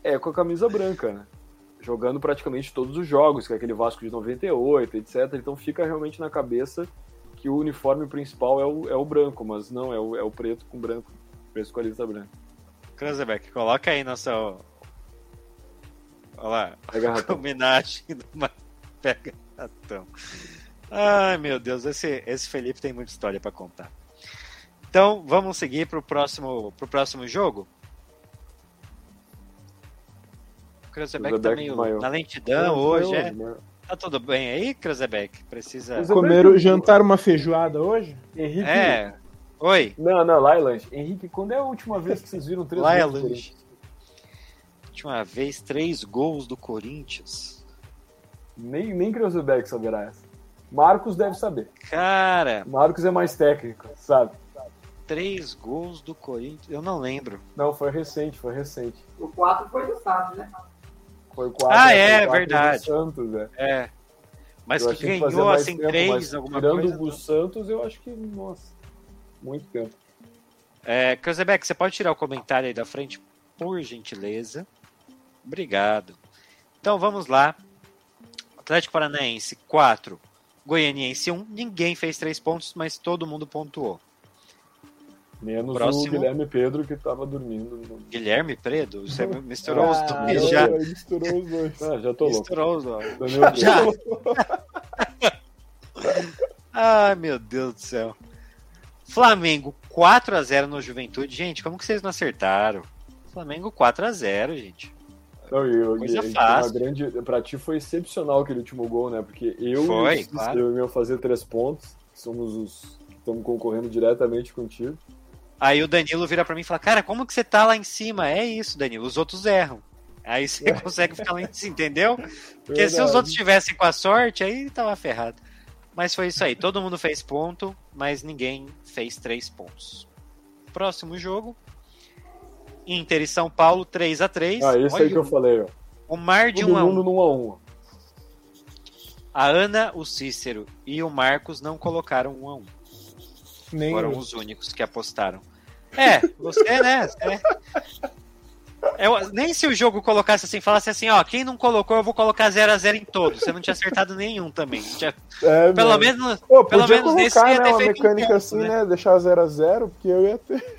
é com a camisa branca, né? Jogando praticamente todos os jogos, que é aquele Vasco de 98, etc. Então fica realmente na cabeça que o uniforme principal é o, é o branco, mas não, é o, é o preto com branco. Preto com a lista branca.
Cruzebeck, coloca aí nossa. Olha lá,
Pega ratão.
homenagem do Ma- Pega Ratão. Ai, meu Deus, esse, esse Felipe tem muita história pra contar. Então, vamos seguir pro próximo, pro próximo jogo? O Cruzebeck tá
Cruzebeck
meio
desmaiou.
na lentidão hoje, é?
Né?
Tá tudo bem aí, Cruzebeck? Precisa...
Cruzebeck.
Comeram, jantaram uma feijoada hoje?
Henrique.
É... Oi,
Não, não, lá é lanche. Henrique, quando é a última vez que vocês viram três
lá é
gols do Corinthians?
lanche. Última vez, três gols do Corinthians.
Nem, nem Kreuzberg saberá essa. Marcos deve saber.
Cara,
Marcos é mais técnico, sabe?
três gols do Corinthians. Eu não lembro.
Não, foi recente, foi recente.
O 4 foi do Santos, né?
Foi quatro. né,
Ah,
foi
é,
quatro do
verdade.
Santos, né?
É. Mas
Eu
que
achei fazia
ganhou
mais
assim
tempo, mas
três, alguma
tirando
coisa.
o Santos, eu acho que, nossa, muito tempo.
É, Cruzebeck, você pode tirar o comentário aí da frente, por gentileza. Obrigado. Então vamos lá. Atlético Paranaense um. 4, Goianiense 1. Ninguém fez três pontos, mas todo mundo pontuou.
Menos
Próximo.
o Guilherme Pedro que tava dormindo. no-
Guilherme Predo, você misturou os dois
Ah,
já.
eu- eu Misturou os dois. Ah, já tô louco.
Misturou os dois.
Daniel
Já.
Pedro.
Ai, meu Deus do céu. Flamengo 4x0 no Juventude. Gente, como que vocês não acertaram? Flamengo 4x0, gente.
Não, e eu,
Coisa
e- e
fácil.
Uma grande, pra ti foi excepcional aquele último gol, né? Porque eu
Foi,
e o-
claro.
eu e o meu fazer três pontos, que somos os que estamos concorrendo diretamente contigo.
Aí o Danilo vira pra mim e fala: Cara, como que você tá lá em cima? É isso, Danilo. Os outros erram. Aí você consegue ficar lá em cima, entendeu? Porque se os
Verdade.
outros tivessem com a sorte, aí tava ferrado. Mas foi isso aí. Todo mundo fez ponto, mas ninguém fez três pontos. Próximo jogo. Inter e São Paulo, 3 a 3
Ah, isso aí que eu falei, ó.
O mar de
Todo
1 a 1
mundo num a um.
A Ana, o Cícero e o Marcos não colocaram um a um.
Nem
um.
Foram os únicos que apostaram. É, você, né? É. Eu- nem se o jogo colocasse assim, falasse assim, ó, quem não colocou, eu vou colocar 0 a 0 em todos. Você não tinha acertado nenhum também. Não tinha-
É,
um. pelo
mano.
menos
Pô,
pelo
podia
menos nesse
colocar
ia
né,
ter
uma
feito um
mecânica
ponto,
assim,
né?
né? Deixar 0x0, porque eu ia ter.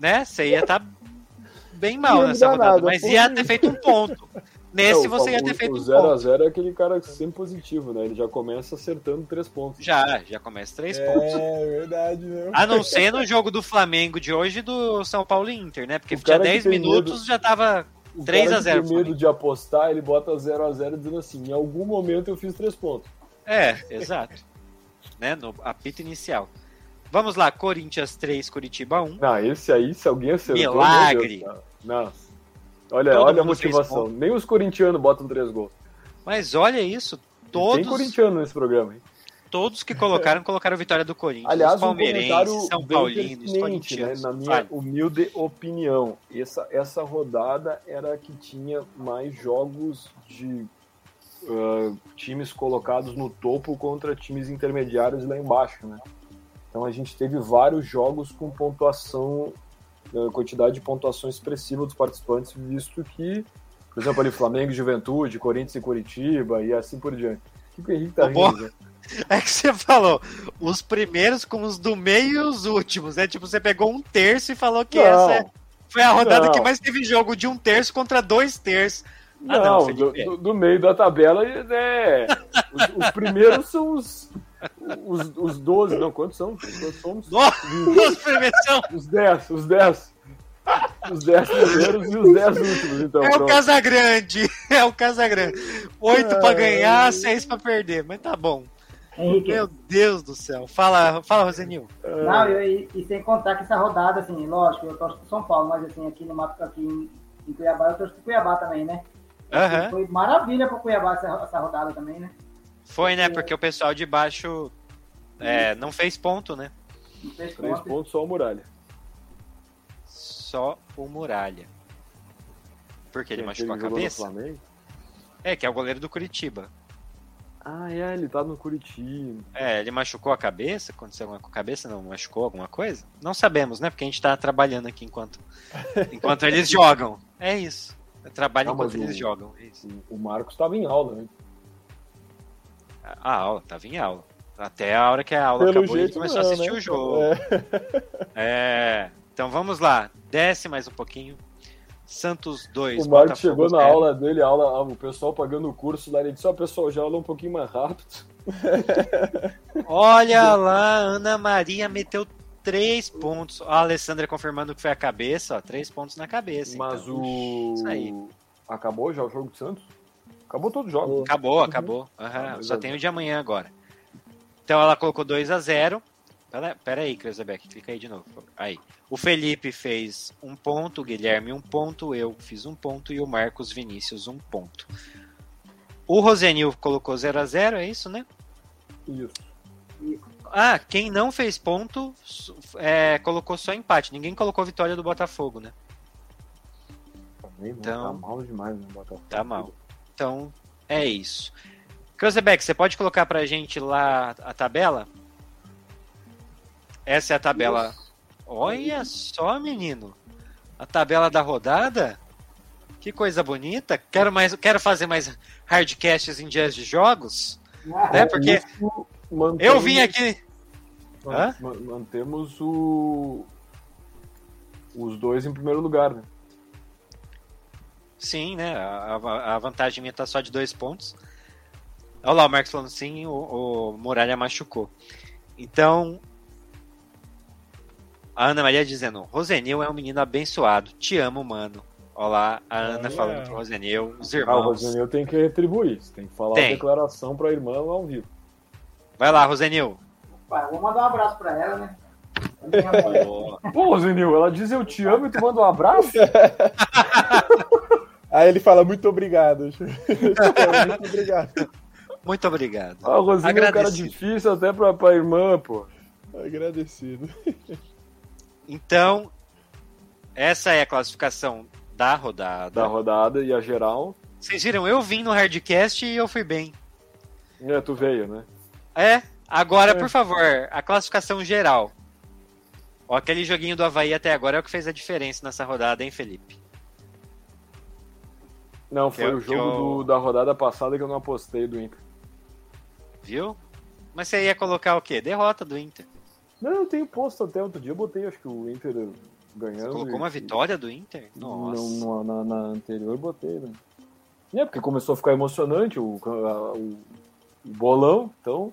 né? Você ia estar bem mal
Ia
nessa
dar
rodada,
nada,
mas
pô.
ia ter feito um ponto. Nesse
Não,
você ia
o-
ter feito
O
um
0
ponto.
a 0 é aquele cara sempre positivo, né? Ele já começa acertando três pontos.
Já, já começa três pontos.
É, verdade, né?
A não ser no jogo do Flamengo de hoje e do São Paulo e Inter, né? Porque
O
tinha
cara que
10
tem
minutos, já tava
O
3
cara
a 0
que tem medo de apostar, ele bota 0 a 0 dizendo assim: em algum momento eu fiz três pontos.
É, exato. né? No apito inicial. Vamos lá, Corinthians 3, Curitiba 1.
Não, esse aí, se alguém acertou. meu
Milagre.
Deus, cara. não. Olha,
Todo
olha a
mundo fez
motivação. Nem os corintianos botam três gols.
Mas olha isso,
Tem
todos,
corintiano nesse programa, hein?
todos que colocaram, colocaram a vitória do Corinthians.
Aliás, um comentário
palmeirenses, São
bem
Paulinos,
pertinente, né?
corintianos.
Na minha
Vai.
humilde opinião, essa, essa rodada era a que tinha mais jogos de ah, times colocados no topo contra times intermediários lá embaixo, né? Então a gente teve vários jogos com pontuação, ah, quantidade de pontuação expressiva dos participantes, visto que, por exemplo, ali Flamengo, e Juventude, Corinthians e Curitiba e assim por diante. O que que o Henrique tá
O bom-
rindo, né?
É que você falou, os primeiros com os do meio e os últimos. É tipo, você pegou um terço e falou que
Não.
essa é- foi a rodada
Não.
que mais teve jogo de um terço contra dois terços. Ah, não,
Não, do,
Felipe.
do- do meio da tabela é. Os, os primeiros são os, os, os 12. Não, quantos são? Quantos somos? Uhum.
Os primeiros são-
Os 10, os 10. Os 10 primeiros e os 10 últimos, então.
é o
pronto.
Casagrande, é o Casagrande. Oito pra ganhar, seis pra perder, mas tá bom.
Henrique,
Meu Deus do céu. Fala, fala Rosenil.
é.
Não, eu- e, e sem contar que essa rodada, assim, lógico, eu torço pro São Paulo, mas assim, aqui no Mato aqui em, em Cuiabá, eu torço pro Cuiabá também, né?
Aham.
Foi maravilha pro Cuiabá essa, essa rodada também, né?
Foi, né? Porque o pessoal de baixo é, não fez ponto, né?
Não fez
Três
conta.
pontos só o Muralha.
Só o Muralha. Porque ele
Quem- é
machucou a
quem jogou no
cabeça.
Flamengo?
É, que é o goleiro do Curitiba.
Ah, é, ele tá no Curitiba.
É, ele machucou a cabeça? Aconteceu alguma coisa com a cabeça? Não, machucou alguma coisa? Não sabemos, né? Porque a gente tá trabalhando aqui enquanto, enquanto eles jogam. É isso. Trabalha
Não,
enquanto
mas o-
eles jogam. É isso.
O Marcos tava em aula, né?
A a aula, tava em aula. Até a hora que a aula
Pelo
acabou, ele
jeito,
começou a
não,
assistir
né?
o jogo. É. Então vamos lá. Desce mais um pouquinho. Santos 2.
O
Botafogo
Marcos chegou na
zero.
aula dele, a aula, ah, o pessoal pagando o curso lá, ele disse, ó, pessoal, já aula um pouquinho mais rápido.
Olha lá, Ana Maria meteu três pontos. A Alessandra confirmando que foi a cabeça, ó. Três pontos na cabeça.
Mas
então.
o.
Isso aí.
Acabou já o jogo do Santos? Acabou todo o jogo.
Acabou, acabou. Aham,
Dois
Só
a
tem o de amanhã agora. Então ela colocou 2 a 0 Pera, pera aí, Creuzebeck, clica aí de novo. Aí. O Felipe fez um ponto, o Guilherme um ponto, eu fiz um ponto e o Marcos Vinícius um ponto. O Rosenil colocou 0 a 0 é isso, né?
Isso.
Ah, quem não fez ponto su- é, colocou só empate. Ninguém colocou vitória do Botafogo, né?
Também, né?
Então-
Tá mal demais, né, Botafogo?
Tá mal. Então, é isso. Cruzebeck, você pode colocar pra gente lá a tabela? Essa é a tabela. Olha só, menino. A tabela da rodada? Que coisa bonita. Quero mais, quero fazer mais hardcasts em dias de jogos, né? Porque
Mantemos-
eu vim aqui
man- man- Mantemos o, Os dois em primeiro lugar, né?
Sim, né? A, a- a vantagem minha tá só de dois pontos. Olha lá, o Marcos falando sim, o, o Muralha machucou. Então. A Ana Maria dizendo: Rosenil é um menino abençoado. Te amo, mano. Olha lá, a Ana
Olha.
falando pro Rosenil, os
Ah, o
irmãos.
Rosenil tem que retribuir. Você tem que falar
Tem.
a declaração pra irmã ao vivo.
Vai lá, Rosenil.
Pá, vou mandar um abraço pra ela, né? É minha mãe.
Pô, Rosenil, ela diz eu te amo e tu manda um abraço?
Aí ele fala, muito obrigado. muito obrigado.
Muito obrigado.
Ah, o Rosenil é um cara
Agradecido.
difícil até pra, pra irmã, pô.
Agradecido.
Então, essa é a classificação da rodada.
Da rodada e a geral.
Vocês viram, eu vim no Hardcast e eu fui bem.
É, tu veio, né?
É, agora, por favor, a classificação geral. Ó, aquele joguinho do Havaí até agora é o que fez a diferença nessa rodada, hein, Felipe?
Não, foi
Eu-
o jogo
eu-
do- da rodada passada que eu não apostei do Inter.
Viu? Mas você ia colocar o quê? Derrota do Inter.
Não, eu tenho posto até outro dia, eu botei, acho que o Inter
Você
ganhando.
colocou
e-
uma vitória do Inter?
Não,
Nossa.
não, na, na anterior botei, né? E É, porque começou a ficar emocionante o, a- o, o bolão, então.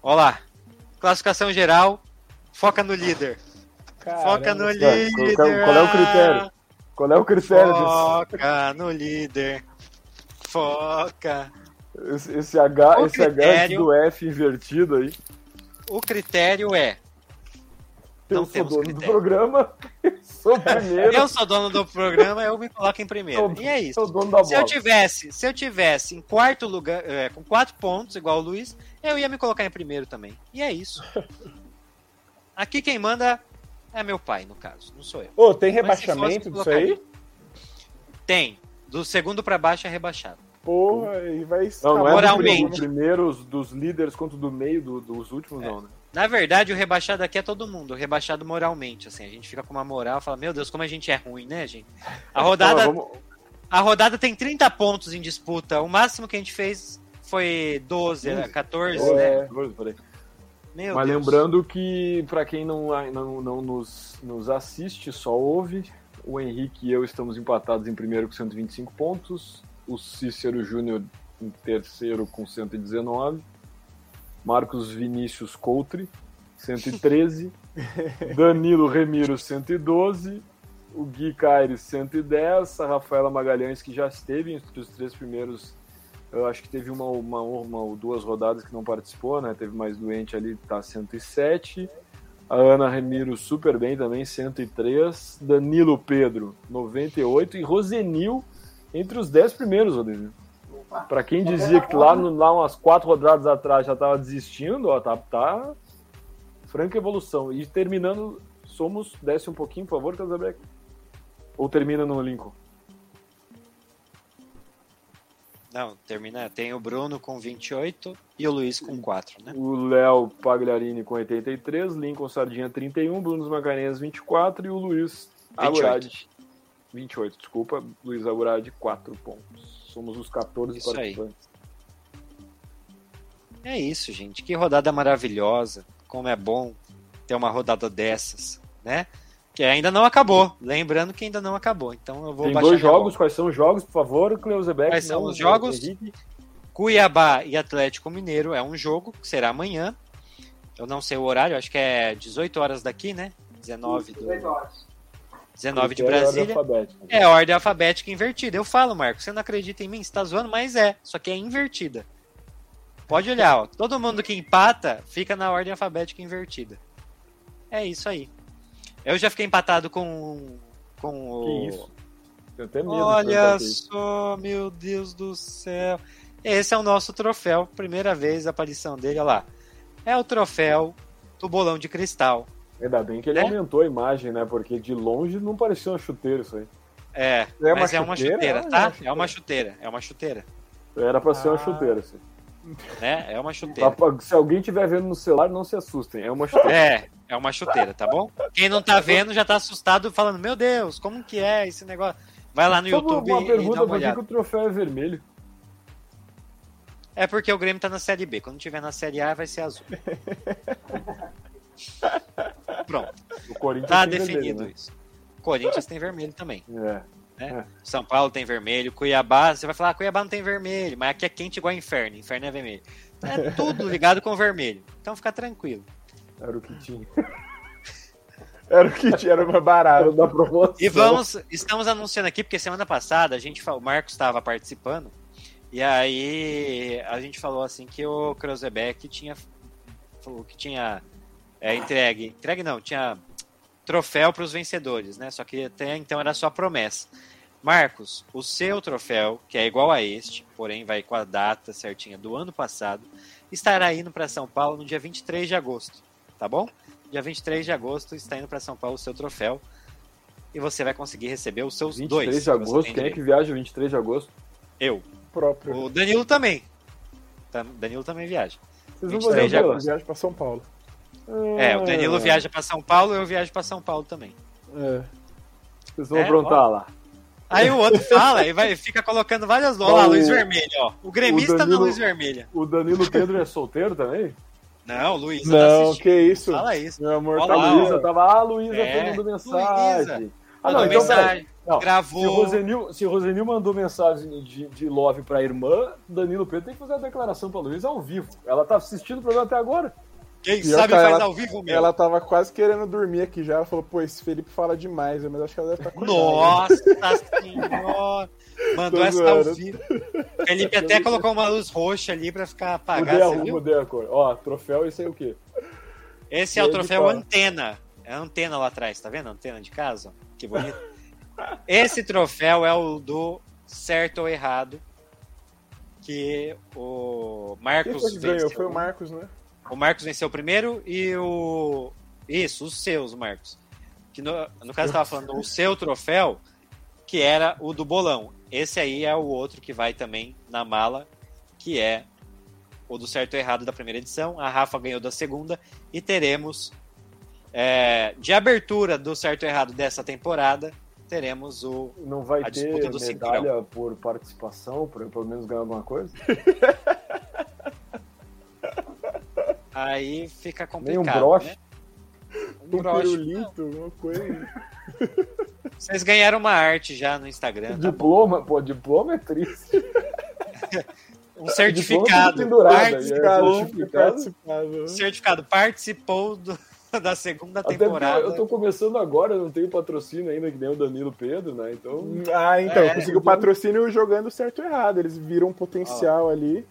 Ó lá. Classificação geral, foca no líder. foca no líder.
qual- qual- qual é o critério? Qual é o critério disso?
Foca no líder. Foca.
Esse, esse H,
Qual
esse H
critério?
do F invertido aí.
O critério é. Não
eu sou
temos
dono do
critério.
programa, eu sou o primeiro,
Eu sou dono do programa, eu me coloco em primeiro.
sou,
E é isso.
sou o dono da
Se eu
bola.
tivesse, se eu tivesse em quarto lugar, é, com quatro pontos, igual o Luiz, eu ia me colocar em primeiro também. E é isso. Aqui quem manda é meu pai, no caso, não sou eu.
Ô, tem
Mas se fosse,
rebaixamento disso
colocaria.
aí?
Tem. Do segundo pra baixo é rebaixado.
Porra, e vai né?
Não, não é do
Moralmente.
primeiro, primeiros dos líderes quanto do meio do- dos últimos,
É.
não, né?
Na verdade, o rebaixado aqui é todo mundo, o rebaixado moralmente, assim, a gente fica com uma moral, fala, meu Deus, como a gente é ruim, né, gente? A rodada, é
Não, vamos-
a rodada tem 30 pontos em disputa, o máximo que a gente fez foi 12, 14, né?
É, dois, peraí.
Meu
Mas
Deus.
lembrando que, pra quem não, não, não nos, nos assiste, só ouve, o Henrique e eu estamos empatados em primeiro com 125 pontos, o Cícero Júnior em terceiro com 119, Marcos Vinícius Coutre, 113, Danilo Remiro, 112, o Gui Caires, 110, a Rafaela Magalhães, que já esteve entre os três primeiros eu acho que teve uma, uma, uma ou duas rodadas que não participou, né? Teve mais doente ali, tá 107. A Ana Remiro super bem também, 103. Danilo Pedro, 98. E Rosenil entre os 10 primeiros, Rodrigo.
Opa.
Pra quem dizia que lá, no, lá umas quatro rodadas atrás já tava desistindo, ó, tá, tá franca evolução. E terminando, somos, desce um pouquinho, por favor, Casabeck. Ou termina no Lincoln?
Não, termina. Tem o Bruno com 28 e o Luiz com 4, né?
O Léo Pagliarini com 83, Lincoln Sardinha 31, Bruno Magalhães 24 e o Luiz
28.
Agurade 28, desculpa, Luiz Agurade 4 pontos. Somos os 14
Isso aí.
participantes.
É isso, gente. Que rodada maravilhosa. Como é bom ter uma rodada dessas, né? Que ainda não acabou. Lembrando que ainda não acabou. Então eu vou
Tem
baixar
dois
minha
jogos, quais são os jogos, por favor, Cleusebeck?
Quais são os jogos?
Henrique.
bola. Cuiabá e Atlético Mineiro é um jogo que será amanhã. Eu não sei o horário, acho que é 18 horas daqui, né? 19, do-
18 horas.
19 de
Critério
Brasília.
alfabético.
É ordem alfabética invertida. Eu falo, Marco, você não acredita em mim, você tá zoando, mas é. Só que é invertida. Pode olhar, ó. Todo mundo que empata fica na ordem alfabética invertida. É isso aí. Eu já fiquei empatado com. com o.
Que isso? Tenho até medo de perguntar
Olha
isso.
só, meu Deus do céu. Esse é o nosso troféu. Primeira vez a aparição dele, olha lá. É o troféu do bolão de cristal.
Ainda bem que ele
Né?
aumentou a imagem, né? Porque de longe não parecia uma chuteira isso aí.
É,
É uma
mas é uma
chuteira?
chuteira,
Ah,
tá? É uma chuteira, é uma chuteira,
Era pra ser uma
Ah.
chuteira. Assim.
né? É uma chuteira.
Tá pra- Se alguém estiver vendo no celular, não se assustem. É uma chuteira.
É, é uma chuteira, tá bom? Quem não tá vendo já tá assustado falando, meu Deus, como que é esse negócio? Vai lá no
Só
YouTube
uma
e- e dá
pergunta,
uma
por que, que
olhada.
o troféu é vermelho?
É porque o Grêmio tá na Série B. Quando tiver na Série A, vai ser azul. Pronto,
O Corinthians
tá
tem
definido
vermelho,
isso. Corinthians tem vermelho também.
né?
né? São Paulo tem vermelho, Cuiabá, você vai falar, ah, Cuiabá não tem vermelho, mas aqui é quente igual inferno, inferno é vermelho. Então é tudo ligado com vermelho. Então fica tranquilo.
É, era o que tinha.
Era o kit, era mais
Era
barato.
da promoção.
E vamos, estamos anunciando aqui, porque semana passada a gente, fa- o Marcos estava participando, e aí a gente falou assim que o Kreuzebeck tinha falou que tinha é, entregue, entregue não, tinha troféu para os vencedores, né? Só que até então era só promessa. Marcos, o seu troféu, que é igual a este, porém vai com a data certinha do ano passado, estará indo para São Paulo no dia 23 de agosto, tá bom? Dia 23 de agosto está indo para São Paulo o seu troféu e você vai conseguir receber os seus
23
dois.
de
que você
agosto,
tem
quem é
direito.
que viaja 23 de agosto?
Eu.
próprio.
O Danilo também. Tam- Danilo também viaja.
Vocês vão
23
fazer
de
uma
agosto.
viagem pra São Paulo.
É, o
Ah.
Danilo viaja para São Paulo, eu viajo para São Paulo também.
É. Vocês vão
É,
aprontar lá.
Aí o outro fala e vai, fica colocando várias luzes. Olha lá,
Ó, o-
luz vermelha, ó. O gremista
o Danilo-
na luz vermelha.
O Danilo Pedro é solteiro também?
Não, o Luiz tá
Não,
assistindo.
que isso.
Fala isso.
Meu amor,
Olha
tá
A
lá,
Luísa.
Luísa tava. Ah, a Luísa
É,
foi mandou mensagem. Ah, não,
Mandou
então peraí.
mensagem,
Não, Se
gravou.
Rosenil, se Rosenil mandou mensagem de, de love pra irmã, Danilo Pedro tem que fazer a declaração pra Luísa ao vivo. Ela tá assistindo o programa até agora.
Quem
Pior
sabe
que
faz
ela- tá
ao vivo mesmo.
Ela tava quase querendo dormir aqui já. Ela falou, pô, esse Felipe fala demais, mas acho que ela deve tá estar com raiva.
Nossa senhora. Mandou
Tô
essa ao
zoando.
vivo. Felipe até colocou uma luz roxa ali pra ficar
Mudei
apagada.
a,
você viu?
mudei a cor. Ó, troféu, esse aí é o quê?
Esse é o
Verde
troféu
claro.
antena. É a antena lá atrás, tá vendo? a Antena de casa. ó? Que bonito. Esse troféu é o do certo ou errado. Que o
Quem
Marcos
foi que ganhou?
venceu.
Foi o Marcos, né?
O Marcos venceu o primeiro e o. Isso, os seus, Marcos. Que no, no caso, estava falando o seu troféu, que era o do bolão. Esse aí é o outro que vai também na mala, que é o do certo e errado da primeira edição. A Rafa ganhou da segunda e teremos. é, de abertura do certo e errado dessa temporada, teremos o.
Não vai
A
ter
disputa do
medalha
cinturão.
por participação, pra eu pelo menos ganhar alguma coisa?
Aí fica
Nem um
complicado.
broche.
né? Um
Um
broche.
pirulito, alguma coisa.
Vocês ganharam uma arte já no Instagram. tá
Diploma, pô, diploma é triste.
Um certificado.
Diploma pendurado,
Participou-
é.
assim. Que
Cara,
participava.
certificado. Participou do- da segunda
Até
temporada.
porque eu tô começando agora, eu não tenho patrocínio ainda, que nem o Danilo Pedro, né? Então.
Ah, então,
É.
conseguiu patrocínio jogando certo e errado. Eles viram um
Ah.
potencial ali.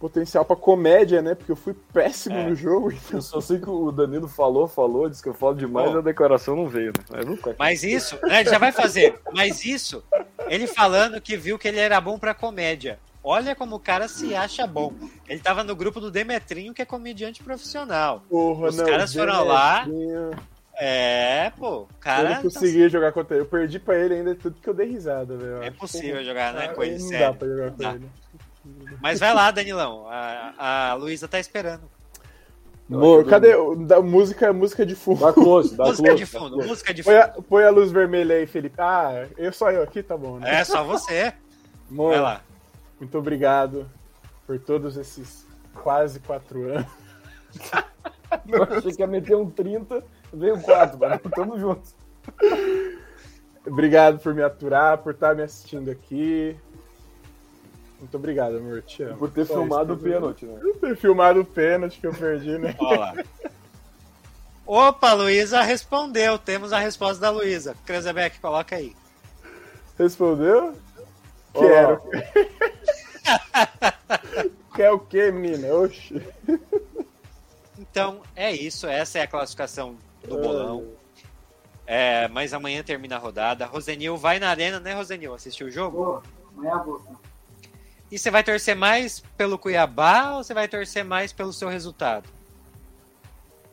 Potencial pra comédia, né? Porque eu fui péssimo
É.
no jogo.
Eu só sei que o Danilo falou, falou, disse que eu falo demais
Bom.
e a declaração não veio, né? Mas não fica
Mas isso, né, já vai fazer. Mas isso, ele falando que viu que ele era bom pra comédia. Olha como o cara se acha bom. Ele tava no grupo do Demetrinho, que é comediante profissional.
Porra,
Os caras foram lá.
Demetrinho.
É, pô, o
Eu
cara.
não consegui jogar contra ele. Eu perdi pra ele ainda tudo que eu dei risada, velho.
É impossível jogar, né?
Ah,
Com ele,
não
sério.
dá pra jogar com
Dá.
ele.
Mas vai lá, Danilão. A, a Luísa tá esperando.
Amor, cadê o- da música, música de fundo?
Dá close, dá
música
close.
de fundo, música de
Põe
fundo.
a, põe a luz vermelha aí, Felipe. Ah, eu só eu aqui, tá bom, né?
É só você.
Amor,
Vai lá.
muito obrigado por todos esses quase quatro anos.
Eu achei que ia meter um 30, veio 4, mas tamo junto.
Obrigado por me aturar, por estar me assistindo aqui. Muito obrigado, amor. Te amo.
Por ter
Só
filmado o
isso que eu-
pênalti, né?
Por ter filmado o pênalti que eu perdi, né?
Ó lá. Opa, Luísa respondeu. Temos a resposta da Luísa. Krezebeck, coloca aí.
Respondeu?
Ó,
Quero. Quer o quê, menina? Oxi.
Então, é isso. Essa é a classificação do bolão. É, mas amanhã termina a rodada. Rosenil vai na arena, né, Rosenil? Assistir o jogo?
Vou, amanhã eu vou.
E você vai torcer mais pelo Cuiabá ou você vai torcer mais pelo seu resultado?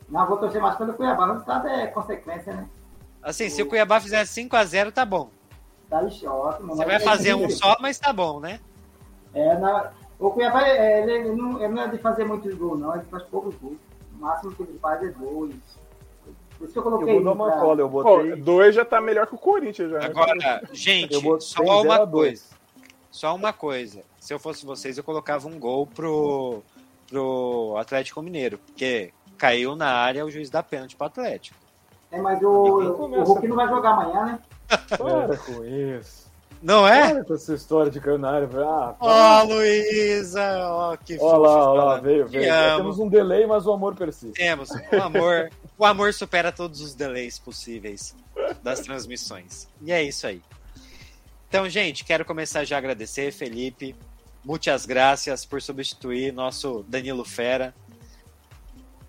Não, vou torcer mais pelo Cuiabá. O resultado é consequência, né?
Assim, se o Cuiabá fizer 5 a 0 tá bom.
Tá ixi, ótimo.
Você
mas
vai
é
fazer um
difícil.
só, mas tá bom, né?
É, na... O Cuiabá, é, ele, ele não, ele não é de fazer muitos gols, não. Ele faz poucos gols. O máximo que ele faz é dois. Por isso que eu
Eu
coloquei
vou dar
ele
uma
pra-
cola, eu
Pô,
botei.
dois já tá melhor que o Corinthians já. né?
Agora, gente,
Eu botei
só uma
0 a
coisa.
2.
Só uma coisa. Se eu fosse vocês, eu colocava um gol pro, pro Atlético Mineiro. Porque caiu na área, o juiz dá pênalti pro Atlético.
É, mas o, o Hulk não vai jogar amanhã, né?
Para com isso.
Não é?
Para com essa história de canário. Ah,
Ó, Luísa! Ó, que
Olha lá, olha lá,
fofa.
veio,
Te
veio. É,
amo.
Temos um delay, mas o amor persiste.
Temos. O amor, o amor supera todos os delays possíveis das transmissões. E é isso aí. Então, gente, quero começar já a agradecer, Felipe. Muitas graças por substituir nosso Danilo Fera.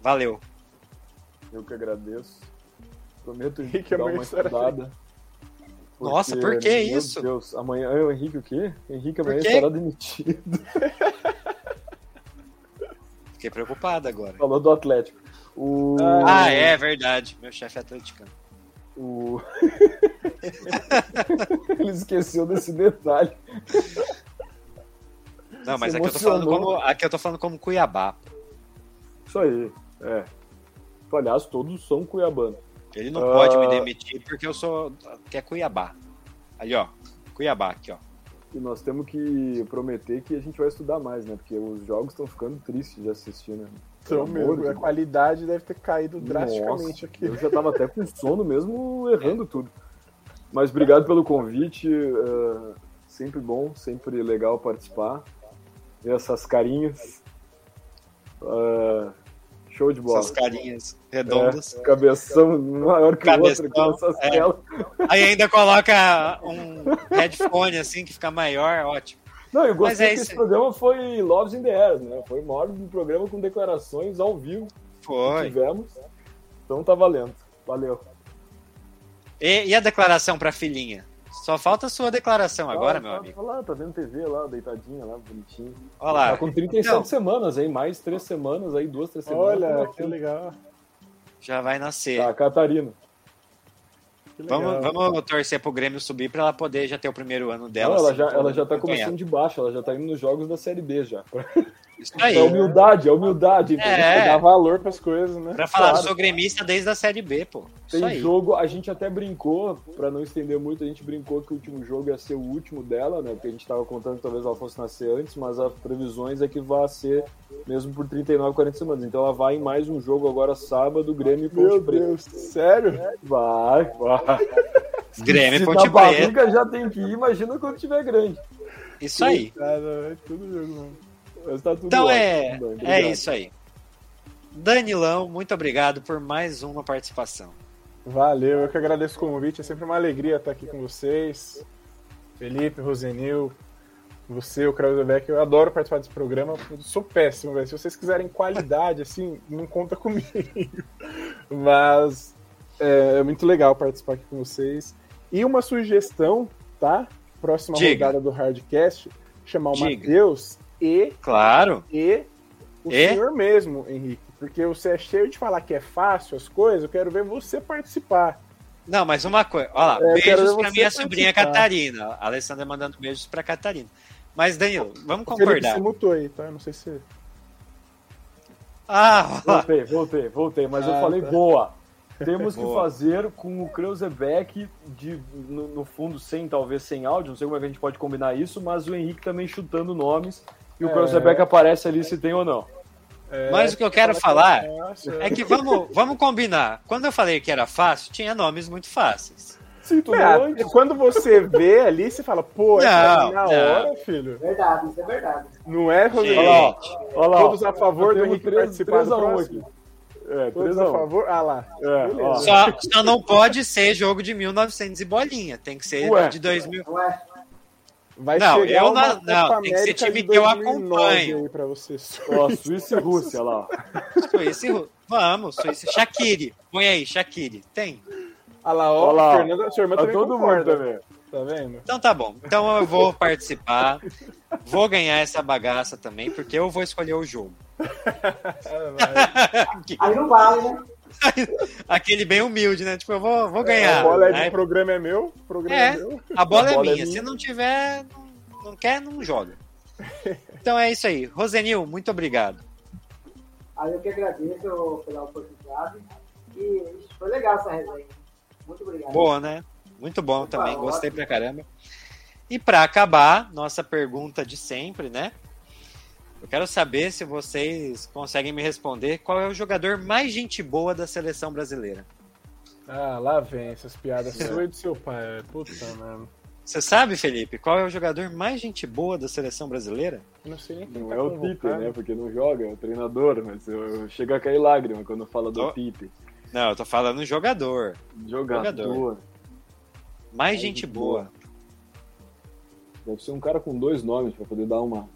Valeu.
Eu que agradeço. Prometo
Henrique,
dar
amanhã
uma
estará
estudada.
Nossa, por que
meu
isso?
Deus, amanhã é o Henrique o quê? Henrique amanhã
quê?
estará demitido.
Fiquei preocupado agora.
Falou do Atlético. O...
Ah, é verdade. Meu chefe é atleticano.
o... Ele esqueceu desse detalhe.
Não, mas
Se
aqui eu, tô falando
emocionou.
como, aqui eu tô falando como Cuiabá.
Isso aí, é. Aliás, todos são cuiabanos.
Ele não
Ah.
pode me demitir porque eu sou. que é Cuiabá. Ali, ó. Cuiabá, aqui, ó.
E nós temos que prometer que a gente vai estudar mais, né? Porque os jogos estão ficando tristes de assistir, né?
Então,
amor
meu,
de
a qualidade deve ter caído drasticamente
Nossa,
aqui.
Eu já tava até com sono mesmo, errando tudo. Mas obrigado pelo convite. eh, sempre bom, sempre legal participar. Ver essas carinhas. Eh, show de bola.
Essas carinhas redondas.
É, cabeção maior que
Cabeção,
o outro aqui nessas
é.
telas.
Aí ainda coloca um headphone assim que fica maior, ótimo.
Não, eu
Mas
gostei
é
que
isso
esse
aí.
programa foi Loves in the Air, né? Foi o maior programa com declarações ao vivo que
Foi.
tivemos. Então tá valendo. Valeu.
E, e a declaração pra filhinha? Só falta a sua declaração agora, meu amigo.
Olha lá, tá vendo TV lá, deitadinha lá, bonitinho.
Olha lá.
Tá com 37
Então,
semanas, hein? Mais três semanas aí, duas, três semanas.
Olha,
Tá,
que legal.
já vai nascer.
Tá, Catarina.
Que
Tá
legal.
Vamos, vamos torcer pro Grêmio subir pra ela poder já ter o primeiro ano dela.
Não, ela,
assim,
já,
todo
ela já tá
acompanhado.
começando de baixo, ela já tá indo nos jogos da Série B já.
Isso aí.
É humildade, é humildade. entendeu?
É.
Dá valor pras coisas, né?
Pra falar,
claro.
sou gremista desde a Série B, pô. Isso
Tem
aí.
jogo, a gente até brincou, pra não estender muito, a gente brincou que o último jogo ia ser o último dela, né? Porque a gente tava contando que talvez ela fosse nascer antes, mas as previsões é que vai ser mesmo por 39, 40 semanas. Então ela vai em mais um jogo agora sábado, Grêmio e
Meu
Ponte Preta.
Deus, sério?
Vai, vai.
Grêmio e
Se
Ponte Preta.
na barriga já tem que ir, imagina quando tiver grande.
Isso aí.
Cara, é tudo jogo, mano.
Mas tá tudo
Então
ótimo,
é,
tudo bem,
é
obrigado.
isso aí. Danilão, muito obrigado por mais uma participação.
Valeu, eu que agradeço o convite. É sempre uma alegria estar aqui com vocês. Felipe, Rosenil, você, o Krausebeck. Eu adoro participar desse programa. Eu sou péssimo, velho. Se vocês quiserem qualidade, assim, não conta comigo. Mas é, é muito legal participar aqui com vocês. E uma sugestão, tá? Próxima
Diga.
rodada do Hardcast, chamar o
Diga.
Matheus e
Claro.
e o
E?
senhor mesmo, Henrique. Porque você é cheio de falar que é fácil as coisas, eu quero ver você participar.
Não, mas uma coisa. Olha lá,
É, eu quero
beijos
ver
pra
você
minha sobrinha
participar.
Catarina. A Alessandra mandando beijos pra Catarina. Mas, Danilo, vamos
Felipe
concordar.
se mutou aí, tá? Eu Não sei se.
Ah, olha lá.
Voltei, voltei, voltei, mas eu
Ah,
falei
tá.
boa. Temos que
Boa.
fazer com o Kreuzebeck de no, no fundo sem talvez sem áudio, não sei como é que a gente pode combinar isso, mas o Henrique também chutando nomes e o
É.
Kreuzebeck aparece ali se tem ou não.
mas o que eu quero falar
Nossa,
é que vamos, vamos combinar. Quando eu falei que era fácil, tinha nomes muito fáceis.
Sim, tudo
é,
antes.
quando você vê ali, você fala, pô, é
Não,
na
não.
hora, filho.
Verdade, isso é verdade.
Não é,
Olha
Rodrigo?
lá, ó. olha lá. ó.
Todos a favor do
Temos
Henrique
três-
participar
três
do
a um
próximo.
aqui. É,
Todos
3
a
a 1.
favor? Ah lá.
É, ó.
Beleza.
Só, só não pode ser jogo de 1900 e bolinha. Tem que ser
Ué.
de 2000.
Ué,
Vai
Não,
chegar
eu
uma
não- não,
Copa
tem que ser
América
time
de
que eu
2009
acompanho.
Aí pra vocês.
Ó, Suíça e Rússia lá. ó.
Suíça e Ru- Vamos, Suíça. Shaqiri. Põe aí, Shaqiri. Tem.
Ah lá, ó.
Olha lá, ó.
Fernanda, sua irmã
Tá
também
todo mundo
concorda.
também.
Tá vendo?
Então tá bom. Então eu vou participar. Vou ganhar essa bagaça também, porque eu vou escolher o jogo.
É,
aí não vale, né?
Aquele bem humilde, né? Tipo, eu vou, vou
a
ganhar.
bola é de
Aí,
programa é meu, o programa é,
É.
meu.
a bola
a
é
bola é
minha.
minha.
Se não tiver, não, não quer, não joga. Então é isso aí. Rosenil, muito obrigado.
Aí eu que agradeço pela oportunidade. E ixi, foi legal essa resenha. Muito obrigado.
Boa, né? Muito bom também. Gostei pra caramba. E pra acabar, nossa pergunta de sempre, né? Eu quero saber se vocês conseguem me responder qual é o jogador mais gente boa da seleção brasileira.
Ah, lá vem essas piadas sua e do seu pai. é Puta, né? mano.
Você sabe, Felipe, qual é o jogador mais gente boa da seleção brasileira?
Não sei nem quem
Não
tá
é o
convocado.
Tite, né? Porque não joga, é o treinador, mas eu, eu chego a cair lágrima quando fala do
Ó.
Tite.
Não, eu tô falando jogador.
Jogador.
Jogador. Mais gente boa.
Deve ser um cara com dois nomes pra poder dar uma,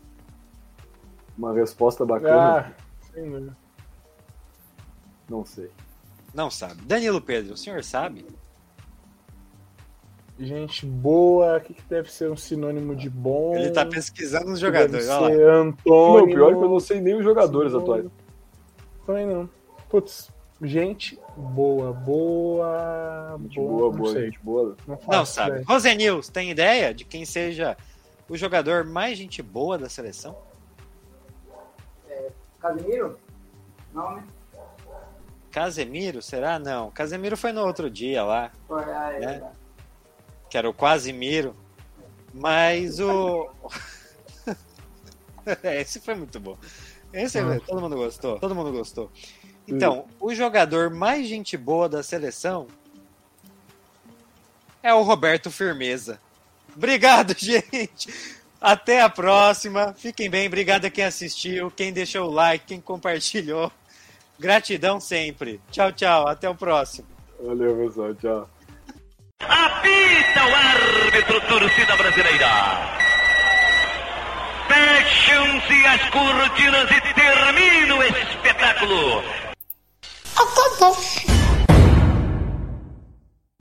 uma resposta bacana.
Ah, sem dúvida.
Não sei.
Não sabe. Danilo Pedro, o senhor sabe?
Gente boa, o que, que deve ser um sinônimo de bom?
Ele tá pesquisando os jogadores.
Deve
Olha lá.
ser
Não, o
Antônio.
pior é que eu não sei nem os jogadores
Sim.
atuais.
Também não. Putz, gente boa, boa,
Gente boa,
tá não
boa,
sei.
gente boa.
faço
Não sabe.
ideia.
Rosenils, tem ideia de quem seja o jogador mais gente boa da seleção?
Casimiro? Não, né?
Casemiro, será? Não. Casemiro foi no outro dia lá,
Foi, ah, é,
Né? que era o Quasimiro. Mas o. É, Esse foi muito bom. Esse é- todo mundo gostou. Todo mundo gostou. Então, o jogador mais gente boa da seleção é o Roberto Firmeza. Obrigado, gente. Até a próxima. Fiquem bem. Obrigado a quem assistiu, quem deixou o like, quem compartilhou. Gratidão sempre. Tchau, tchau. Até o próximo.
Valeu, pessoal. Tchau.
Apita o árbitro, torcida brasileira. Fecham-se as cortinas e termina o espetáculo.
Acontece.